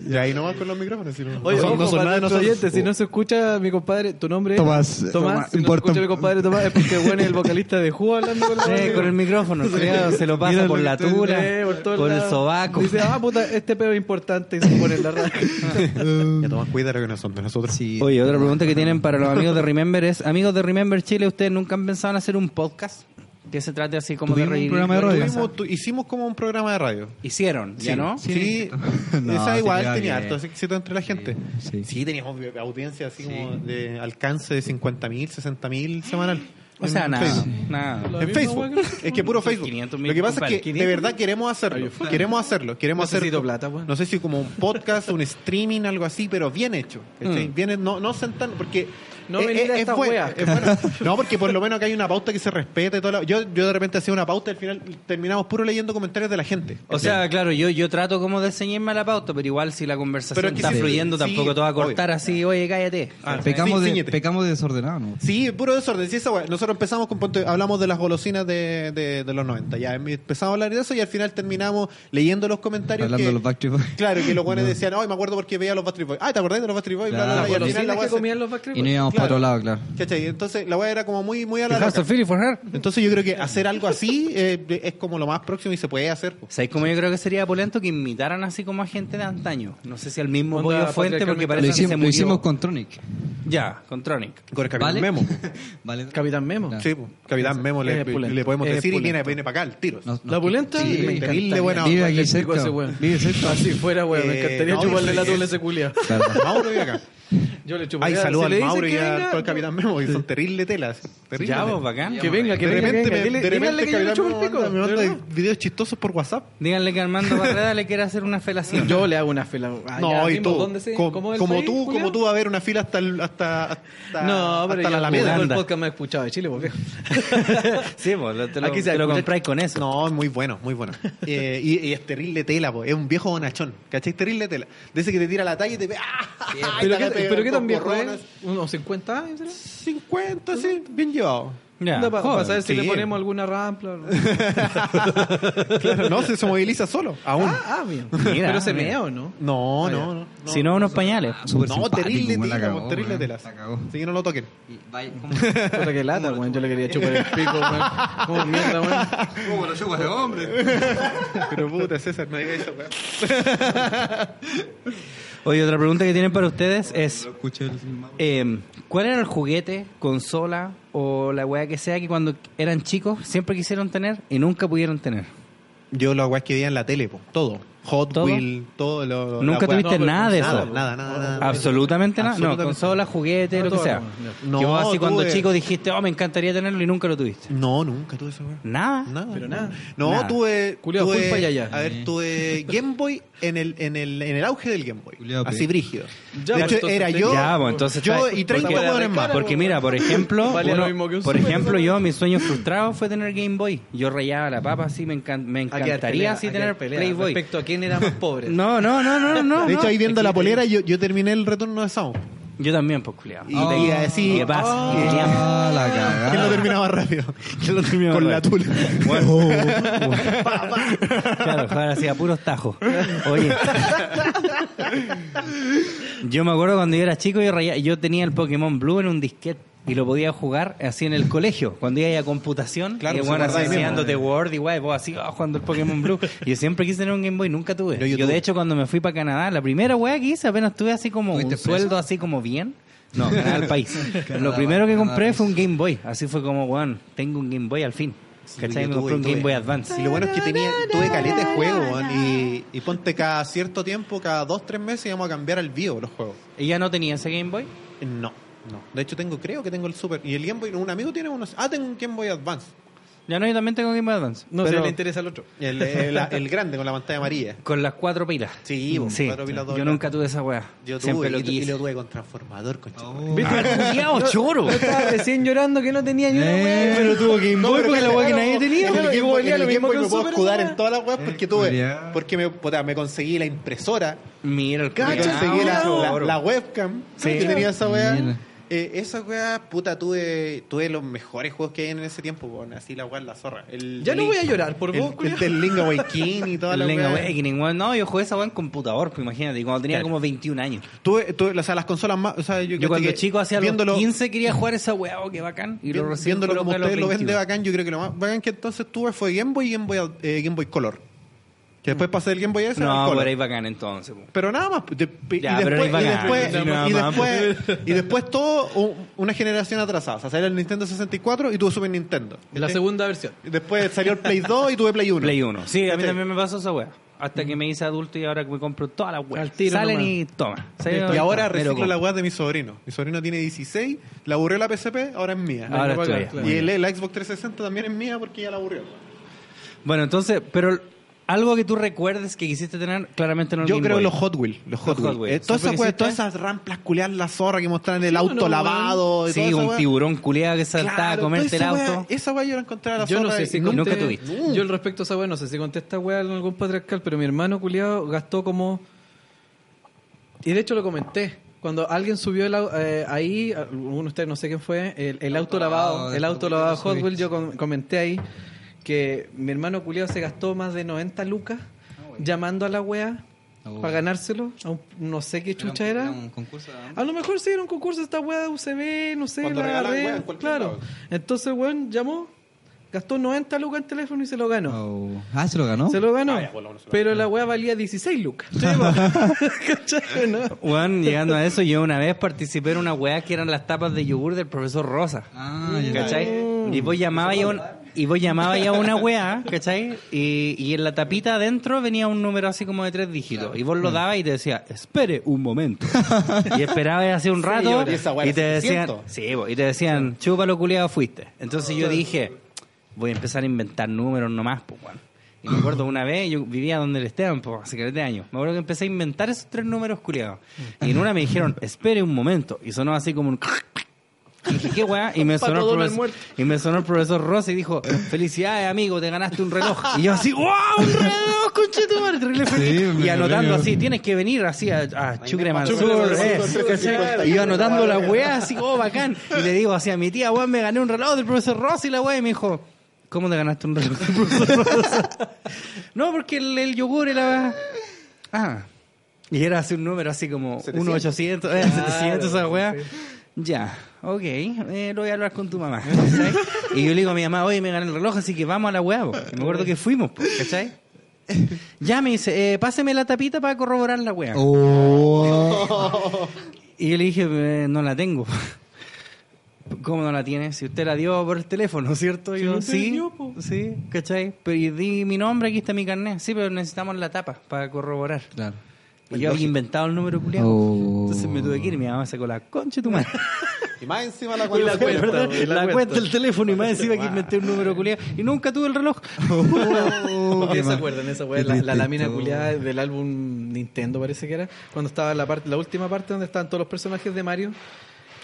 Y ahí nomás con los micrófonos. si no-
Oye,
no,
ojo,
no son
para
nada de
nuestro
nosotros.
oyente, si no se escucha mi compadre, tu nombre es-
Tomás.
Tomás,
Tomás,
si no se
importa-
escucha mi compadre Tomás es porque bueno, es el vocalista de Who hablando con la
Sí, eh, con el micrófono, culiao, se lo pasa
Mira
por
lo
la
que estoy-
tura,
eh, por todos
por el
lados.
sobaco.
Dice, ah, puta, este pedo es importante y se pone en la radio.
Ya Tomás, cuidado que no son de nosotros.
Sí.
Oye, otra pregunta que tienen para los amigos de Remember es, amigos de Remember Chile, ¿ustedes nunca han pensado en hacer un podcast que se trate así como de
Tuvimos un
reír?
programa de radio.
Tuvimos- tu- hicimos como un programa de radio.
Hicieron, ¿ya
Sí.
no?
Sí,
No,
esa
sí
igual
queda
tenía
bien.
harto éxito entre la gente.
sí.
Sí, teníamos audiencia así como de alcance de 50.000, 60.000 semanal.
O sea, nada. nada.
En Facebook. Es que puro Facebook.
500 mil,
Lo que pasa
compadre.
es que de verdad queremos hacerlo. Queremos hacerlo. Queremos
Necesito
hacerlo.
plata, weón.
No sé si como un podcast, un streaming, algo así, pero bien hecho. ¿cachai? Bien, no, no sentan, porque.
No venir a estas
bueno,
weas.
es bueno. No, porque por lo menos acá hay una pauta que se respete. Toda la- yo, yo de repente hacía una pauta y al final terminamos puro leyendo comentarios de la gente.
O sea, claro, yo, yo trato como de ceñirme a la pauta, pero igual si la conversación
Pero es que
está
sí,
fluyendo,
sí,
tampoco te va a cortar así, oye, cállate.
Ah,
Pecamos,
sí,
de,
ciñete.
pecamos de desordenado, ¿no?
Sí, puro desorden. Sí, esa weá. Nosotros empezamos con. ponte- Hablamos de las golosinas de, de- de los 90. Ya em- empezamos a hablar de eso y al final terminamos leyendo los comentarios.
Hablando
que-
de los Backstreet Boys.
Claro, que los buenos decían, ay, me acuerdo porque veía a los Backstreet Boys. Ay, ¿te acordás de los Backstreet Boys? Bla, bla,
Claro.
bla, y al
Golosinas
final la
que
weá se-
comían los Backstreet
Y no
Boys.
íbamos
Claro.
para otro lado, claro.
¿Cachai? Entonces la weá era como muy, muy a la loca.
for her.
Entonces yo creo que hacer algo así eh, es como lo más próximo y se puede hacer. po.
¿Sabéis cómo yo creo que sería polento que invitaran así como a gente de antaño? No sé si al mismo
Onda
Pollo Fuente,
patriarcalmente.
Lo
porque parece que se
hicimos, lo
murió.
hicimos con Tronic.
Ya, con Tronic.
Con el Capitán
¿Vale?
Memo.
vale.
Capitán Memo.
Claro.
Sí, po. Capitán Memo le,
Es pulento.
le podemos
Es
decir y viene,
pulento.
viene para acá el tiro.
Nos- nos-
La pulenta
Sí,
me
terrible
encantaría.
buena onda.
Vive
Le
aquí
explico
cerca.
a ese weón.
Vive cerca.
Así fuera, weón. Me
Eh,
encantaría
no,
chuparle
sí,
la tula a
es-
ese culia.
Claro.
Mauro y acá.
Yo le chuparía.
Ay, saludos
si le
al
dicen
Mauro y
que
a
venga,
todo el Capitán Memo, que son terribles telas. Terribles
Ya,
telas.
Ah,
pues,
vos, bacán.
Que venga, que
de
venga.
repente,
que venga.
me, de
Dile-
repente
díganle
el
que yo le
Capitán
chupo
Memo
el pico.
manda- me manda
de verdad.
videos chistosos por WhatsApp.
Díganle que Armando Barreda le quiere hacer una felación.
Yo le hago una fila. Ah,
No,
ya,
y
mismo,
tú,
¿dónde se-
com-
cómo
como,
es el país,
tú,
culiao?
como tú va a haber una fila hasta el- hasta hasta,
No, pero
hasta la
yo
Alameda.
jugando
Anda.
el podcast más escuchado de Chile, pues viejo.
sí, vos, lo- te lo,
Aquí se
te lo
escucha-
compráis con eso.
No, es muy bueno, muy bueno. Eh, y, y es terrible tela, po. es un viejo bonachón. ¿Cachai? Terrible tela. Dice que te tira la talla y te ve. ¡Ah! Y
Pero
te
qué-
pega
pero qué
dos
tan viejo es.
borronas.
Unos 50 años, ¿será?
50, sí, bien llevado.
Ya,
Anda, pa-
joder.
Para saber si
sí.
le ponemos alguna rampla. o no.
Claro, no, se, se moviliza solo, aún.
Ah, ah, bien.
Mira,
Pero se
mira.
mea o no.
No, no, no, no.
Si no, unos pañales.
Súper
no,
simpático,
terrible
weón, la
tela,
cagó,
po, terrible
weón.
tela.
La cagó.
Así que no lo toquen.
Y vaya-
Puta que lata, weón. Yo le quería chupar el pico, weón. Como mierda, weón.
¿Cómo lo chupas de hombre?
Pero puta, César, no digas eso, weón.
Oye, otra pregunta que tienen para ustedes es... eh, ¿Cuál era el juguete, consola o la weá que sea que cuando eran chicos siempre quisieron tener y nunca pudieron tener?
Yo lo guay que veía en la tele, po. todo. Hot
¿Todo?
Wheel, todo lo. lo-
Nunca
la weá.
tuviste nada de
nada,
eso.
Nada, nada, nada.
Absolutamente nada. No,
Absolutamente.
consola, juguete, lo que
todo,
sea.
no.
que vos así
No,
cuando
tuve-
chico dijiste, oh, me encantaría tenerlo y nunca lo tuviste.
No, nunca tuve esa weá.
Nada.
Nada.
Pero nada.
No,
Nada.
tuve.
Culeado,
tuve-
full pa' allá.
A ver, tuve Game Boy en el, en el, en el auge del Game Boy.
Culeado,
así
pe.
brígido.
Ya,
de
pues,
hecho,
entonces
era
te-
yo.
ya, pues, entonces
yo
está-
y 30
porque-
jugadores más.
Porque-
Porque mira, por ejemplo,
Valía
uno-
lo mismo que un
por
Super
ejemplo,
Nintendo.
yo mi sueño frustrado fue tener Game Boy. Yo rayaba la papa así, me, encan- me
Hay que dar
encantaría
pelea,
así
hay que
tener
dar pelea
Playboy.
Respecto a quién era más pobre.
No, no, no, no, no.
de hecho,
no.
ahí viendo la polera, yo, yo terminé el retorno de Sound.
Yo también, pues, culiado.
Y, y así.
¿Qué pasa?
y-
Y teníamos-
Ah, la
¿Quién lo
cagada.
terminaba más rápido?
¿Quién lo terminaba
Con la
rápido?
tula.
Claro, jugar así a puros tajos. Oye. Yo me acuerdo cuando yo era chico, yo, raya- yo tenía el Pokémon Blue en un disquete. Y lo podía jugar así en el colegio, cuando iba a computación,
Claro,
y
pues,
bueno,
se guarda
así
ahí mismo,
enseñándote Word y guay, vos así ah, jugando el Pokémon Blue. Yo siempre quise tener un Game Boy, nunca tuve.
Yo,
Yo,
yo tuve.
de hecho cuando me fui para Canadá, la primera weá que hice, apenas tuve así como un
¿Tuviste preso?
sueldo así como bien. No, Canadá al país.
Canadá,
lo primero que
Canadá,
compré
preso.
fue un Game Boy. Así fue como, weón, tengo un Game Boy al fin.
Sí,
¿Cachai?
yo
Me
tuve,
compré un
tuve.
Game Boy Advance.
Y lo bueno es que tenía, tuve caleta de juegos, weón, y, y ponte cada cierto tiempo, cada dos, tres meses íbamos a cambiar al vivo los juegos. Eh,
¿Ella no tenía ese Game Boy?
No, no. De hecho, tengo, creo que tengo el Super. Y el Game Boy, un amigo tiene unos. Ah, tengo un Game Boy Advance.
Ya no, yo también tengo Game Boy Advance.
No,
Pero-
si le interesa al otro.
El, el- el grande con la pantalla amarilla.
Con las cuatro pilas.
Sí, vos, cuatro pilas, dos
Mm, Yo
pilas.
nunca tuve esa weá.
Yo tuve
Siempre lo
y, y
quise.
lo tuve con transformador, con
Ah, culiao, choro!
Estaba recién llorando que no tenía ni una weá.
pero
tuvo Game Boy porque la weá que nadie
En el Game Boy, en el Game Boy me puedo escudar en
todo.
todas las weas
Eh,
porque tuve.
culiao.
Porque me, puta, me conseguí la impresora,
Mira el
me
culiao.
conseguí la, la,
Choro.
la webcam
Sí.
que tenía esa wea.
Mira.
Eh, esa wea, puta, tuve, tuve los mejores juegos que hay en ese tiempo, weón. Así la wea, la zorra. El
Ya no
Link-
voy a llorar por
el-
vos,
El
culiao.
del Link Awakening y toda la
El Link
wea.
Awakening, weón. No, yo jugué esa weá en computador, pues imagínate, cuando tenía
Claro.
como 21 años.
Tuve, tuve, o sea, las consolas más. O sea, yo,
Yo cuando
que
chico hacía
viéndolo-
los 15 quería jugar esa weá, oh, qué bacán. Y lo
Vien-
recién
viéndolo como
coloqué a los
ustedes lo ven de
22.
bacán, yo creo que lo más bacán que entonces tuve fue Game Boy y Game Boy, Ad- eh, Game Boy Color. Que después pasé del Game Boy S al
No,
Color.
pero ahí bacán entonces. po.
Pero nada más. de- pe-
Ya,
y, después,
pero eres
y,
bacán.
después,
Sí,
y
nada más,
después- y después todo un- una generación atrasada. O sea, salió el Nintendo 64 y tuve Super Nintendo.
La
¿Sí?
segunda versión.
Después salió el Play 2 y tuve Play 1.
Play 1. Sí, a mí
¿Sí?
también me pasó esa weá. Hasta que me hice adulto y ahora que me compro todas las weas.
Al tiro
Salen
nomás.
y toma. Salen
Y ahora
pero
reciclo
como-
la weá de mi sobrino. Mi sobrino tiene 16, la aburrió la PSP, ahora es mía.
Ahora es
Y
tuya. Muy
el, la Xbox 360 también es mía porque ya la aburrió.
Bueno, entonces, pero algo que tú recuerdes que quisiste tener, claramente no el
Yo
Game
creo
Boy.
los Hot Wheels. Los Hot,
Hot
Wheels.
Wheels.
Eh, todas
¿Siempre
esas weas,
quisiste?
todas esas ramplas culeadas, la zorra que mostraban el auto lavado. y toda
Sí,
esa
un
wea.
tiburón culeado que saltaba
Claro,
a comerte el
toda esa
auto.
wea- esa weá yo la encontré a la
Yo no
zorra
sé
y
si
nunca
conté,
tuviste.
Yo al respecto a esa weá, no sé si conté esta weá en algún patriarcal, pero mi hermano culiado gastó como. Y de hecho lo comenté. Cuando alguien subió el au- eh, ahí, uno de ustedes no sé quién fue, el, el auto lavado, el auto lavado Hot Wheels, yo com- comenté ahí que mi hermano culiado se gastó más de 90 lucas llamando a la weá
Ah, bueno.
para ganárselo. a un- no sé qué chucha Oh. era.
Era un concurso de
A lo mejor sí era un concurso esta weá de UCB, no sé,
Cuando
la
regalan
red,
weá en cualquier
Claro.
lado.
Entonces, weón, llamó, gastó 90 lucas en teléfono y se lo ganó.
Oh. Ah, se lo ganó.
Se lo ganó.
Ah, ya, por lo menos se lo
pero la weá valía 16 lucas. ¿Cachai? ¿no?
Weón, llegando a eso, yo una vez participé en una weá que eran las tapas de yogur del profesor Rosa.
Ah, ya.
¿Cachai?
Mm.
Y vos llamabas a, un- y vos llamabas a una weá, ¿cachai? Y, y en la tapita adentro venía un número así como de tres dígitos. Y
Mm.
vos lo dabas y te decía, espere un momento. y esperabas hace un rato.
horas. Y esa weá
Y te
era
decían,
600.
sí, vos, y te decían, chúpalo culiado fuiste. Entonces yo dije, voy a empezar a inventar números nomás, pues, weón. Y me acuerdo una vez, yo vivía donde el Esteban, pues, hace que años. Me acuerdo que empecé a inventar esos tres números culiados. Y en una me dijeron, espere un momento. Y sonó así como un... Y dije, ¿qué weá? Y me, sonó el profesor, y me sonó el profesor Rosa y dijo, felicidades amigo, te ganaste un reloj. Y yo así, ¡wow! ¡Un reloj, conchetumare! Terrible feliz. y
me
anotando
premio.
así, tienes que venir así a, a Chucre Mansur,
Chucre Mansur,
eh,
350.
Y yo anotando la weá así, ¡oh, bacán! Y le digo así a mi tía, weón, me gané un reloj del profesor Rosa y la weá y me dijo... ¿Cómo te ganaste un reloj? del profesor Rosa?" no, porque el, el yogur era... Ah. Y era así un número así como 1-800, eh, 700, esa weá. Ya, ok, eh, lo voy a hablar con tu mamá. ¿cachai? y yo le digo a mi mamá, oye, me gané el reloj, así que vamos a la weá. po". Y Me acuerdo que fuimos, po, ¿cachai? Ya me dice, eh, páseme la tapita para corroborar la weá. Oh. Y yo le dije, "Eh, no la tengo. ¿Cómo no la tiene? Si usted la dio por el teléfono, ¿cierto? Y yo, sí, sí, ¿cachai? Pero y di mi nombre, aquí está mi carnet. Sí, pero necesitamos la tapa para corroborar.
Claro.
Y yo había inventado el número culiado. Entonces me tuve que ir y mi mamá sacó la concha de tu madre.
Y más encima la
Y la
cuenta.
cuenta, la, cuenta del teléfono y más encima que inventé un número culiado. Y nunca tuve el reloj.
Porque Oh, se acuerdan esa weá, la, la lámina culiada del álbum Nintendo parece que era, cuando estaba la parte, la última parte donde estaban todos los personajes de Mario.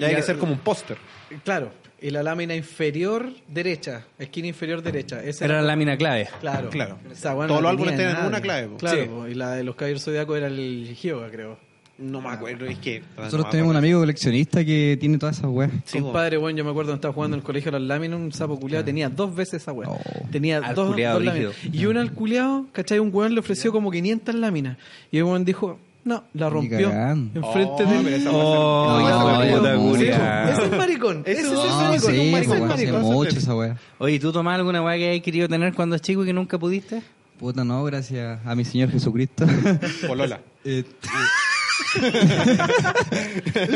Ya hay
Y
que
a-
ser como un póster.
Claro, y la lámina inferior derecha, esquina inferior derecha. Esa
Era la lámina clave.
Claro,
Claro.
Esa weá no
Todos los
la
álbumes
tenía
tienen
nadie.
una clave, po.
Claro,
Sí.
po, y la de los Caballeros Zodiaco era el Gioga, creo.
No me acuerdo, es que.
Nosotros tenemos un amigo coleccionista que tiene todas esas weas.
Sí, po.
Compadre, bueno, yo me acuerdo cuando estaba jugando en el colegio de las láminas, un sapo culeado tenía dos veces esa weá.
Oh.
Tenía
Al
dos,
culiao
dos láminas. Y una al culeado, ¿cachai? Un weón le ofreció como 500 láminas. Y el weón dijo, no, la rompió.
cagando.
Enfrente
Oh, pero
del...
esa weá
No,
Sí,
esa
po,
weá
sí,
puta
po.
culiao.
Ese es el maricón. Ese es
Ah,
el
No,
maricón.
Ah, sí,
ese es el
pues, hace
maricón.
mucho esa wea.
Oye, ¿tú tomás alguna weá que hayas querido tener cuando es chico y que nunca pudiste?
Puta, no, gracias a mi Señor Jesucristo.
Polola.
Eh,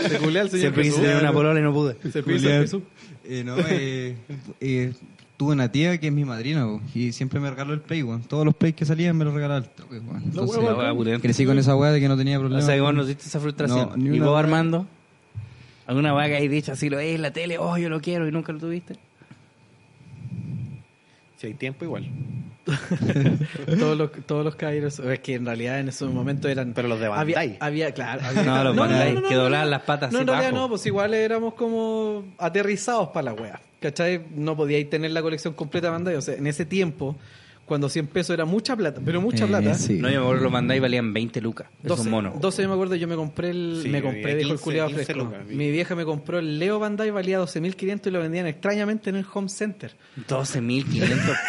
Se culea al señor
Siempre quise tener una polola y no pude.
Se pisa Jesús.
eh, no, eh, eh, tuve una tía que es mi madrina po, y siempre me regaló el play, weón. Todos los plays que salían me los regalaba el toque, weón. Entonces,
huevo, la hueá
crecí con esa wea de que no tenía
O
problema.
sea, que vos no tuviste esa frustración.
No, ni
¿Y
una
vos,
weá.
Armando? ¿Alguna weá que hayas dicho así, lo es en la tele, oh, yo lo quiero y nunca lo tuviste?
Si hay tiempo, igual.
todos los todos los caballeros es que en realidad en esos momentos eran
Pero los de
había,
Bandai.
había claro había-
No, los Bandai, que doblaban las patas
no
así
en realidad
bajo.
no pues igual éramos como aterrizados para la wea ¿cachai? no podíais tener la colección completa de Bandai o sea en ese tiempo cuando 100 pesos era mucha plata pero mucha
Eh,
plata
sí.
No, yo me acuerdo, los mandai valían 20 lucas. Esos
12,
monos.
12 yo me acuerdo, yo me compré el.
Sí,
me
yo
compré,
tenía
dijo el
15,
culiado
15
fresco.
lucas, vi.
Mi vieja me compró el Leo Bandai, valía 12.500 y lo vendían extrañamente en el Home Center.
12.500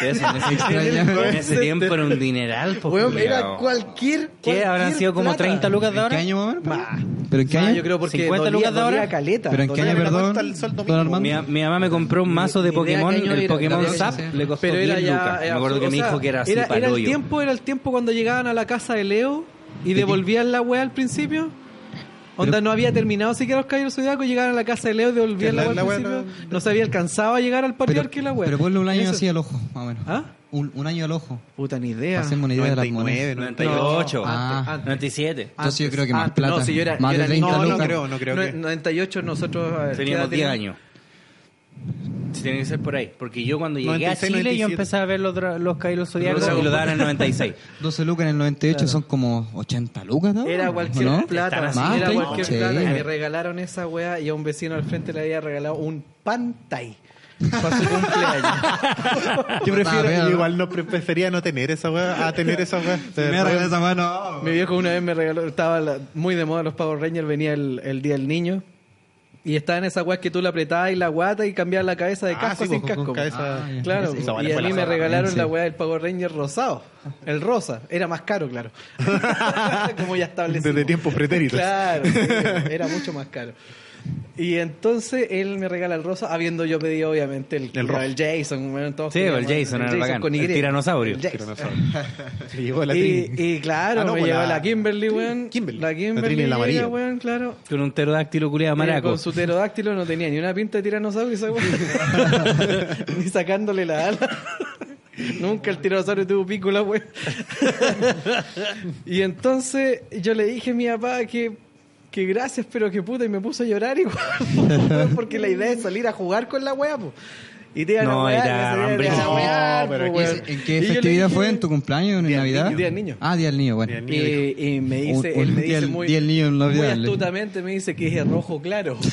pesos en ese,
Extraño.
en ese tiempo era un dineral. po,
Weón,
culiao.
era cualquier.
¿Qué? ¿Habrán
cualquier
sido como
plata.
30 lucas de
¿En qué
ahora?
año más o menos?
Bah.
¿Pero en qué
Ah,
año?
yo creo porque
50
dolía-
lucas de
dolía
ahora.
caleta.
¿Pero en qué
dolía
año,
caleta.
perdón?
el sol domingo.
Don Armando.
Mi, mi mamá me compró un mazo de
Ni- ni idea
Pokémon,
qué año
el
era,
Pokémon
pero
Zap,
era-
le costó
Pero era
10
ya. era-
lucas. me acuerdo que
o
mi
sea,
hijo que era así
era,
pa'l
era el
hoyo.
tiempo, era el tiempo cuando llegaban a la casa de Leo y devolvían la weá al principio. Onda, no había terminado siquiera los caballeros zodiacos, llegaban a la casa de Leo y devolvían
Que
la
la-
weá al
la weá
principio.
no-
No se había alcanzado a llegar al
Pero,
patriarca y la weá.
pero ponle un año
Eso-
así al ojo, más o menos.
¿Ah?
un, un año al ojo?
Puta, ni idea.
Para hacerme una idea de las monedas.
99,
98,
Ah.
antes, antes.
97.
Entonces yo creo que
Ah,
más plata.
No, si yo era,
más
yo
de
era-
30
no, no
lucas.
creo, no creo.
No,
que... 98 nosotros a ver, ¿qué edad
Teníamos 10
teníamos?
años. Sí, tiene que ser por ahí. Porque yo cuando llegué
96,
a Chile, yo
97.
empecé a ver los, dra- los Caídos Zodiacos
Los
y lo daban en el 96.
12 lucas en el 98 son como 80 lucas, ¿no?
Era cualquier
¿O no?
plata,
Estará
sí,
así.
era
Más,
cualquier
sí.
plata. Me regalaron esa weá y a un vecino al frente le había regalado un pantay para su cumpleaños.
Yo
Ah,
prefiero,
vea,
yo
¿no?
igual no pre- prefería no tener esa weá a tener esa weá. De
Me
verdad.
regalé esa mano.
Mi viejo una vez me regaló, estaba la- muy de moda los Power Rangers, venía el, el día del niño y estaba en esa weá que tú la apretabas y la guata y cambiabas la cabeza de
Ah,
casco
sí,
sin
con- con
casco.
cabeza-
Ah, ya.
Claro,
Esa weá
y
le
a
fue
mí
la
me
zorra,
regalaron
sí.
la weá del Power Ranger rosado, el rosa. Era más caro, claro. Como ya establecimos.
Desde tiempos pretéritos.
Claro, sí, era mucho más caro. Y entonces él me regala el rosa, habiendo yo pedido obviamente el,
El rojo.
el Jason. bueno, todos
Sí, el
queríamos
Jason era el bacán,
con Y.
el tiranosaurio.
El Jason.
Le llegó la
Y,
Trini.
y claro,
Ah, no,
me
pues
llegó la,
la-
Kimberly, weón.
Kimberly.
La
La
Kimberly,
Trini, la
llega,
amarilla.
weón, claro.
Con un pterodáctilo culiado maraco.
Eh, Con su pterodáctilo no tenía ni una pinta de tiranosaurio esa weón. ni sacándole la ala. Nunca el tiranosaurio tuvo pico la weón. y entonces yo le dije a mi papá que, que gracias, pero que puta, y me puso a llorar igual. porque la idea es salir a jugar con la weá, po. Y te iban
No,
a
y
wear,
te
y se
daban
iban a
brillo.
wear,
No, pero
po,
¿Y
weón.
ese- ¿En qué
Y yo le
festividad
dije-
fue? ¿En tu cumpleaños? ¿En
Día del
Navidad?
niño, día del niño.
Ah, Día del Niño, bueno.
Día del niño.
Eh, Y, y me dice,
Un-
él
un
me
día
dice
el-
muy,
día el niño no
muy
olvidable.
astutamente me dice que es rojo claro.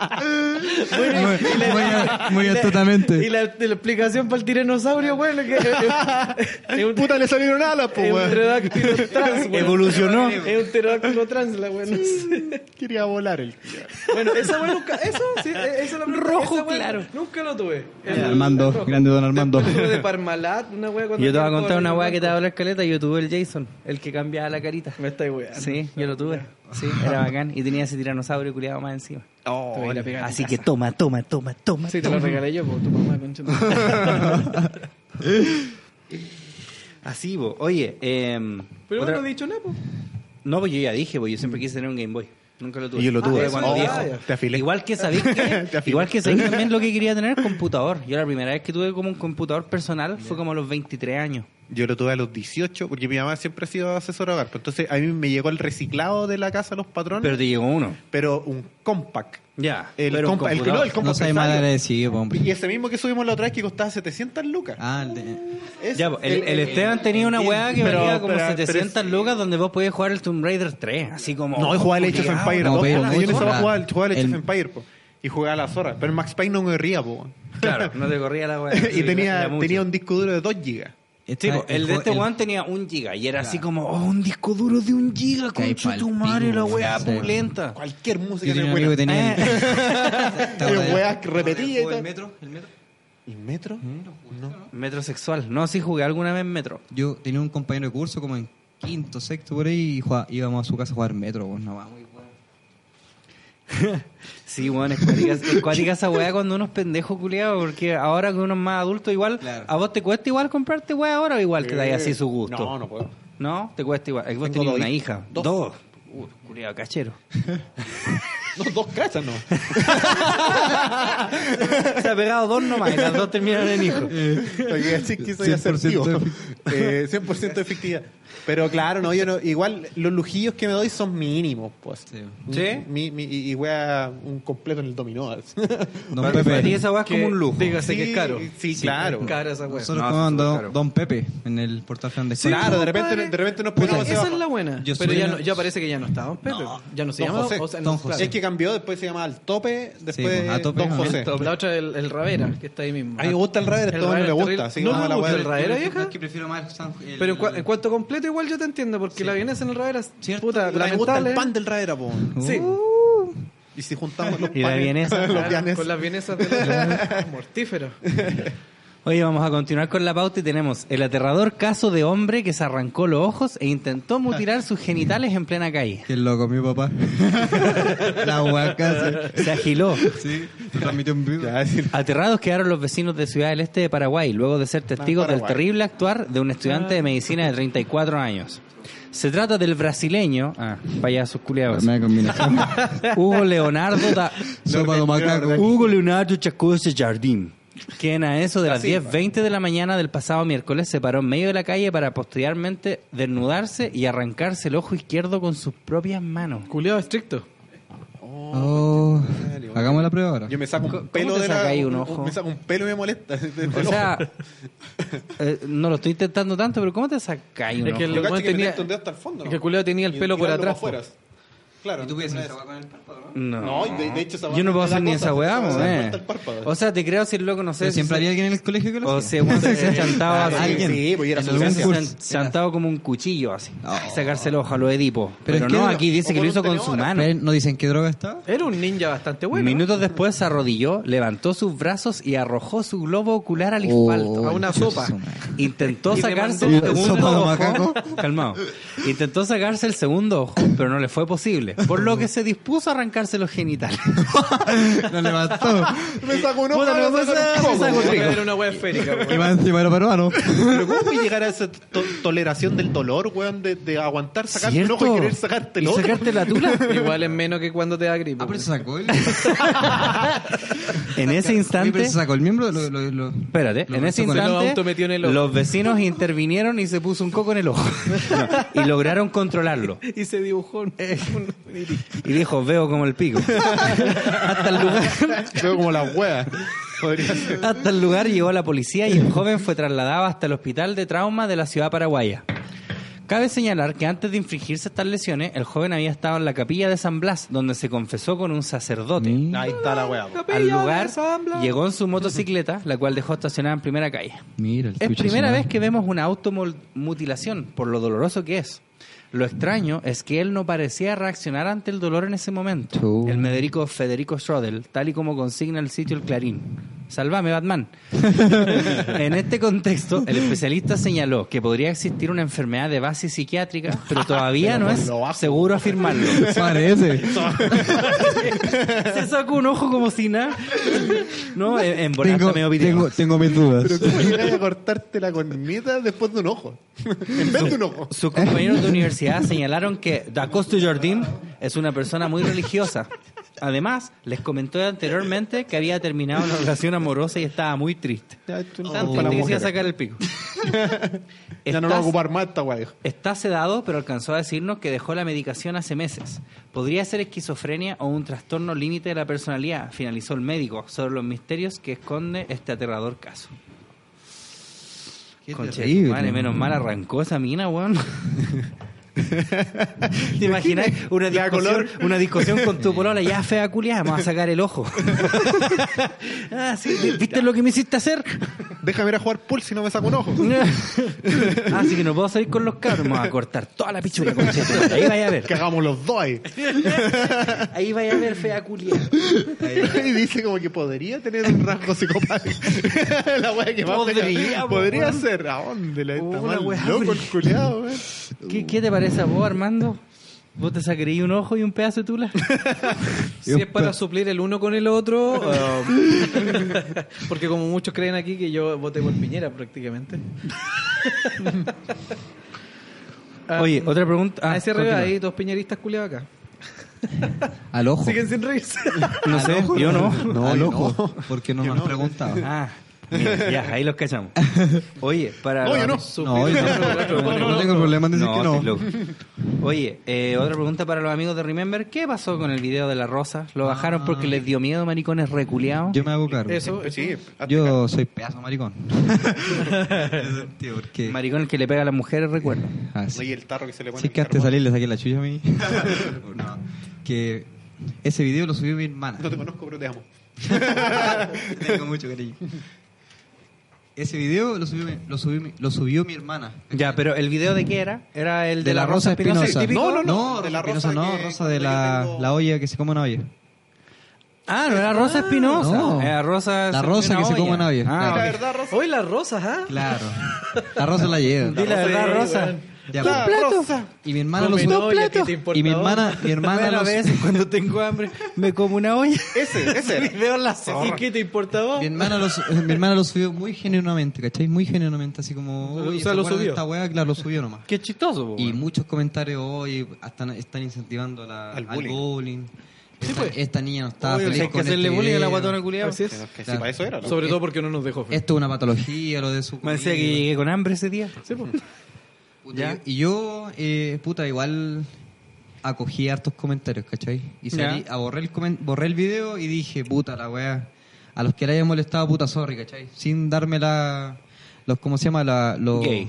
Muy-
y la-
muy a- muy
y la-
astutamente.
Y la, la explicación para el tiranosaurio, bueno, que es un,
Puta, le salieron alas, po,
es un
weón.
pterodáctilo trans, weón.
Evolucionó.
Es un pterodáctilo trans, la weón.
Quería volar el.
Bueno, esa weón nunca, eso, sí, eh, esa la
Rojo
esa weón
claro.
Nunca lo tuve.
Don Armando, grande don Armando.
Tuve de Parmalat, una weón cuando
Yo te voy a
fui al
contar una
colegio,
weá que te va a hablar caleta. Yo tuve el Jason, el que cambiaba la carita.
Me estáis weando.
Sí, yo lo tuve. Sí, era bacán. Y tenía ese tiranosaurio culiado más encima.
Te voy a ir a pegar a tu
Así
casa.
que toma, toma, toma, toma.
Sí, te lo regalé yo, por tu mamá, concha.
Así, bo. Oye, em,
Pero
otra-
no he dicho nada, po.
No, pues yo ya dije, pues yo siempre quise tener un Game Boy. Nunca lo tuve.
Mm. Y yo lo
Fue
tuve.
cuando
Oh,
viejo.
te afilé.
Igual que sabéis que,
Te afilé.
igual que sabéis también lo que quería tener computador. Yo la primera vez que tuve como un computador personal fue como a los 23 años.
Yo lo tuve a los 18, porque mi mamá siempre ha sido asesora hogar. pero Entonces a mí me llegó el reciclado de la casa de los patrones,
Pero
pero,
te llegó uno.
un compact.
Ya.
El
pero un
compa- el que
computador.
no, el compa
No soy más
empresario.
agradecido, po,
Y
hombre.
ese mismo que subimos la otra vez que costaba 700 lucas.
Ah, el de-
Ese-
Ya, pues, el, el Esteban tenía una
el-
weá que
pero-
valía como
pero-
700
pero-
lucas donde vos podías jugar el Tomb Raider 3. Así como.
No, yo jugaba el Age of
obligado.
Empire
no,
2.
pero
po. yo
mucho,
en esa
¿verdad?
jugaba el jugaba el Age
El-
of Empire, po. Y jugaba a la zorra. Pero el Max Payne no me ría, po.
Claro, no te corría la weá.
y
Sí, era
tenía,
mucho.
tenía un disco duro de 2 gigas.
Está-
Sí, po, el de
jo-
este
el-
weón tenía un giga y era así como, oh, un disco duro de un giga,
Que hay
concha tu
pal
madre,
pico,
la
weón,
weá
sí.
pulenta.
Cualquier música
Yo
en
tenía un
el
amigo que tenía.
Eh.
Eh, weas que repetía y
¿O
tal.
el metro? ¿El metro?
¿Y metro? No.
Metrosexual. No, sí jugué alguna vez en metro.
Yo tenía un compañero de curso como en quinto, sexto, por ahí, y jugaba- íbamos a su casa a jugar metro, pues no vamos.
Sí, weón, es cuática- es cuática esa weá cuando uno es pendejo culiado, porque ahora que uno es más adulto, igual,
Claro.
a vos te cuesta igual comprarte weá ahora, o igual te dais así su gusto.
Eh, No, no puedo.
No, te cuesta igual.
Tengo
Vos tenés
dos
una
hij-
hija.
dos.
Uh, culiado, cachero.
No, dos casas no.
Se ha pegado dos nomás y las dos terminaron en hijo.
Oye, así que soy
100%
asertivo. Eh, 100% de efectividad. Pero claro, no, yo no, igual los lujillos que me doy son mínimos, pues.
Sí.
¿Sí?
Mi, mi- y, y wea un completo en el dominó. así.
Don
Para- para ti
Pepe.
esa weá es como un lujo.
Dígase que
Sí,
es caro.
Sí, claro.
Cara esa weá.
Nosotros
No,
jugábamos
súper
Don-
caro.
Don Pepe en el portal Fernández.
Claro, de repente, de repente nos pegamos hacia
esa es
abajo.
la buena.
Yo
pero
soy
ya,
una-
no, ya parece que ya no está Don Pepe. pues. ya no se
Don
llama
José.
o sea,
Don
no,
José.
claro.
Es que cambió, después se llamaba Al Tope, después
pues, A Tope,
Don
¿no?
José.
Al
La otra el, el Ravera, que está ahí mismo.
A mí me gusta el Raver,
El
todo no
Raver
le
es
gusta.
terrible.
Así
No
como
me
la
gusta
wea
el
del-
Raver. ¿Era vieja?
Es que prefiero más San- el-
Pero en, cua- en cuanto completo igual yo te entiendo, porque la vienesa en el Ravera es
Cierto.
puta,
Puta, Me gusta
lamentable.
el pan del Raver, po.
Sí.
Y si juntamos los
Y la
panes,
vienesa.
los
Claro,
vianes.
con las vienesas de la... mortífero.
Oye, vamos a continuar con la pauta y tenemos el aterrador caso de hombre que se arrancó los ojos e intentó mutilar sus genitales en plena calle.
Qué loco, mi papá. la huaca.
Se agiló.
Sí, lo transmitió en vivo.
Ya, es decir,
Aterrados quedaron los vecinos de Ciudad del Este de Paraguay luego de ser testigos del
Paraguay.
terrible actuar de un estudiante de medicina de 34 años. Se trata del brasileño, ah, payasos culiados,
Me da combinación.
Hugo Leonardo da,
Sopa de macaco.
Hugo Leonardo Chacose Jardim, Quien a eso de
La
las
Silva.
10.20 de la mañana del pasado miércoles se paró en medio de la calle para posteriormente desnudarse y arrancarse el ojo izquierdo con sus propias manos.
Culeado estricto.
Oh, hagamos la prueba ahora.
Yo me saco un
¿Cómo
pelo
te
de la-
sacáis un ojo?
Me saco un pelo y me molesta.
O sea, eh, no lo estoy intentando tanto, pero ¿cómo te sacáis un
Es que
ojo?
el
Yo cacho
weón
que tenía,
tenía,
el dedo hasta el fondo.
que el culiao tenía el
Y
pelo por
tirarlo
atrás, po.
para afuera. Claro.
¿Y tú piensas
una
que se
de
va con el párpado, no?
No,
No, de- de hecho, esa
yo no puedo
es la
hacer ni
cosa,
esa weá,
se
mo,
da
eh.
vuelta el párpado.
O sea, te creo si el loco, no sé.
Pero
si
siempre
se-
había alguien en el colegio que lo
O
hacía.
se, weón, se chantaba
esas.
así.
alguien.
Sí, pues y era
En
su
algún
gracia.
curso.
Se chantaba como un cuchillo así.
Oh.
Sacarse el ojo a lo Edipo.
Pero
Pero,
es que
no,
era-
aquí dice
o
que lo
con
hizo
un
con su
tenedor.
mano.
Pero ¿No dicen qué droga estaba?
Era un ninja bastante bueno.
Minutos después se arrodilló, levantó sus brazos y arrojó su globo ocular al asfalto.
a una
Dios
sopa.
Oh, su madre.
Intentó
Y le
sacarse el
mandó
la
segundo
sopa de
ojo.
macaco.
Calmado. Intentó sacarse el segundo ojo, pero no le fue posible. Por lo que se dispuso a arrancarse los genitales.
Lo levantó.
me saco un ojo,
Puta,
me
no,
saco
pues,
un
eh,
poco.
me saco-
Era una wea esférica, weón.
Y va encima era peruano.
Pero ¿cómo puedes llegar a esa to- toleración del dolor, weón? De, de aguantar, sacarte un ojo y
¿Cierto?
querer sacarte el
¿Y
otro.
sacarte la tula?
Igual es menos que cuando te da gripe.
Ah, pero se sacó el...
En ese
Oye, pero
instante...
se sacó el miembro. Lo, lo, lo-
Espérate,
lo
en ese
hizo con el-
el
instante
auto metido en el ojo.
los vecinos intervinieron y se puso un coco en el ojo. No, y lograron controlarlo.
Y se dibujó un- un-
Y dijo, veo como el pico. Hasta el lugar,
Veo como la weas. Podría ser.
hasta el lugar llegó la policía y el joven fue trasladado hasta el hospital de trauma de la ciudad paraguaya. Cabe señalar que antes de infligirse estas lesiones, el joven había estado en la capilla de San Blas, donde se confesó con un sacerdote.
Ahí está la wea. po.
Al
Mm. Capilla de
lugar
San Blas.
llegó en su motocicleta, la cual dejó estacionada en primera calle.
Mira, el
Es
chucha
primera
su
vez
madre.
que vemos una automutilación, por lo doloroso que es. Lo extraño es que él no parecía reaccionar ante el dolor en ese momento.
Chu.
El Mederico Federico Schrodel, tal y como consigna el sitio El Clarín. Salvame, Batman. en este contexto, el especialista señaló que podría existir una enfermedad de base psiquiátrica, pero todavía no es seguro afirmarlo.
Parece.
Se sacó un ojo como si nada. No, en, en bolas
tengo,
está medio piteado.
tengo, tengo mis dudas.
Pero ¿cómo llegas a cortarte la corneta después de un ojo? en vez de un ojo.
Sus compañeros de universidad señalaron que Dacosta Jardín es una persona muy religiosa. Además, les comentó anteriormente que había terminado una relación amorosa y estaba muy triste.
Ya, esto no
Tanto
Oh. para
que quisiera
mujeres.
sacar el pico.
Ya no lo va a
Estás-
ocupar más esta wea. dijo.
Está sedado, pero alcanzó a decirnos que dejó la medicación hace meses. Podría ser esquizofrenia o un trastorno límite de la personalidad, finalizó el médico, sobre los misterios que esconde este aterrador caso.
Qué
Conche,
terrible.
madre, menos mal arrancó esa mina, weón. ¿Te imaginas
La
una discusión, una discusión con tu polola ya fea culiada? Vamos a sacar el ojo. Ah, sí, ¿Viste lo que me hiciste hacer?
Déjame ir a jugar pool si no me saco un ojo.
Así Ah, que no puedo salir con los cabros. Vamos a cortar toda la pichula, conchetumare. Ahí vaya a ver.
Que hagamos los dos ahí.
Ahí vaya a ver fea culiada.
y dice como que podría tener un rasgo psicopático. la wea que más me-
Podría, po,
podría
weón.
ser. ¿A dónde la está
Oh,
mal
la wea,
loco
hombre.
el culiao, weón?
¿Qué, qué te parece a vos, Armando? ¿Vos te sacarías un ojo y un pedazo de tula?
Si es para suplir el uno con el otro, um, porque como muchos creen aquí que yo voté por Piñera prácticamente. Ah,
Oye, otra pregunta. Ah,
a ese revés
continúa.
hay dos piñeristas culiados acá.
Al ojo.
Siguen sin reírse.
No
Al
sé,
ojo,
yo no.
al ojo. Porque no me han preguntado.
Ah, mira, ya, ahí los cachamos. Oye, para.
No, yo no.
No, yo no, no, no tengo problema en decir
No,
que no.
sí, loco. Oye, eh, otra pregunta para los amigos de Remember. ¿Qué pasó con el video de la rosa? ¿Lo bajaron porque les dio miedo, maricones reculeados?
Yo me hago cargo.
Eso, eso.
Sí,
Yo soy pedazo de maricón. Tío, porque...
Maricón el que le pega a las mujeres, recuerdo.
Ah, sí.
Oye, el tarro que se le pone.
Si es que antes de salir le saqué la chucha a mí. No. Que ese video lo subió mi hermana.
No te conozco, pero te amo.
Tengo mucho cariño. Ese video lo subió, mi- lo subió, mi- lo subió mi hermana.
Ya, pero ¿el video de qué era? Era el de, la, rosa
Espinosa.
espinosa.
No, no, no.
Rosa
De la rosa
Espinosa no,
que-
Rosa de
que
la,
tengo-
la olla que se come una olla.
Ah, no era Rosa Espinosa.
no.
Era Rosa
La Rosa que se come una olla.
Ah,
La
Claro.
ok.
verdad, Rosa.
Hoy las rosas, ¿ah?
Claro. La Rosa la lleva.
Di la verdad, Rosa.
Ya,
La
pues.
Rosa.
Y mi hermana lo
Come
subió.
novia, ¿qué te importa
Y mi
a vos?
hermana, mi hermana
Bueno,
lo
a veces cuando tengo hambre me como una olla.
Ese, ese. era.
Veo la
¿Y
zorra.
qué te importaba?
Mi hermana, lo, su- mi hermana lo subió muy genuinamente, ¿cachai? Muy genuinamente, así como...
O
"Oye,
sea,
¿se
lo
acuerdan de
subió.
Esta weá, claro, lo subió nomás.
Qué chistoso, po,
Y
weón.
muchos comentarios hoy hasta están incentivando la-
Al
al,
bullying.
bullying. Esta, esta niña no estaba
Obvio,
feliz
hay que
con
hacerle
este
bullying a la
video.
guatona culiada. Así es.
Que si
Claro.
para eso era. ¿no?
Sobre todo porque no nos dejó. feliz.
Esto es una patología, lo de su...
Me decía que
currículum.
llegué con hambre ese día.
Puta,
Ya.
yo- Y yo, eh, puta, igual acogí hartos comentarios, ¿cachai? Y salí,
Ya.
a borré, el comen- borré el video y dije, puta la weá, a los que le haya molestado, puta sorry, ¿cachai? Sin darme la... Los, ¿Cómo se llama? La, los...
Gay.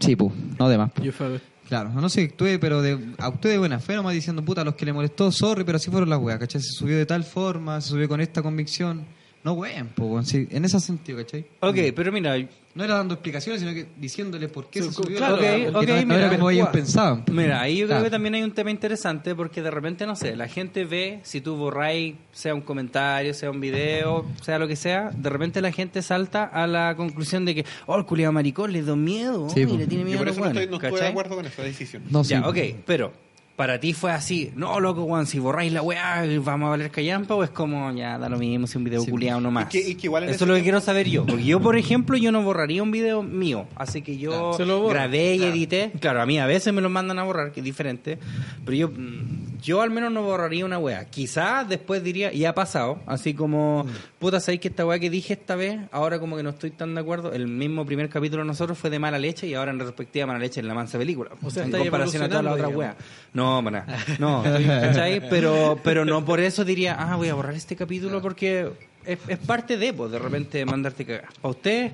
Sí, pu, no de más. pu.
Yo fue a ver.
Claro, no sé, actué, pero de, actué de buena fe nomás diciendo, puta, a los que le molestó, sorry, pero así fueron las weas, ¿cachai? Se subió de tal forma, se subió con esta convicción. No ween, po, weón, sí, en ese sentido, ¿cachai?
Ok, pero mira,
No era dando explicaciones, sino que diciéndole por qué
Sí,
se subió.
claro,
la weá,
ok,
porque
ok,
no, no era
mira,
como ellos
actúa.
pensaban.
Mira, ahí yo creo
Claro.
que también hay un tema interesante porque de repente, no sé, la gente ve, si tú borráis, sea un comentario, sea un video, sea lo que sea, de repente la gente salta a la conclusión de que, oh, el culiado maricón le dio miedo,
Sí,
y
po.
le tiene miedo
Yo por
a
eso
los
no estoy,
hueones",
no estoy de
¿cachai?
acuerdo con esta decisión.
No,
ya,
sí.
ok, pero para ti fue así, no, loco, Juan, si borráis la weá, vamos a valer callampa, o es como, ya, da lo mismo si un video
Sí.
culiado nomás.
Es que- es que igual en
Eso
ese
es lo que
tiempo-
quiero saber yo, porque yo, por ejemplo, yo no borraría un video mío, así que yo
Se lo borra.
grabé y edité, claro, a mí a veces me lo mandan a borrar, que es diferente, pero yo, mm, yo al menos no borraría una weá, quizás después diría, y ha pasado, así como, puta, ¿sabéis que esta weá que dije esta vez, ahora como que no estoy tan de acuerdo, el mismo primer capítulo de nosotros fue de mala leche y ahora en retrospectiva mala leche es la mansa película,
O sea,
en
estáis
comparación a todas las otras
evolucionando,
weas. No, maná. No, ¿cachai? Pero, pero no por eso diría, ah, voy a borrar este capítulo porque es, es parte de, pues, de repente mandarte cagar. ¿A usted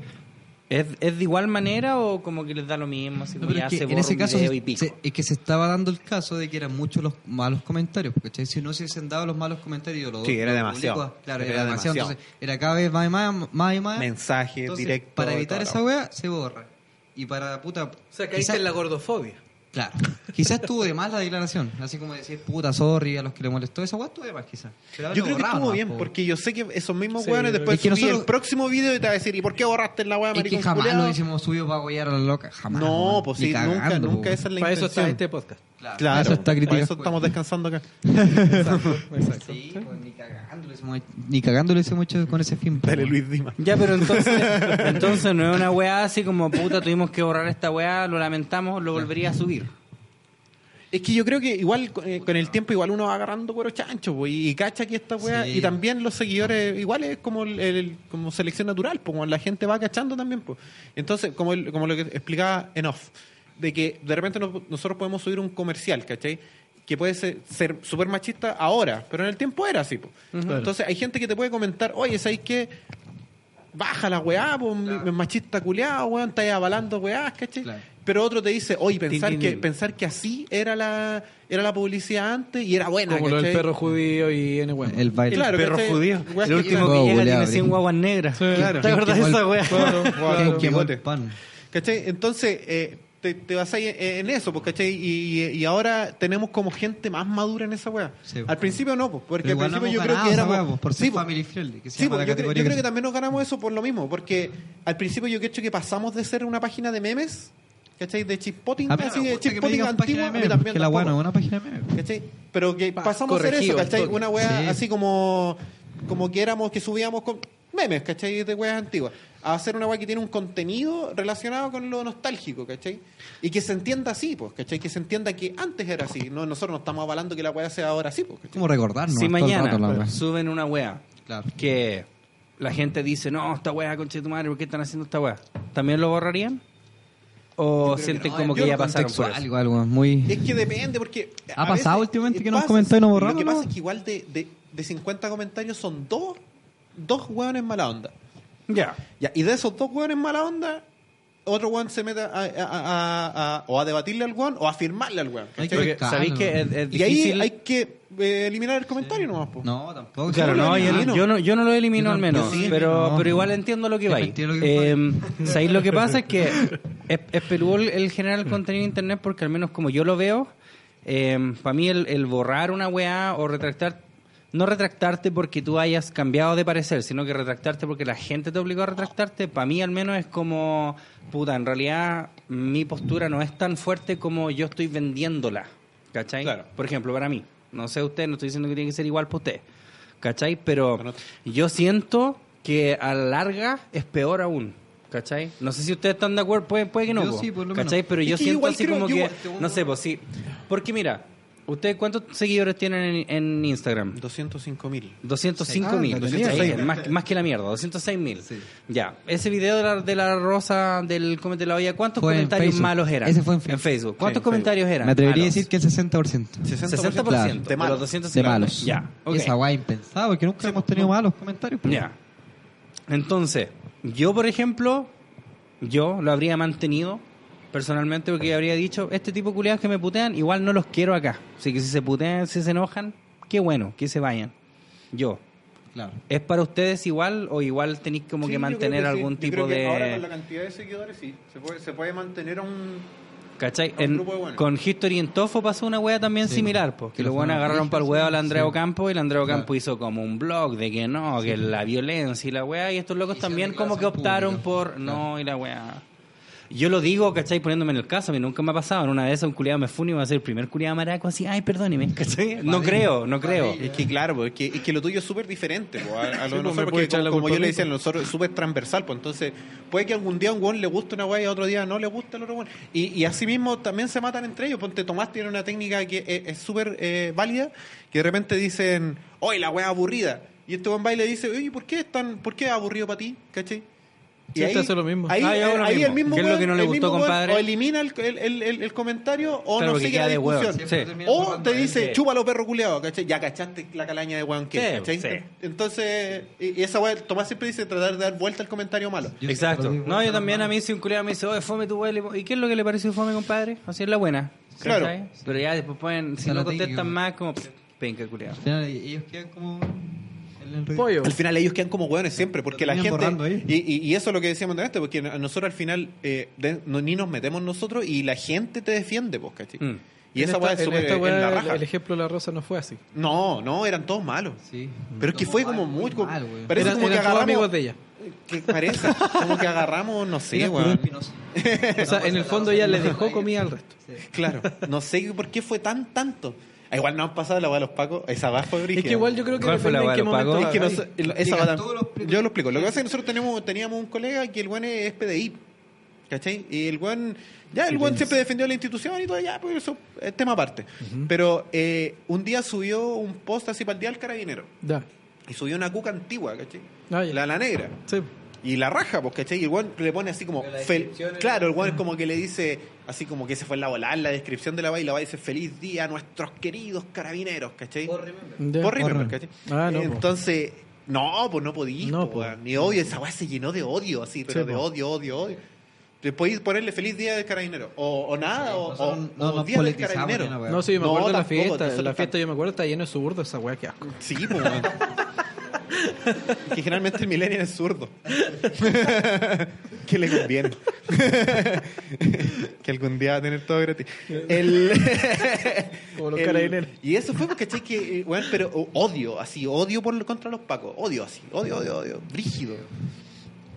es, es de igual manera o como que les da lo mismo? Así
No,
como
pero
ya
es que
se
en
borra
ese
un
caso
video
se-
y pico.
se- es que se estaba dando el caso de que eran muchos los malos comentarios, porque ¿cachai? si no se hubiesen dado los malos comentarios, yo lo
Sí, era
lo
demasiado.
publico, claro,
Era
era, demasiado.
demasiado.
Entonces, era cada vez más y más, más y más.
Mensaje,
Entonces,
directo.
Para
toda
evitar
la
esa wea, se borra. Y para puta.
O sea, caíste en la gordofobia.
Claro. Quizás estuvo de más la declaración. Así como decir, puta, sorry, a los que le molestó esa weá, estuvo de más, quizás. Pero ahora
Yo
lo
creo que
borramos,
estuvo bien,
po.
porque yo sé que esos mismos
Sí,
hueones
yo
después
creo que- Es
subí
que
el
nosotros-
próximo video y te va a decir, ¿y por qué borraste la hueá,
Es
maricón
que jamás
culiao?"
lo hubiésemos subido para apoyar a la loca. Jamás.
No,
weón.
pues
Ni
sí, nunca,
cagando,
nunca
po.
esa es la
Para eso está
intención.
este podcast.
Claro.
Claro,
Eso está
para
criticado.
eso estamos descansando acá.
Sí, pues, ni cagando lo hacemos- ni cagando lo hacemos hecho con ese fin.
Dale Luis Dima.
Ya, pero entonces, entonces no es una weá así como, puta, tuvimos que borrar esta weá, lo lamentamos, lo volvería a subir.
Es que yo creo que igual con- eh, con el tiempo igual uno va agarrando cuero chancho, po, y, y cacha que esta weá,
Sí.
y también los seguidores igual es como el, el- como selección natural, pues la gente va cachando también, pues. Entonces, como el- como lo que explicaba en off, de que de repente no- nosotros podemos subir un comercial, ¿cachai? Que puede ser ser súper machista ahora, pero en el tiempo era así, pues. Entonces, hay gente que te puede comentar, "Oye, ¿sabes qué? baja la weá, po, mi- mi machista culiado, weón, estáis avalando weás, ¿cachai?
Claro.
Pero otro te dice, oye, pensar
tin,
que,
tin.
pensar que así era la, era la publicidad antes y era buena,
Como lo del
¿cachai?
perro judío y N. Bueno.
El baile.
Claro,
Perro
¿cachai?
judío.
Weas
El
que
llevan-
último que llega
Guau,
tiene
Leabri.
100 guaguas negras.
claro.
¿Te acordás de esa weá?
¿Quién quemó
Claro, bigote.
el pan?
¿Cachai? Entonces, eh, te, te basáis en, en eso, pues, ¿cachai? Y, y- y ahora tenemos como gente más madura en esa weá.
Sí,
al
po.
principio no, pues, porque
Pero igual
al
no
principio yo
hemos
creo
ganado
que
esa
era
weá, po, por ser family friendly, que se llama
pues,
la
yo, creo-
categoría
yo creo
que
que
se-
también nos ganamos eso por lo mismo, porque al principio yo creo que pasamos de ser una página de memes, ¿cachai? De chispoting,
A mí no
así
me
de
gusta Ah, que me
chispoting
digan
antiguo,
página de
a mí
memes,
también
porque la weá no
tampoco.
es una página de memes.
¿Cachai? Pero que
Pa-
pasamos a hacer
corregido
eso,
al
¿cachai?
toque.
Una weá
Sí.
así como, como que éramos, que subíamos con memes, ¿cachai? De weas antiguas. A hacer una weá que tiene un contenido relacionado con lo nostálgico, ¿cachai? Y que se entienda así, pues, ¿cachai? Que se entienda que antes era así. No, nosotros no estamos avalando que la weá sea ahora así, pues,
Es
¿cachai?
como recordarnos.
si
todo el
mañana
rato la weá.
suben una wea
Claro.
que la gente dice, no, esta wea, conche tu madre, ¿por qué están haciendo esta wea? ¿También lo borrarían? ¿O sienten
No,
como
yo
que ya
lo
pasaron por
contextual
eso?
igual, weón, muy...
Es que depende, porque.
¿Ha
a
pasado
veces,
últimamente
eh,
que nos
pasa,
comentan y nos
sí,
borramos,
Lo que
no?
pasa es que igual de, de, de 50 comentarios son dos, dos hueones mala onda.
Ya.
Ya, y de esos dos hueones mala onda, otro hueón se mete a, a- a- a- a- o a debatirle al hueón o a firmarle al hueón.
Hay
¿cachai?
que- Claro.
¿Sabéis que es, es
Y ahí
difícil?
hay que eh, eliminar el comentario nomás. po.
Pues No, tampoco.
Claro, no,
yo
yo,
elimino.
yo no, yo no lo elimino
Yo
al menos,
tampoco.
pero,
No.
pero igual entiendo lo que
Es
va. ahí.
mentira lo que
Em, ¿Sabéis lo que pasa? Es que es, es peludo el, el generar contenido en internet porque al menos como yo lo veo, para mí el, el borrar una weá o retractar, no retractarte porque tú hayas cambiado de parecer, sino que retractarte porque la gente te obligó a retractarte, para mí al menos es como, puta, en realidad mi postura no es tan fuerte como yo estoy vendiéndola. ¿Cachai?
Claro.
Por ejemplo, para mí. No sé usted, no estoy diciendo que tiene que ser igual para usted. ¿Cachai? Pero
Pero no-
yo siento que a la larga es peor aún. ¿Cachai? No sé si ustedes están de acuerdo, puede, puede que no.
Yo
po,
sí, por lo
¿Cachai?
menos.
Pero
Es
yo
que
siento
igual
así
creo-
como
yo
que.
igual-
No sé, pues sí. Porque mira, ¿Ustedes cuántos seguidores tienen en, en Instagram?
205 mil.
205
Ah,
mil.
la
206.000.
más, más que la mierda, 206 mil. Ya. Ese video de la, de la rosa del comete de la olla, ¿cuántos
Fue en
comentarios
Facebook.
malos eran?
Ese fue en
Facebook. ¿Cuántos
Sí, en
comentarios eran?
Me atrevería a
Malos.
decir que el 60%.
60%
Claro.
de malos.
los 250.
De malos.
Ya. ok.
Esa guay impensada, porque nunca hemos tenido malos comentarios. pero-
Ya. Entonces, yo, por ejemplo, yo lo habría mantenido personalmente porque habría dicho, este tipo de culiados que me putean, igual no los quiero acá. Así que si se putean, si se enojan, qué bueno, que se vayan. Yo.
Claro.
¿Es para ustedes igual o igual tenéis como
Sí,
que
yo
mantener
creo que sí.
algún
Yo
tipo
creo que
de...
Ahora con la cantidad de seguidores sí, se puede, se puede mantener a un...
¿Cachai?
Un
En-
grupo de buenos.
con History en Tofo pasó una wea también similar, porque
que
los
los
buenos
fueron a
agarraron
juicio,
para el huevo al Andrea
sí.
Ocampo y el Andrea Ocampo hizo como un blog de que no, que la violencia y la wea, y estos locos
Hicieron
también como que
declaración
optaron
pública,
por no y la wea. Yo lo digo, ¿cachai? Poniéndome en el caso, a mí nunca me ha pasado. En una de esas un culiado me fune y va a ser el primer culiado maraco así, ay,
Mm.
perdóneme, ¿cachai? No creo, no creo.
Es que claro, po, es que, es que lo tuyo es súper diferente po, a, a lo
pues,
de
me
nosotros,
puede
porque
echar la
como, como
culpa
yo
a
le
mí,
decía a nosotros, es súper transversal, pues entonces puede que algún día a un weón le guste una weá y a otro día no le guste al otro weón. Y, y así mismo también se matan entre ellos, ponte Tomás tiene una técnica que es- es súper eh, válida, que de repente dicen, oye, la weá aburrida. Y este buen baile dice, oye, ¿por qué, es tan, ¿por qué es aburrido para ti? ¿Cachai?
Sí, te hace lo mismo.
Ahí,
Ah, yo hago lo
ahí el
mismo.
mismo
¿Qué es lo
weón-
que no le
el
gustó,
mismo weón
compadre?
O elimina el, el- el- el- el comentario o
Claro,
no
porque
sigue
queda
la
de huevo.
discusión.
Sí.
O te
Sí.
dice, chúpalo perro culeado, ¿cachai? Ya cachaste la calaña de weón que es,
Sí,
¿cachai?
sí.
Entonces, y, y esa weá, Tomás siempre dice tratar de dar vuelta al comentario malo.
Yo
Exacto.
siempre lo digo,
No, yo
bueno,
también a
hermano.
mí si un culiado me dice, oye, fome tu wea, le digo, ¿y qué es lo que le pareció fome, compadre? Así es la buena.
Claro.
¿cachai? Pero ya después pueden, si
Ya
no
la tengo.
contestan más, como, penca culiado.
Al final, ellos quedan como en el ruido.
Pollo.
Al final ellos quedan como hueones siempre, porque la
terminan borrando
gente...
ahí.
Y, y- y eso es lo que decíamos antes, porque a nosotros al final eh, de- no- ni nos metemos nosotros y la gente te defiende, vos, ¿cachai?
Mm.
Y esa weá es súper
esta
en
weá,
la
el-
raja.
El ejemplo de la rosa no fue así.
No, no, eran todos malos.
Sí.
Pero es que fue como
Muy
muy... como-
mal, güey.
parece
Eran-
como que
eran todos
agarramos...
amigos de ella.
Que parece, como que agarramos, no sé,
Era puro
weón.
espinoso.
O sea,
pues,
en el fondo ella le dejó comida al resto.
Claro, no sé por qué fue tan tanto. Ah, Igual no han pasado la hueá de los pacos, esa va fue brígida.
Es que igual yo creo que
¿Cuál fue la
depende en
weá,
qué momento
lo pagó?
la
Es que no
agarráis.
sé- el- esa
Diga,
va-
tú lo explicas.
yo lo explico. Lo que pasa es que nosotros tenemos, teníamos un colega que el weón es PDI. ¿Cachai? Y el weón, ya el weón siempre defendió la institución y todo, ya, pues eso es tema aparte. Pero eh, un día subió un post así para el día del carabinero.
Ya.
Y subió una cuca antigua, ¿cachai?
Ah, ya.
La, la negra.
Sí.
Y la raja, pues, ¿cachai? Y el weón le pone así como. fel- Claro, el weón es como que le dice, así como que se fue en la volada, en la descripción de la baila, va y dice: Feliz día a nuestros queridos carabineros, ¿cachai?
Ya.
Por Remember,
Remember.
¿cachai?
Ah, no, po.
Entonces, no, pues no podís,
No,
po,
po.
weón. Ni odio, esa weá se llenó de odio, así, pero
Sí,
de
po.
odio, odio, odio. Le podéis ponerle feliz día del carabinero. O, o nada, o, o,
nosotros no-
o
no
día del
politizamos
carabinero.
ni una weá.
No, sí, yo me
No,
acuerdo de la
tampoco,
fiesta.
nosotros
la fiesta
tampoco.
yo me acuerdo, está lleno de zurdo esa weá, qué asco.
Sí, pues, weón. que generalmente el millennial es zurdo. que le conviene. que algún día va a tener todo gratis. El,
Como los
el-
carabineros.
Y eso fue porque, ¿cachai? Que, eh, weón, pero o- odio, así, odio por, contra los pacos. Odio, así, odio, odio, odio. Brígido.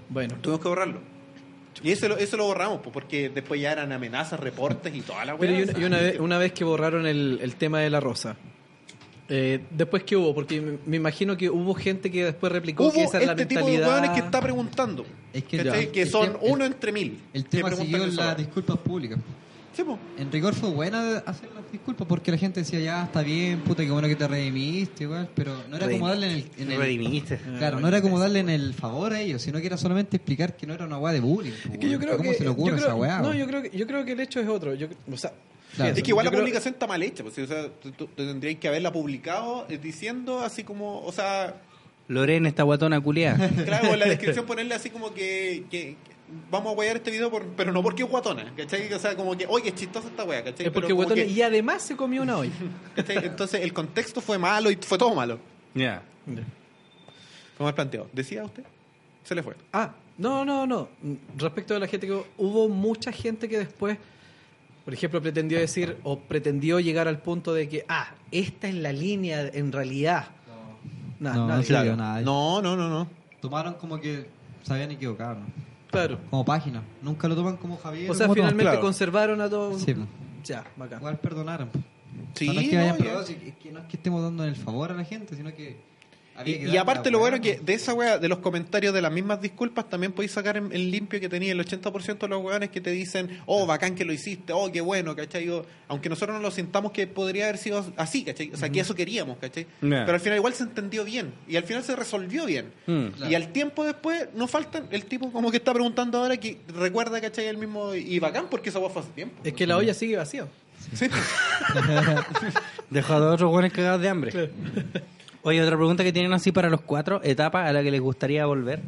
Bueno,
Tuvimos que borrarlo. Y eso lo, eso lo borramos, pues, porque después ya eran amenazas, reportes y toda la weá.
pero y una, y
O sea,
una vez, una vez que borraron el, el tema de la rosa. eh, después qué hubo, porque me, me imagino que hubo gente que después replicó
Hubo
que esa es la
este tipo de
mentalidad.
weones que está preguntando.
Es que
¿cachai?
ya.
que
El
son
tem- el-
uno entre mil.
El
que
tema
preguntan
siguió
esa
las
weá.
disculpas públicas.
Sí, po.
En rigor fue buena de hacer las disculpas porque la gente decía, ya está bien, puta, qué bueno que te redimiste, igual, pero no era como darle en el. en el-
Redimiste.
Ah,
Claro, no era como darle en el favor a ellos, sino que era solamente explicar que no era una weá de bullying. pues,
Es que yo creo
¿Cómo
que,
se le ocurre
yo creo-
esa weá?
No,
weón?
yo creo, que- yo creo que el hecho es otro. Yo, o sea,
Claro.
Es que igual
Yo
la
creo-
publicación está mal hecha, pues, o sea, tú, tú- tú tendrías que haberla publicado eh, diciendo así como, o sea,
Lorena, esta guatona culiada.
claro, en la descripción ponerle así como que, que- que vamos a guayar este video, por- pero no porque es guatona, ¿cachai? O sea, como que, oye, es chistosa esta wea, ¿cachai?
es porque
Pero como
guatones-
que-
Y además se comió una hoy.
¿cachai? Entonces el contexto fue malo y fue todo malo,
Ya.
como el planteado. ¿Decía usted? Se le fue.
Ah, no, no, no. Respecto a la gente que hubo mucha gente que después, por ejemplo, pretendió decir o pretendió llegar al punto de que, ah, esta es la línea en realidad. No,
No,
nadie.
sí,
claro.
yo nada.
No, no, no, no.
Tomaron como que se habían equivocado, ¿no?
Claro.
Como página. Nunca lo toman como Javier.
O sea,
como todo.
finalmente
claro.
conservaron a todos.
Sí, po.
Ya, bacán.
Igual perdonaron. po.
Sí,
O sea, no es que
no,
hayan
ya.
perdonado, si- es que no es que estemos dando el favor a la gente, sino que Había que
Y, y
dar la
aparte lo
weá, pues.
bueno que de esa weá, de los comentarios de las mismas disculpas, también podéis sacar en- el limpio que tenía el 80% de los weones que te dicen, oh, bacán que lo hiciste, oh, qué bueno, ¿cachai? O- aunque nosotros no lo sintamos que podría haber sido así, ¿cachai? O sea, que eso queríamos, ¿cachai?
Yeah.
Pero al final igual se entendió bien y al final se resolvió bien.
Mm.
Y al tiempo después, no faltan el tipo como que está preguntando ahora que recuerda, ¿cachai? El mismo, y bacán porque esa weá fue hace tiempo.
Es que la olla sigue vacía.
Sí.
Dejó a los otros buenos cagados de hambre. Oye, otra pregunta que tienen así para los cuatro, etapa a la que les gustaría volver.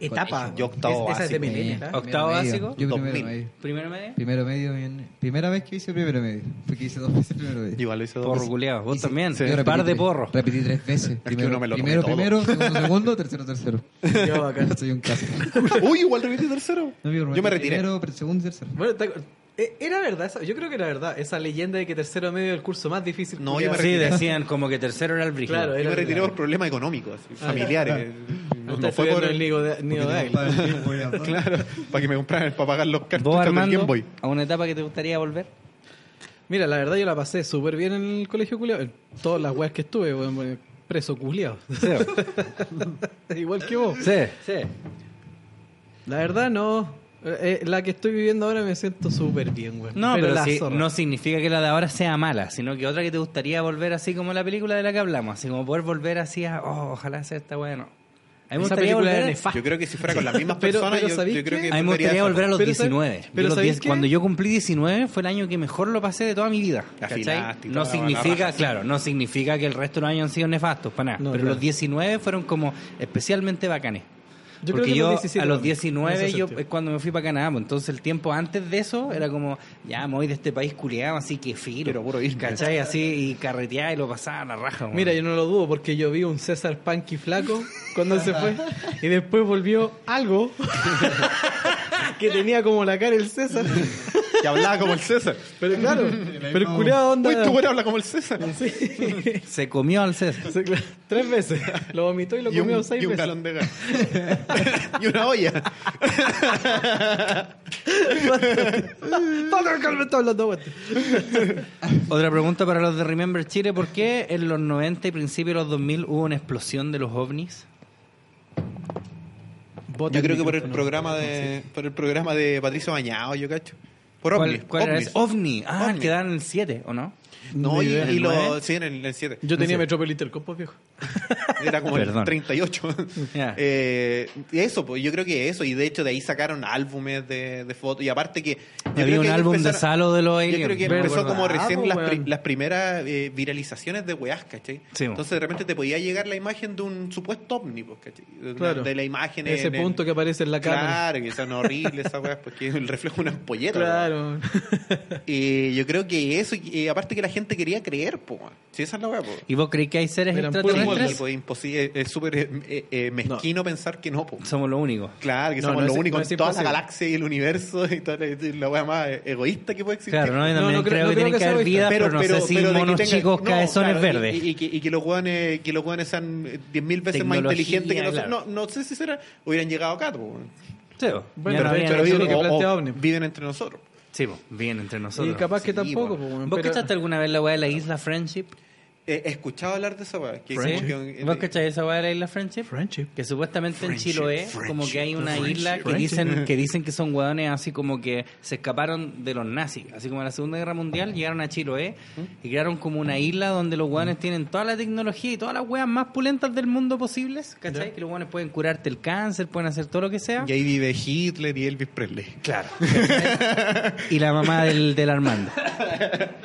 Etapa.
Yo octavo
Es- Esa es de mi
¿eh?
línea.
primero
Octavo
medio.
básico,
Yo
2000.
primero medio.
Primero medio.
Primero medio, bien. Primera vez que hice primero medio. Fue que hice dos veces primero medio.
Igual lo hice dos
Porro
veces.
culiado. Vos
Hice-
también.
yo
Un
repetí
par de
tres-
porros.
Repetí tres veces.
que
Primero,
uno me lo
primero,
come
primero, segundo, segundo, tercero, tercero.
Yo bacán.
Soy un caso.
Uy, igual repetí tercero.
No, amigo,
Yo me retiré.
Primero, pre- segundo y tercero.
Bueno, te acu- eh, era verdad, esa- yo creo que era verdad, esa leyenda de que tercero medio es el curso más difícil.
No,
culiao.
yo me
Sí,
retiré.
decían como que tercero era el brígido.
Claro,
Yo
era
me retiré
verdad.
por problemas económicos, así, familiares.
No, no fue por el nido de, nido de águila.
Claro, para que me compraran, para pagar los
Vos,
cartuchos del Game
Armando,
Boy.
a una etapa que te gustaría volver.
Mira, la verdad yo la pasé súper bien en el colegio culiado. En todas las weas que estuve, weón, weón, preso culiado. Igual que vos.
Sí. Sí.
La verdad no. Eh, eh, la que estoy viviendo ahora me siento súper bien, weón.
No, pero,
la
sí,
zorra.
no significa que la de ahora sea mala, sino que otra que te gustaría volver así como la película de la que hablamos, así como poder volver así a, oh, ojalá sea esta bueno. A mí me
Esa
gustaría
película
volver,
era nefasta.
Yo creo que si fuera con las mismas
Pero-
personas,
pero
yo- yo,
¿sabéis
creo
qué?
que.
a mí me
volvería
gustaría
esa.
volver a los
Pero sabe-
19. Yo
pero
los
¿sabéis
10
qué?
Cuando yo cumplí 19 fue el año que mejor lo pasé de toda mi vida. ¿cachai?
Afilaste y
No
toda la
significa,
raja, sí.
claro, no significa que el resto de los años han sido nefastos, para nada.
No,
pero
claro.
los 19 fueron como especialmente bacanes.
Yo creo
Porque
que
yo
los 17
a los
también, en ese
19 yo,
sentido.
es cuando me fui para Canadá, pues, entonces el tiempo antes de eso era como, ya me voy de este país culeado, así que filo.
Quiero puro irme.
¿Cachai? Así y carreteaba y lo pasaba a la raja.
Mira, yo no lo dudo porque yo vi un César Panky flaco cuando se fue y después volvió algo que tenía como la cara el César.
Que hablaba como el César.
Pero claro, pero el culiado onda.
Uy, tú bueno habla como el César.
Sí.
se comió al César.
Sí, claro. Tres veces. Lo vomitó y lo
Y un,
comió seis
y un
veces.
galón de gas. y una olla.
Todo lo que me está hablando, güey.
Otra pregunta para los de Remember Chile, ¿por qué en los 90 y principios de los 2000 hubo una explosión de los ovnis?
Yo creo que por el programa de por el programa de Patricio Bañado, yo cacho. Por ovnis.
¿Cuál, cuál era
ovnis.
ese? Ovni. Ah,
Ovni.
quedaron en el 7, ¿o no?
No, y,
¿En el
y lo,
nueve?
sí, en el 7.
Yo tenía Metropolitan el copo, viejo.
Era como
Perdón.
el 38.
Ya.
Eh, eso, pues yo creo que eso. Y de hecho, de ahí sacaron álbumes de, de fotos. Y aparte que. Yo creo
Había
que
un
ahí
álbum de
empezaron-
Salo de los aliens.
Yo creo que
me
empezó
acuerdo. Ah,
como recién
pues,
las, pri-
weón.
las primeras eh, viralizaciones de weas, ¿cachai?
Sí, pues. mo.
Entonces de repente te podía llegar la imagen de un supuesto ovni, pues, ¿cachai? De, una-
Claro.
de la imagen
Ese
en el-
punto que aparece en la cámara.
Claro, que son horribles esas weas, porque el reflejo de una ampolleta. weón.
Claro.
Eh, yo creo que eso, y eh, aparte que la gente quería creer, pues. weón. Sí, esa es la wea, pues.
¿Y vos creéis que hay seres
Eran puros
Sí,
extraterrestres?
pues, imposible, es súper eh, eh, eh, mezquino pensar que no, po.
pues.
Somos los únicos.
Claro, que
No,
somos
no
lo
es-
único
no
en
es
toda la
imposible.
galaxia y el universo y toda la, la wea más egoísta que puede existir.
Claro, ¿no? Y también
no creo-
creo,
no creo
que tienen
que
que haber
sea
vidas, pero,
pero,
no
pero-
sé si
pero de que
monos
tenga-
chicos
no,
cabezones
claro,
verdes.
Y, y- y que, y que los guanes que los guanes sean eh, 10.000 veces más
Tecnología,
inteligentes que nosotros.
claro.
No, no sé si será, hubieran llegado acá. pues, po.
Sí, bo.
Bueno,
Ya
pero-
habían
pero
hecho
yo lo
nada.
que plantea
o
Omni.
viven entre nosotros.
Sí, bo, bien entre
Y
nosotros.
capaz que
Sí,
tampoco,
bueno.
pues, weón,
¿Vos
pero-
cachaste alguna vez la weá de la isla Friendship?
Eh, He escuchado hablar de esa wea. Que
¿Sí?
como que-
¿Vos cacháis esa weá de la isla Friendship?
Friendship.
Que supuestamente en Chiloé, como que hay una isla que dicen, que dicen que son hueones así como que se escaparon de los nazis, así como en la Segunda Guerra Mundial, llegaron a Chiloé y crearon como una isla donde los hueones tienen toda la tecnología y todas las hueas más pulentas del mundo posibles, ¿cachai? Que los hueones pueden curarte el cáncer, pueden hacer todo lo que sea.
y ahí vive Hitler y Elvis Presley.
Claro. ¿cachai? y la mamá del, del Armando.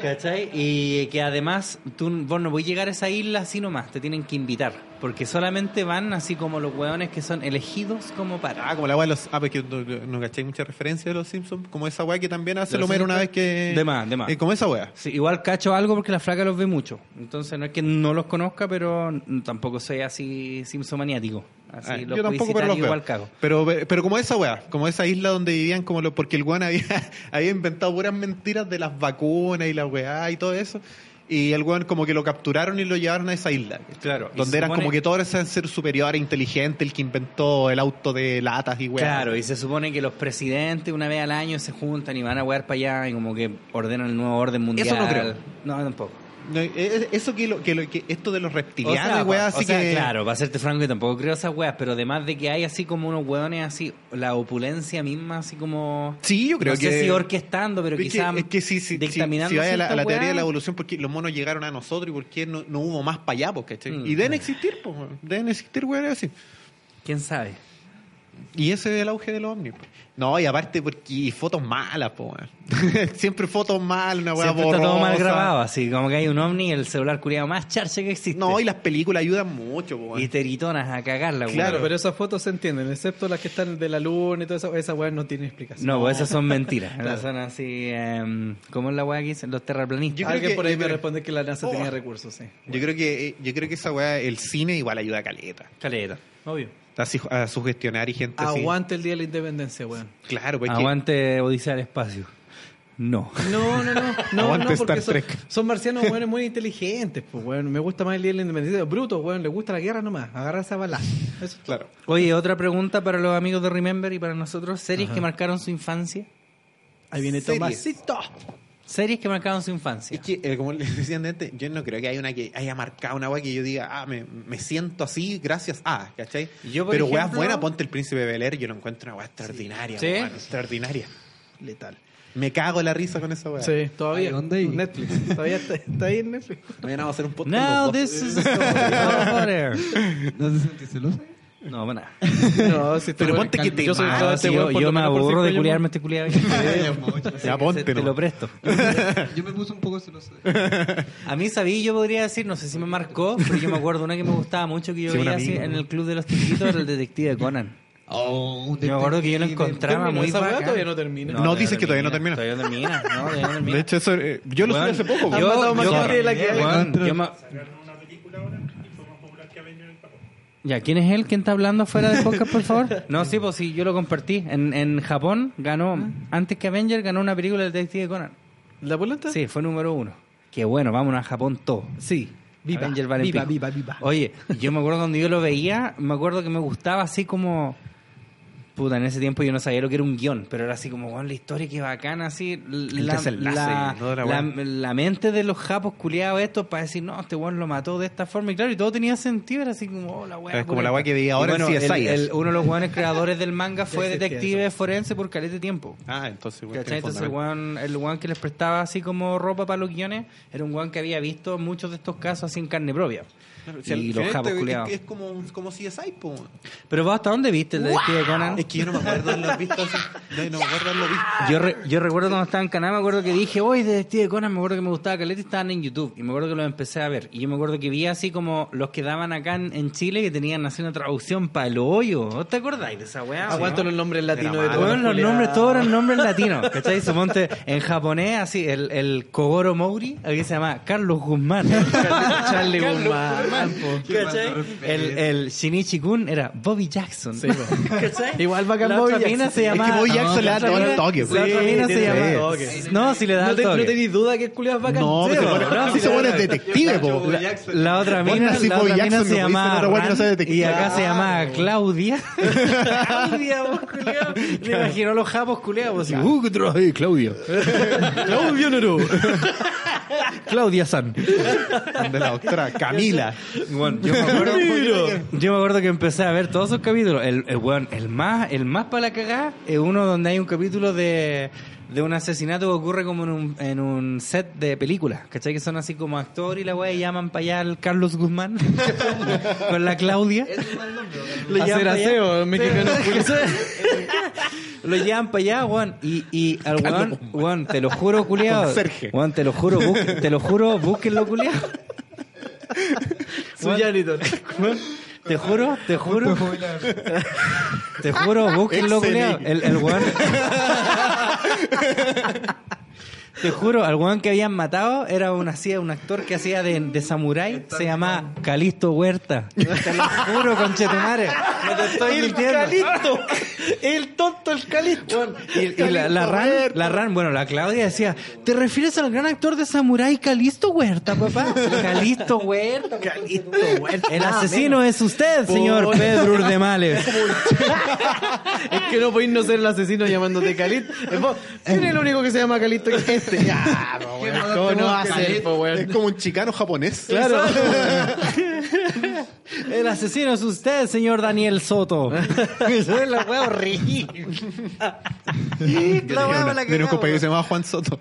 ¿Cachai? Y que además, tú, vos no voy a llegar a esa isla así nomás, te tienen que invitar. Porque solamente van así como los hueones que son elegidos como
Ah,
para.
como la wea de los. Ah, pues que no, no cacháis mucha referencia de los Simpsons. Como esa wea que también hace
¿De los
Homero una vez
Simpsons?
que.
De más, de más.
Eh, como esa wea.
Sí, igual cacho algo porque la flaca los ve mucho. Entonces no es que no los conozca, pero n- tampoco soy así simpsomaniático. Así
Ah,
los
yo tampoco, pero
publicitarios
los veo.
igual cago.
Pero, pero como esa weá, como esa isla donde vivían, como lo, porque el guan había, había inventado puras mentiras de las vacunas y la weá y todo eso. Y el guan como que lo capturaron y lo llevaron a esa isla.
Claro, y
Donde
se
eran
supone-
como que todos eran ser superiores, inteligentes, el que inventó el auto de latas y weá.
Claro, y se supone que los presidentes una vez al año se juntan y van a huear para allá y como que ordenan el nuevo orden mundial.
Eso no creo.
No, tampoco.
No, eh, eh, eso que, lo, que, lo- que esto de los
O
reptilianos,
sea,
y weas
pa-
así
o sea,
que.
claro, para serte franco, yo tampoco creo esas weas, pero además de que hay así como unos weones así, la opulencia misma, así como.
Sí, yo creo
no
que.
sé si orquestando, pero
Es que-
quizás
es que si, si, si, si
dictaminando
vaya a la, a la
ciertas
teoría de la
weas.
evolución, porque los monos llegaron a nosotros y por qué no, no hubo más para allá, pues, ¿cachai?
Mm.
Y deben existir, pues, weón. deben existir, weón, así.
¿Quién sabe?
Y ese es el auge de los ovnis. pues. No, y aparte, porque y fotos malas, pues, weón. Siempre fotos malas, una wea
Siempre está todo mal
borrosa.
grabado, así como que hay un ovni, el celular culiado más charche que existe.
No, y las películas ayudan mucho, pues, weón.
Y teritonas a cagarla, weón.
Claro, pero esas fotos se entienden, excepto las que están de la luna y todo eso. Esa weá no tiene explicación.
No, pues esas son mentiras. Esas Son así, em, ¿cómo es la weá que dicen? Los terraplanistas.
Yo creo
Alguien
que-
por ahí
yo
me
creo-
responde que la NASA
Oh.
tenía recursos, sí.
Yo creo que eh, yo creo que esa weá, el cine igual ayuda a caleta.
Caleta, obvio.
A, si- a sugestionar y gente así.
Aguante el día de la independencia, weón.
Claro, pues que-
Aguante Odisea al espacio. No.
No, no, no, no, no
Aguante
porque
Star
son,
Trek.
son marcianos weones muy inteligentes, pues weón. Me gusta más el día de la independencia. Bruto, weón, le gusta la guerra nomás. Agarrarse a balas. Eso es
Claro.
Oye, otra pregunta para los amigos de Remember y para nosotros. Series que marcaron su infancia.
Ahí viene
Series.
Tomasito.
Series que marcaron su infancia.
Es que, eh, como les decían antes, yo no creo que haya una que haya marcado una weá que yo diga, ah, me, me siento así gracias a, ¿cachai?
Yo, por
Pero weá
ejemplo-
buena, ponte el príncipe Beler, yo lo encuentro una weá extraordinaria,
Sí.
weón, extraordinaria.
Letal.
Me cago en la risa con esa weá.
Sí, todavía.
Ahí, ¿dónde hay?
Netflix. Todavía está, está ahí en Netflix.
Mañana vamos a hacer un podcast. con
Now
vos.
this is a story of water.
¿No te sentís celoso?
No, bueno.
No, si
Pero ponte que te
Yo soy
Ah,
todo
Ah,
este
sí,
weón
yo
por
yo
lo
me
menos por
aburro
cinco
de
años
culiarme este culiado.
Ya ponte,
Te lo
nomás.
presto.
Yo me puse un poco celoso.
A mí sabí, yo podría decir, no sé si me marcó, pero yo me acuerdo una que me gustaba mucho que yo
Sí, un
veía así
amigo.
en el club de los tiquitos era el detective Conan.
Oh,
Yo me acuerdo que yo lo encontraba
¿Terminó
muy
esa weá?
bacán.
Todavía no termina.
No, dices que todavía no termina.
Todavía no termina. No, todavía no termina.
De hecho, eso, eh, yo lo subí
Weón,
hace poco.
Yo,
weón.
matado
yo-
más gente de la que hay.
weón, yo me-
Sacaron una película ahora y fue más popular que Avenger el Papa.
Ya, ¿quién es él? ¿Quién está hablando fuera de podcast, por favor? No, sí, pues sí, yo lo compartí. En, en Japón ganó, antes que Avenger, ganó una película del Detective Conan.
más. ¿La polenta?
Sí, fue número uno. Qué bueno, vámonos a Japón todo.
Sí. Viva,
Avenger vale
viva,
pico.
viva, viva.
Oye, yo me acuerdo cuando yo lo veía, me acuerdo que me gustaba así como... Puta, en ese tiempo yo no sabía lo que era un guión, pero era así como, bueno, la historia, qué bacana, así... La,
desenlace,
la-
toda la
la-
weá.
la mente de los japos culiados estos para decir, no, este weón lo mató de esta forma. Y claro, y todo tenía sentido, era así como, oh, la weá.
Es como
pura
la weá
esta.
que veía
Y
ahora en
bueno, el-
CSI.
el- Uno de los weones creadores del manga fue
existía
detective forense por caleta de tiempo.
Ah, entonces, weón,
¿Cachai?
tiene
Entonces el
fundamento.
weón, el weón que les prestaba así como ropa para los guiones era un weón que había visto muchos de estos casos así en carne propia.
Claro, si al
y
final
los
te-
japos
es-
culiados.
Es como, un- como CSI, po. weón.
Pero vos hasta dónde viste el detective Conan?
Es que yo no me acuerdo de haberlo visto. así. No, no me acuerdo de haberlo visto.
Yo, re- yo recuerdo cuando estaba en Canadá, me acuerdo que dije, hoy Detective Conan, me acuerdo que me gustaba Caleta y estaban en YouTube. Y me acuerdo que los empecé a ver. Y yo me acuerdo que vi así como los que daban acá en, en Chile que tenían así una traducción para el hoyo. ¿No te acordáis de esa weá?
Ah, Aguanto
no?
los nombres latinos de
Era
todos.
Bueno, los
culiados.
nombres, todos eran nombres latinos, ¿cachai? Suponte, en japonés, así, el, el Kogoro Mori, aquí se llama Carlos Guzmán.
Charlie Guzmán. po.
¿Cachai? El, el Shinichi Kun era Bobby Jackson.
Sí, po.
¿Cachai?
Igual bacán
La
Bobby
otra
Jackson.
mina se
Es
llamaba...
que Bobby
No,
Jackson le
la
da
otra
todo el
mina-
toque,
La otra
pues. Sí,
mina se
tiene
llama...
todo el toque.
No, si le da
No,
el
te, no
toque.
tenéis duda que el culiado es bacán.
No,
Sí,
pero
po.
bueno,
No,
ese
sí,
weón
la-
es detective, po.
La otra
Vos
mina,
nací
la
Bo
otra mina
Jackson,
se
no pudiste
llamaba
ser otra weá que no sea
Ran,
detective. Ah.
y acá se llamaba Claudia. Claudia, vos, culiao. Me imagino los japos, culiao. vos, así, "Uh, ¿qué traes, Claudia? Claudia Nero. Claudia San.
De la doctora Camila.
Bueno, yo, me acuerdo, yo me acuerdo que empecé a ver todos esos capítulos. El, el, weón, el más, el más para la cagada es uno donde hay un capítulo de, de un asesinato que ocurre como en un, en un set de películas. ¿Cachai? Que son así como actor y la weá y llaman para allá al Carlos Guzmán con la Claudia.
Le
Hacer
llaman pa' allá.
aseo,
Sí,
mexicano.
sí.
Lo llevan para allá, weón. Y, y al weón, weón, te lo juro, culiado.
Conserje.
Weón, te lo juro, busque- te lo juro, búsquenlo, culiado.
Su janitor.
Weón, Te juro, te juro. Te juro, búsquenlo, culiao. El, el weón. Te juro, al weón que habían matado era un, hacía, un actor que hacía de, de samurái, se llamaba Calisto Huerta. Te lo juro, conchetumare. No te estoy mintiendo.
Calixto. El tonto, el Calixto.
Y, y la, la Ran, la Ran, bueno, la Claudia decía, ¿te refieres al gran actor de Samurai Calisto Huerta, papá? Calisto Huerta, Calisto Huerta. Ah, El asesino es usted, señor
Por-
Pedro Urdemales.
Es que no podéis no ser el asesino llamándote Calixto. Es vos. ¿Quién es el único que se llama Este, Calixto? Es
chiste. Ya, po, weón. ¿Cómo no va a ser, po, weón? Es como un chicano japonés. Claro.
El asesino es usted, señor Daniel Soto. Eso es la wea horrible. la wea para la que
Tiene un compañero que se llamaba Juan Soto.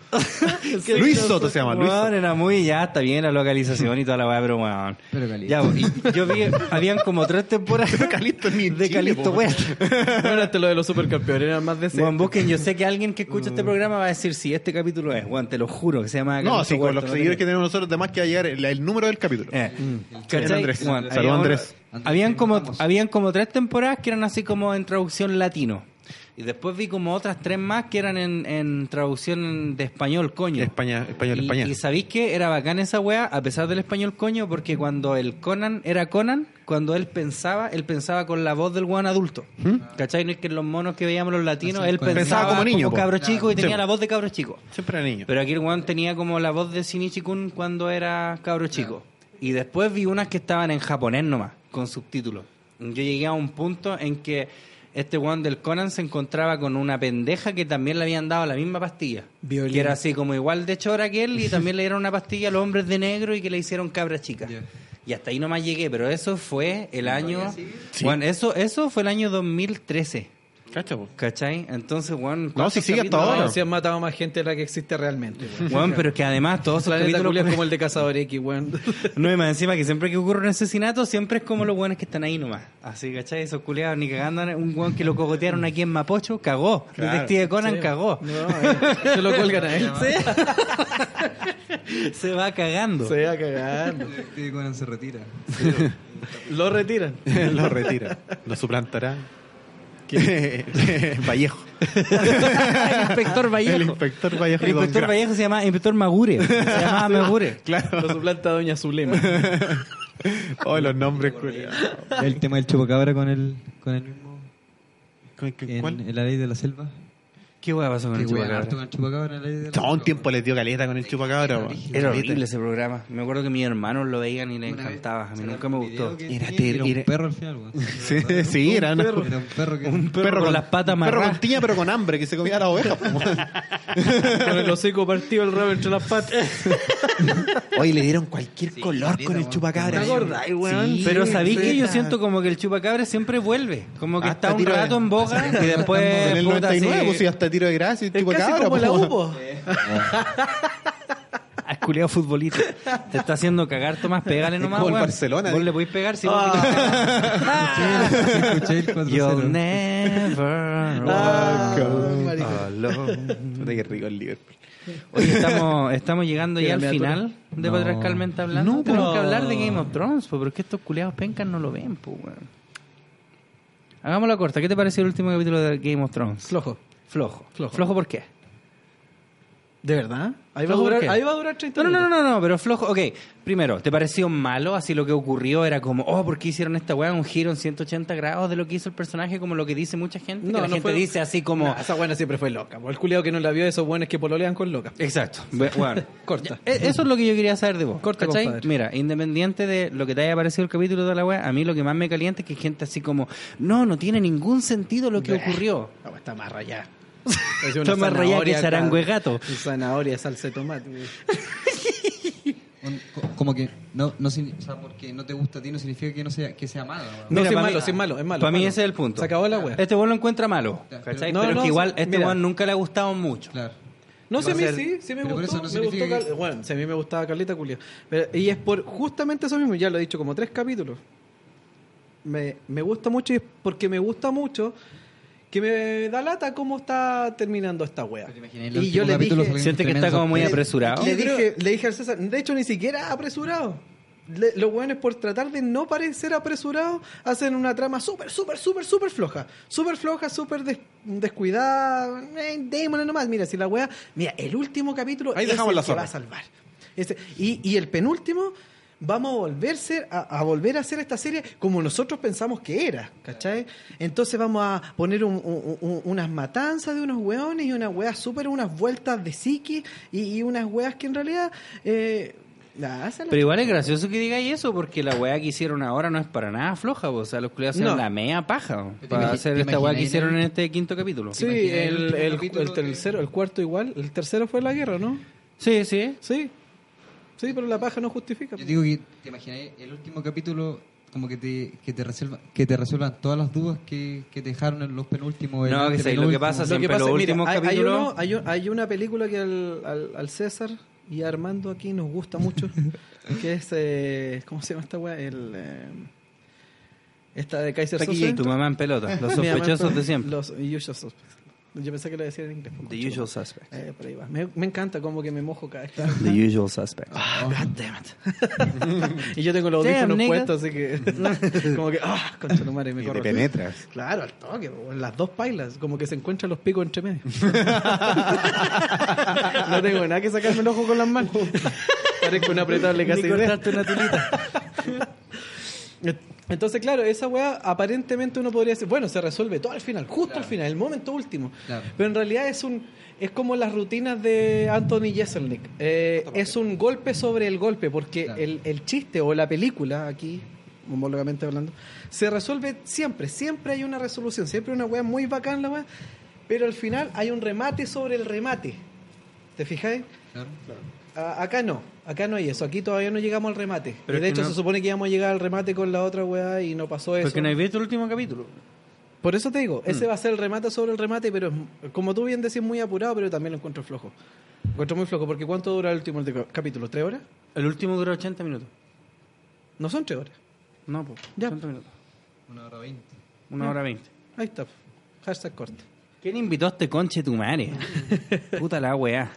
Luis Soto se llama, Luis
Weón,
Soto.
era muy, ya, está bien la localización y toda la weá, pero weón.
Pero Calisto.
Ya, y yo vi, habían como tres temporadas
Calisto ni en
de
Chile,
Calisto
po, weón.
West.
Bueno, hasta este lo de los supercampeones era más de
Juan, busquen, yo sé que alguien que escucha este programa va a decir si este capítulo es, Juan, te lo juro, que se llama
Mm. No,
Calisto
sí, con
Huerta,
los
no
seguidores que
tenés-
tenemos nosotros, además que va a llegar el, el número del capítulo.
Eh, ¿cachai?
Andrés.
Juan,
Saluda,
había-
Andrés.
Habían como, habían como tres temporadas que eran así como en traducción latino. Y después vi como otras tres más que eran en, en traducción de español, coño.
España, español,
y,
España.
y sabéis que era bacán esa weá, a pesar del español coño, porque cuando el Conan era Conan, cuando él pensaba, él pensaba con la voz del weón adulto. ¿Cachai? No es que los monos que veíamos los latinos, él pensaba,
Conan. ¿Mm? Pensaba como
como
niño, po.
cabro chico y
Sí.
tenía la voz de cabro chico.
Siempre era niño.
Pero aquí el weón tenía como la voz de Shinichi Kun cuando era cabro chico. Y después vi unas que estaban en japonés nomás, con subtítulos. Yo llegué a un punto en que este weón del Conan se encontraba con una pendeja que también le habían dado la misma pastilla.
Violín.
Que era así como igual de chora que él y también le dieron una pastilla a los hombres de negro y que le hicieron cabra chica. Y hasta ahí nomás llegué, pero eso fue el año... Bueno, eso, eso fue el año 2013,
Cacha, po.
¿cachai? Entonces, weón...
No, si sigue hasta ahora.
se han matado más gente de la que existe realmente, weón.
Weón, pero es que además todos esos
Planeta
capítulos
Julia es como el de Cazador X, weón.
No, y más encima que siempre que ocurre un asesinato, siempre es como los buenos que están ahí nomás. Así, ¿cachai? Esos culiados ni cagando. Un guan que lo cogotearon aquí en Mapocho, cagó. Detective Conan cagó.
eh, Se lo cuelgan a él.
Se va cagando.
va a cagar.
Detective Conan se retira.
Lo retiran.
lo retira. Lo suplantará. Vallejo.
El inspector Vallejo.
El inspector Vallejo.
El
y Don
inspector
Graf.
Vallejo se llama Inspector Magure. Se llamaba Magure.
Lo suplanta Doña Zulema.
Oh, los nombres culiados.
El tema del chupacabra con el, con el mismo.
¿Cu- cu-
En,
¿Cuál?
en la ley de la selva.
¿Qué hueá pasó con
Que
el
weón,
chupacabra?
harto con el chupacabra en la ley de la
No,
selva.
un tiempo les dio caleta con el chupacabra. po.
Era horrible ese programa. Me acuerdo que mis hermanos lo veían y les encantaba. A mí nunca me gustó.
Era
Era,
ter- era-
un perro al final, weón.
Sí, sí, era una-
Era un perro que.
Un perro, con las patas
un Perro con
marradas.
tiña, pero con hambre, que se comía la oveja.
Con el hocico partido, el rabo entre las patas.
Hoy le dieron cualquier color con el chupacabra. Sí,
Pero sabí que yo
reta.
siento como que el chupacabra siempre vuelve. Como que
Hasta
está un
Ah. tiro de-
rato en boga y después.
En el
Eh, puta,
99,
sí.
pues sí, hasta tiro de gracia, el
Es casi
chupacabra.
como la
po.
UPO.
Al Ah, culiao futbolito. Te está haciendo cagar, Tomás. Pégale nomás.
como el
weón.
Barcelona,
Vos
¿eh?
le podés pegar si vos querés cagar.
Escuché el 4-0.
You'll never
Ah,
Come
marico.
alone. Puta, qué rico el Liverpool.
Oye, estamos, estamos llegando ya al
miniatura.
final de
No.
Patriarcalmente hablando.
No,
Tenemos
po.
que hablar de Game of Thrones, po, pero es que estos culiados pencas no lo ven, pues, weón. Hagámoslo corta. ¿Qué te pareció el último capítulo de Game of Thrones?
Flojo.
Flojo.
Flojo. Este
¿Flojo por qué?
¿De verdad? Ahí va, a
¿Flojo por
durar,
qué?
ahí va a durar 30
No, no, no,
minutos.
no, no, pero flojo. Ok, primero, ¿te pareció malo? Así lo que ocurrió era como, oh, ¿por qué hicieron esta weá? Un giro en 180 grados de lo que hizo el personaje, como lo que dice mucha gente. que la gente
fue-
dice así como.
Nah, esa buena siempre fue loca. po. El culiado que no la vio, esos buenos que pololean con loca.
Exacto. Ve- Bueno,
Corta.
Ya, e- Eso es lo que yo quería saber de vos.
Corta,
¿cachai?
compadre.
Mira, independiente de lo que te haya parecido el capítulo de la weá, a mí lo que más me calienta es que hay gente así como, no, no tiene ningún sentido lo que ocurrió.
No, está más rayada.
Está más rayada que zarangüe gato.
Zanahoria, salsa de tomate.
Un- co- Como que. No, no, signi- o sea, porque no te gusta a ti no significa que, no sea, que sea malo, weón.
No,
Mira,
sí es
pa' mí-
malo, sí es malo, es malo.
Para
es
mí
malo.
ese es el punto.
Se acabó la wea.
Este weón lo encuentra malo. ¿cachai?
No,
pero es
no,
que igual
sí,
este
mira.
weón nunca le ha gustado mucho.
Claro.
No, si a mí
Va a ser-
sí, sí me
pero por
gustó.
eso no
me gustó
significa
Cal-
que-
Bueno, si a mí me gustaba Carlita Culia. Y es por justamente eso mismo, ya lo he dicho como tres capítulos. Me, me gusta mucho y es porque me gusta mucho que me da lata cómo está terminando esta wea.
imagináis los
Y yo
últimos
le
capítulos
dije,
salen
Siente que está
tremendos
como muy
sorpresas.
apresurado.
Le dije, le dije al César, de hecho ni siquiera apresurado. Le- los hueones por tratar de no parecer apresurados hacen una trama súper, súper, súper, súper floja. Súper floja, súper des- descuidada. Eh, démosle nomás. Mira, si la wea... Mira, el último capítulo
Ahí
es
dejamos
el
la
que
zorra.
va a salvar. Ese- y, y el penúltimo... Vamos a volverse a, a volver a hacer esta serie como nosotros pensamos que era, ¿cachai? Entonces vamos a poner un- un- un- unas matanzas de unos hueones y unas weas súper, unas vueltas de psiqui y, y unas weas que en realidad eh, Nah, se la-
Pero igual es gracioso que digáis eso, porque la weá que hicieron ahora no es para nada floja, po. o sea, los culiados hacen
No.
la mea paja po,
¿Te
para
imagi-
hacer
te
esta weá que
imagináis
hicieron
el-
en este quinto capítulo.
Sí,
imaginas el
el,
último
el-
capítulo
el tercero, el cuarto igual. El tercero fue la guerra, ¿no?
Sí, sí.
Sí. Sí, pero la paja no justifica.
Yo digo que te imagináis el último capítulo como que te, que te, resuelva- que te resuelvan todas las dudas que, que te dejaron en los penúltimos. el
No, que sé, lo que
antepenúltimo.
pasa
Lo que
siempre
pasa
los
es, mira,
últimos
hay, hay
capítulos.
uno- hay un- hay una película que al, al- al César y a Armando aquí nos gusta mucho, que es, eh, ¿cómo se llama esta weá? El, eh, esta de Kaiser
Taquilla y
Soze.
tu mamá en pelota, los
Mi mamá-
sospechosos de siempre.
Los usual suspects. Yo pensé que lo decía en inglés.
The
concha, weón.
usual suspects.
Eh, por ahí va. Me, me encanta como que me mojo cada vez.
The usual suspects.
Ah, God damn it. y yo tengo los
Damn,
audífonos
nigga.
puestos, así que como que ah, concha tu madre, me
Y te
corro.
penetras.
Claro, al toque, po, en las dos pailas, como que se encuentran los picos entre medio. no tengo nada que sacarme el ojo con las manos. Parezco un apretable casi.
una tulita.
Entonces, claro, esa weá aparentemente uno podría decir, bueno, se resuelve todo al final, justo al final, el momento último.
Claro.
Pero en realidad es un es como las rutinas de Anthony Jeselnik. Eh, es un golpe sobre el golpe, porque
Claro.
Eh, el, el chiste o la película aquí, homólogamente hablando, se resuelve siempre, siempre hay una resolución, siempre una weá muy bacán la weá, pero al final hay un remate sobre el remate. ¿Te fijáis?
Claro.
A- acá no, acá no hay eso, aquí todavía no llegamos al remate.
Pero
Y de
es que
hecho
no-
se supone que íbamos a llegar al remate con la otra weá y no pasó eso.
Porque no Mm. he visto el último capítulo.
Por eso te digo, ese va a ser el remate sobre el remate, pero es m- como tú bien decís, muy apurado, pero también lo encuentro flojo. Lo encuentro muy flojo, porque ¿cuánto dura el último de- capítulo? ¿Tres horas?
El último duró 80 minutos.
No son tres horas.
No, pues,
Ya.
80 minutos.
Una hora veinte.
Una hora 20.
Ahí está. Hashtag corto.
¿Quién invitó a este conche tu madre? Puta la weá.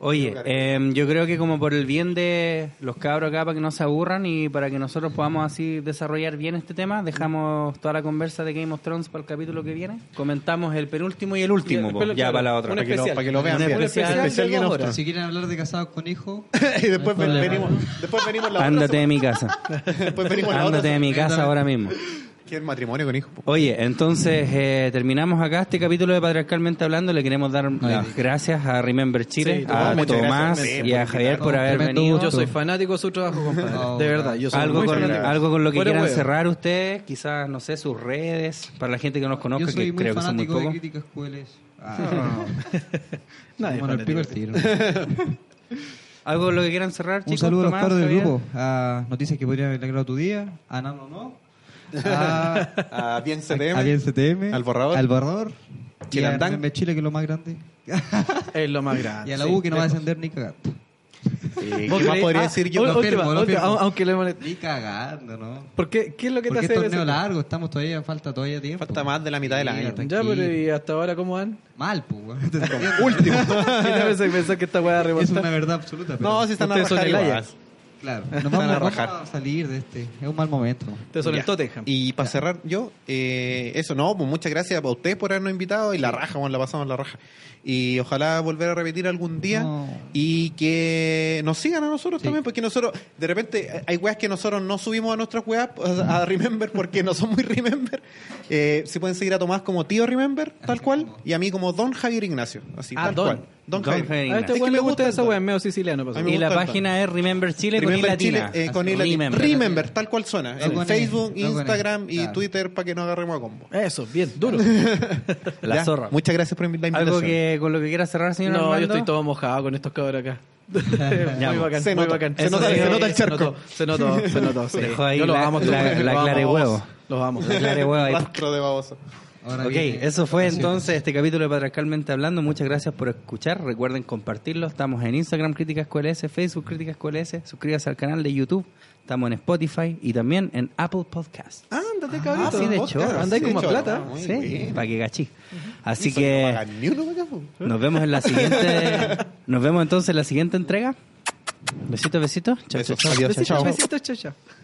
Oye, eh, yo creo que como por el bien de los cabros acá, para que no se aburran y para que nosotros podamos así desarrollar bien este tema, dejamos toda la conversa de Game of Thrones para el capítulo que viene. Comentamos el penúltimo y el último, po, ya para la otra.
Un especial.
para que lo vean
Un
bien.
especial,
Un especial
de dos
Game of
horas.
Si quieren hablar de casados con hijos,
y después,
No hay problema.
ven- venimos, después venimos la
Ándate
otra.
de mi casa.
Después venimos la otra.
Ándate de mi casa ahora mismo.
¿Qué es matrimonio con hijo?
Oye, entonces eh, terminamos acá este capítulo de Patriarcalmente Hablando. Le queremos dar las gracias a Remember Chile,
Sí,
a
Tomás, muchas
Tomás
gracias,
y a
por
Javier por haber
Tremendo
venido.
gusto.
Yo soy fanático de su trabajo, compadre.
No,
de verdad, yo soy
Algo
muy
con,
fanático.
algo con lo que
Fuera
quieran
huevo.
cerrar ustedes, quizás, no sé, sus redes, para la gente que nos conozca,
yo soy
que
muy
creo que son muy
fanático de
pocos.
críticas cueles. Ah,
Nadie
bueno, el
fanático.
pico el tiro.
Algo con lo que quieran cerrar,
Un
chicos.
saludo a los
Tomás,
caros del
Javier.
grupo. A Noticias que podrían haber alegrado tu día. A Nano No. A,
A Ah, bien
a ah, Bien
CTM.
CTM.
Al Borrador.
Al Borrador. Y a
Chilandán.
Remember Chile, que es lo más grande.
Es lo más grande.
Y a la
sí.
U, que no va a descender ni cagando.
Eh,
¿Vos
¿Qué más
creí?
podría
Ah,
decir yo?
ul-
Lo
última,
firmo, lo
última,
firmo.
Aunque le moleste.
Ni cagando, ¿no?
¿Por qué? ¿Qué es lo que te
Porque es
hace
torneo
ese-
largo, estamos todavía, falta todavía tiempo.
Falta más de la mitad del
Sí,
año.
Ya,
tranquilo.
pero ¿y hasta ahora cómo van?
Mal, pues, weón.
Último.
Ya pensé, pensé que esta weá
Es una
remontar.
verdad absoluta. Pero,
No, si están a
Ustedes son
rajar
el
igual.
Ajax.
Claro, nos
Van
vamos,
a
a vamos
rajar.
a salir de este. Es un mal momento.
Ustedes son el
Ya.
Tottenham.
Y para cerrar yo, eh, eso no, pues muchas gracias a ustedes por habernos invitado y la raja, bueno, la pasamos la raja. Y ojalá volver a repetir algún día
No.
y que nos sigan a nosotros
Sí.
también, porque nosotros, de repente, eh, hay weas que nosotros no subimos a nuestras weas a a Remember porque no son muy Remember. Eh, si pueden seguir a Tomás como tío Remember, tal cual, y a mí como Don Javier Ignacio, así,
Ah,
tal
Don.
cual. Don,
Don
Javier.
Javier
A este
Es
weón
que
le
me
gusta
gusta
esa
el-
weá, es medio siciliano.
A
pasó.
mí me
Y la
gusta el
página es Remember Chile
Remember
con I latina.
Chile, eh, con I latina.
Remember.
Remember. tal cual suena.
Lo
en
ponen,
Facebook,
lo ponen,
Instagram y
claro.
Twitter para que no agarremos a combo.
Eso, bien, duro.
La
Ya,
zorra.
Muchas gracias por la invitación.
Algo que, con lo que quiera cerrar, señor
No, yo
Armando.
estoy todo mojado con estos cabros acá. muy bacán,
Se
muy
nota,
bacán.
se
Eso
nota-
sí,
se nota el
se
charco.
notó, Se notó, se notó. sí.
Dejó ahí
Yo los
la-
amo,
la-
estos
la
weones, los
clara y
amo a
huevo.
todos. Los amo.
La clara de huevo ahí.
Rastro de baboso.
Ahora
Ok,
viene-
eso fue entonces este capítulo de Patriarcalmente Hablando. Muchas gracias por escuchar. Recuerden compartirlo. Estamos en Instagram Críticas QLS, Facebook Críticas QLS. Suscríbase al canal de YouTube. Estamos en Spotify y también en Apple Podcast.
Ándate, cabrón.
sí, de hecho.
Andáis
Sí,
como a
de hecho,
plata.
muy
sí,
bien.
para que gachí. Así
Eso no
que
pagan ni uno, weón.
nos vemos en la siguiente. Nos vemos entonces en la siguiente entrega. Besitos, besitos. Chao,
Besos.
chao, chao.
Adiós,
Besitos,
chao.
besitos, chao, chao.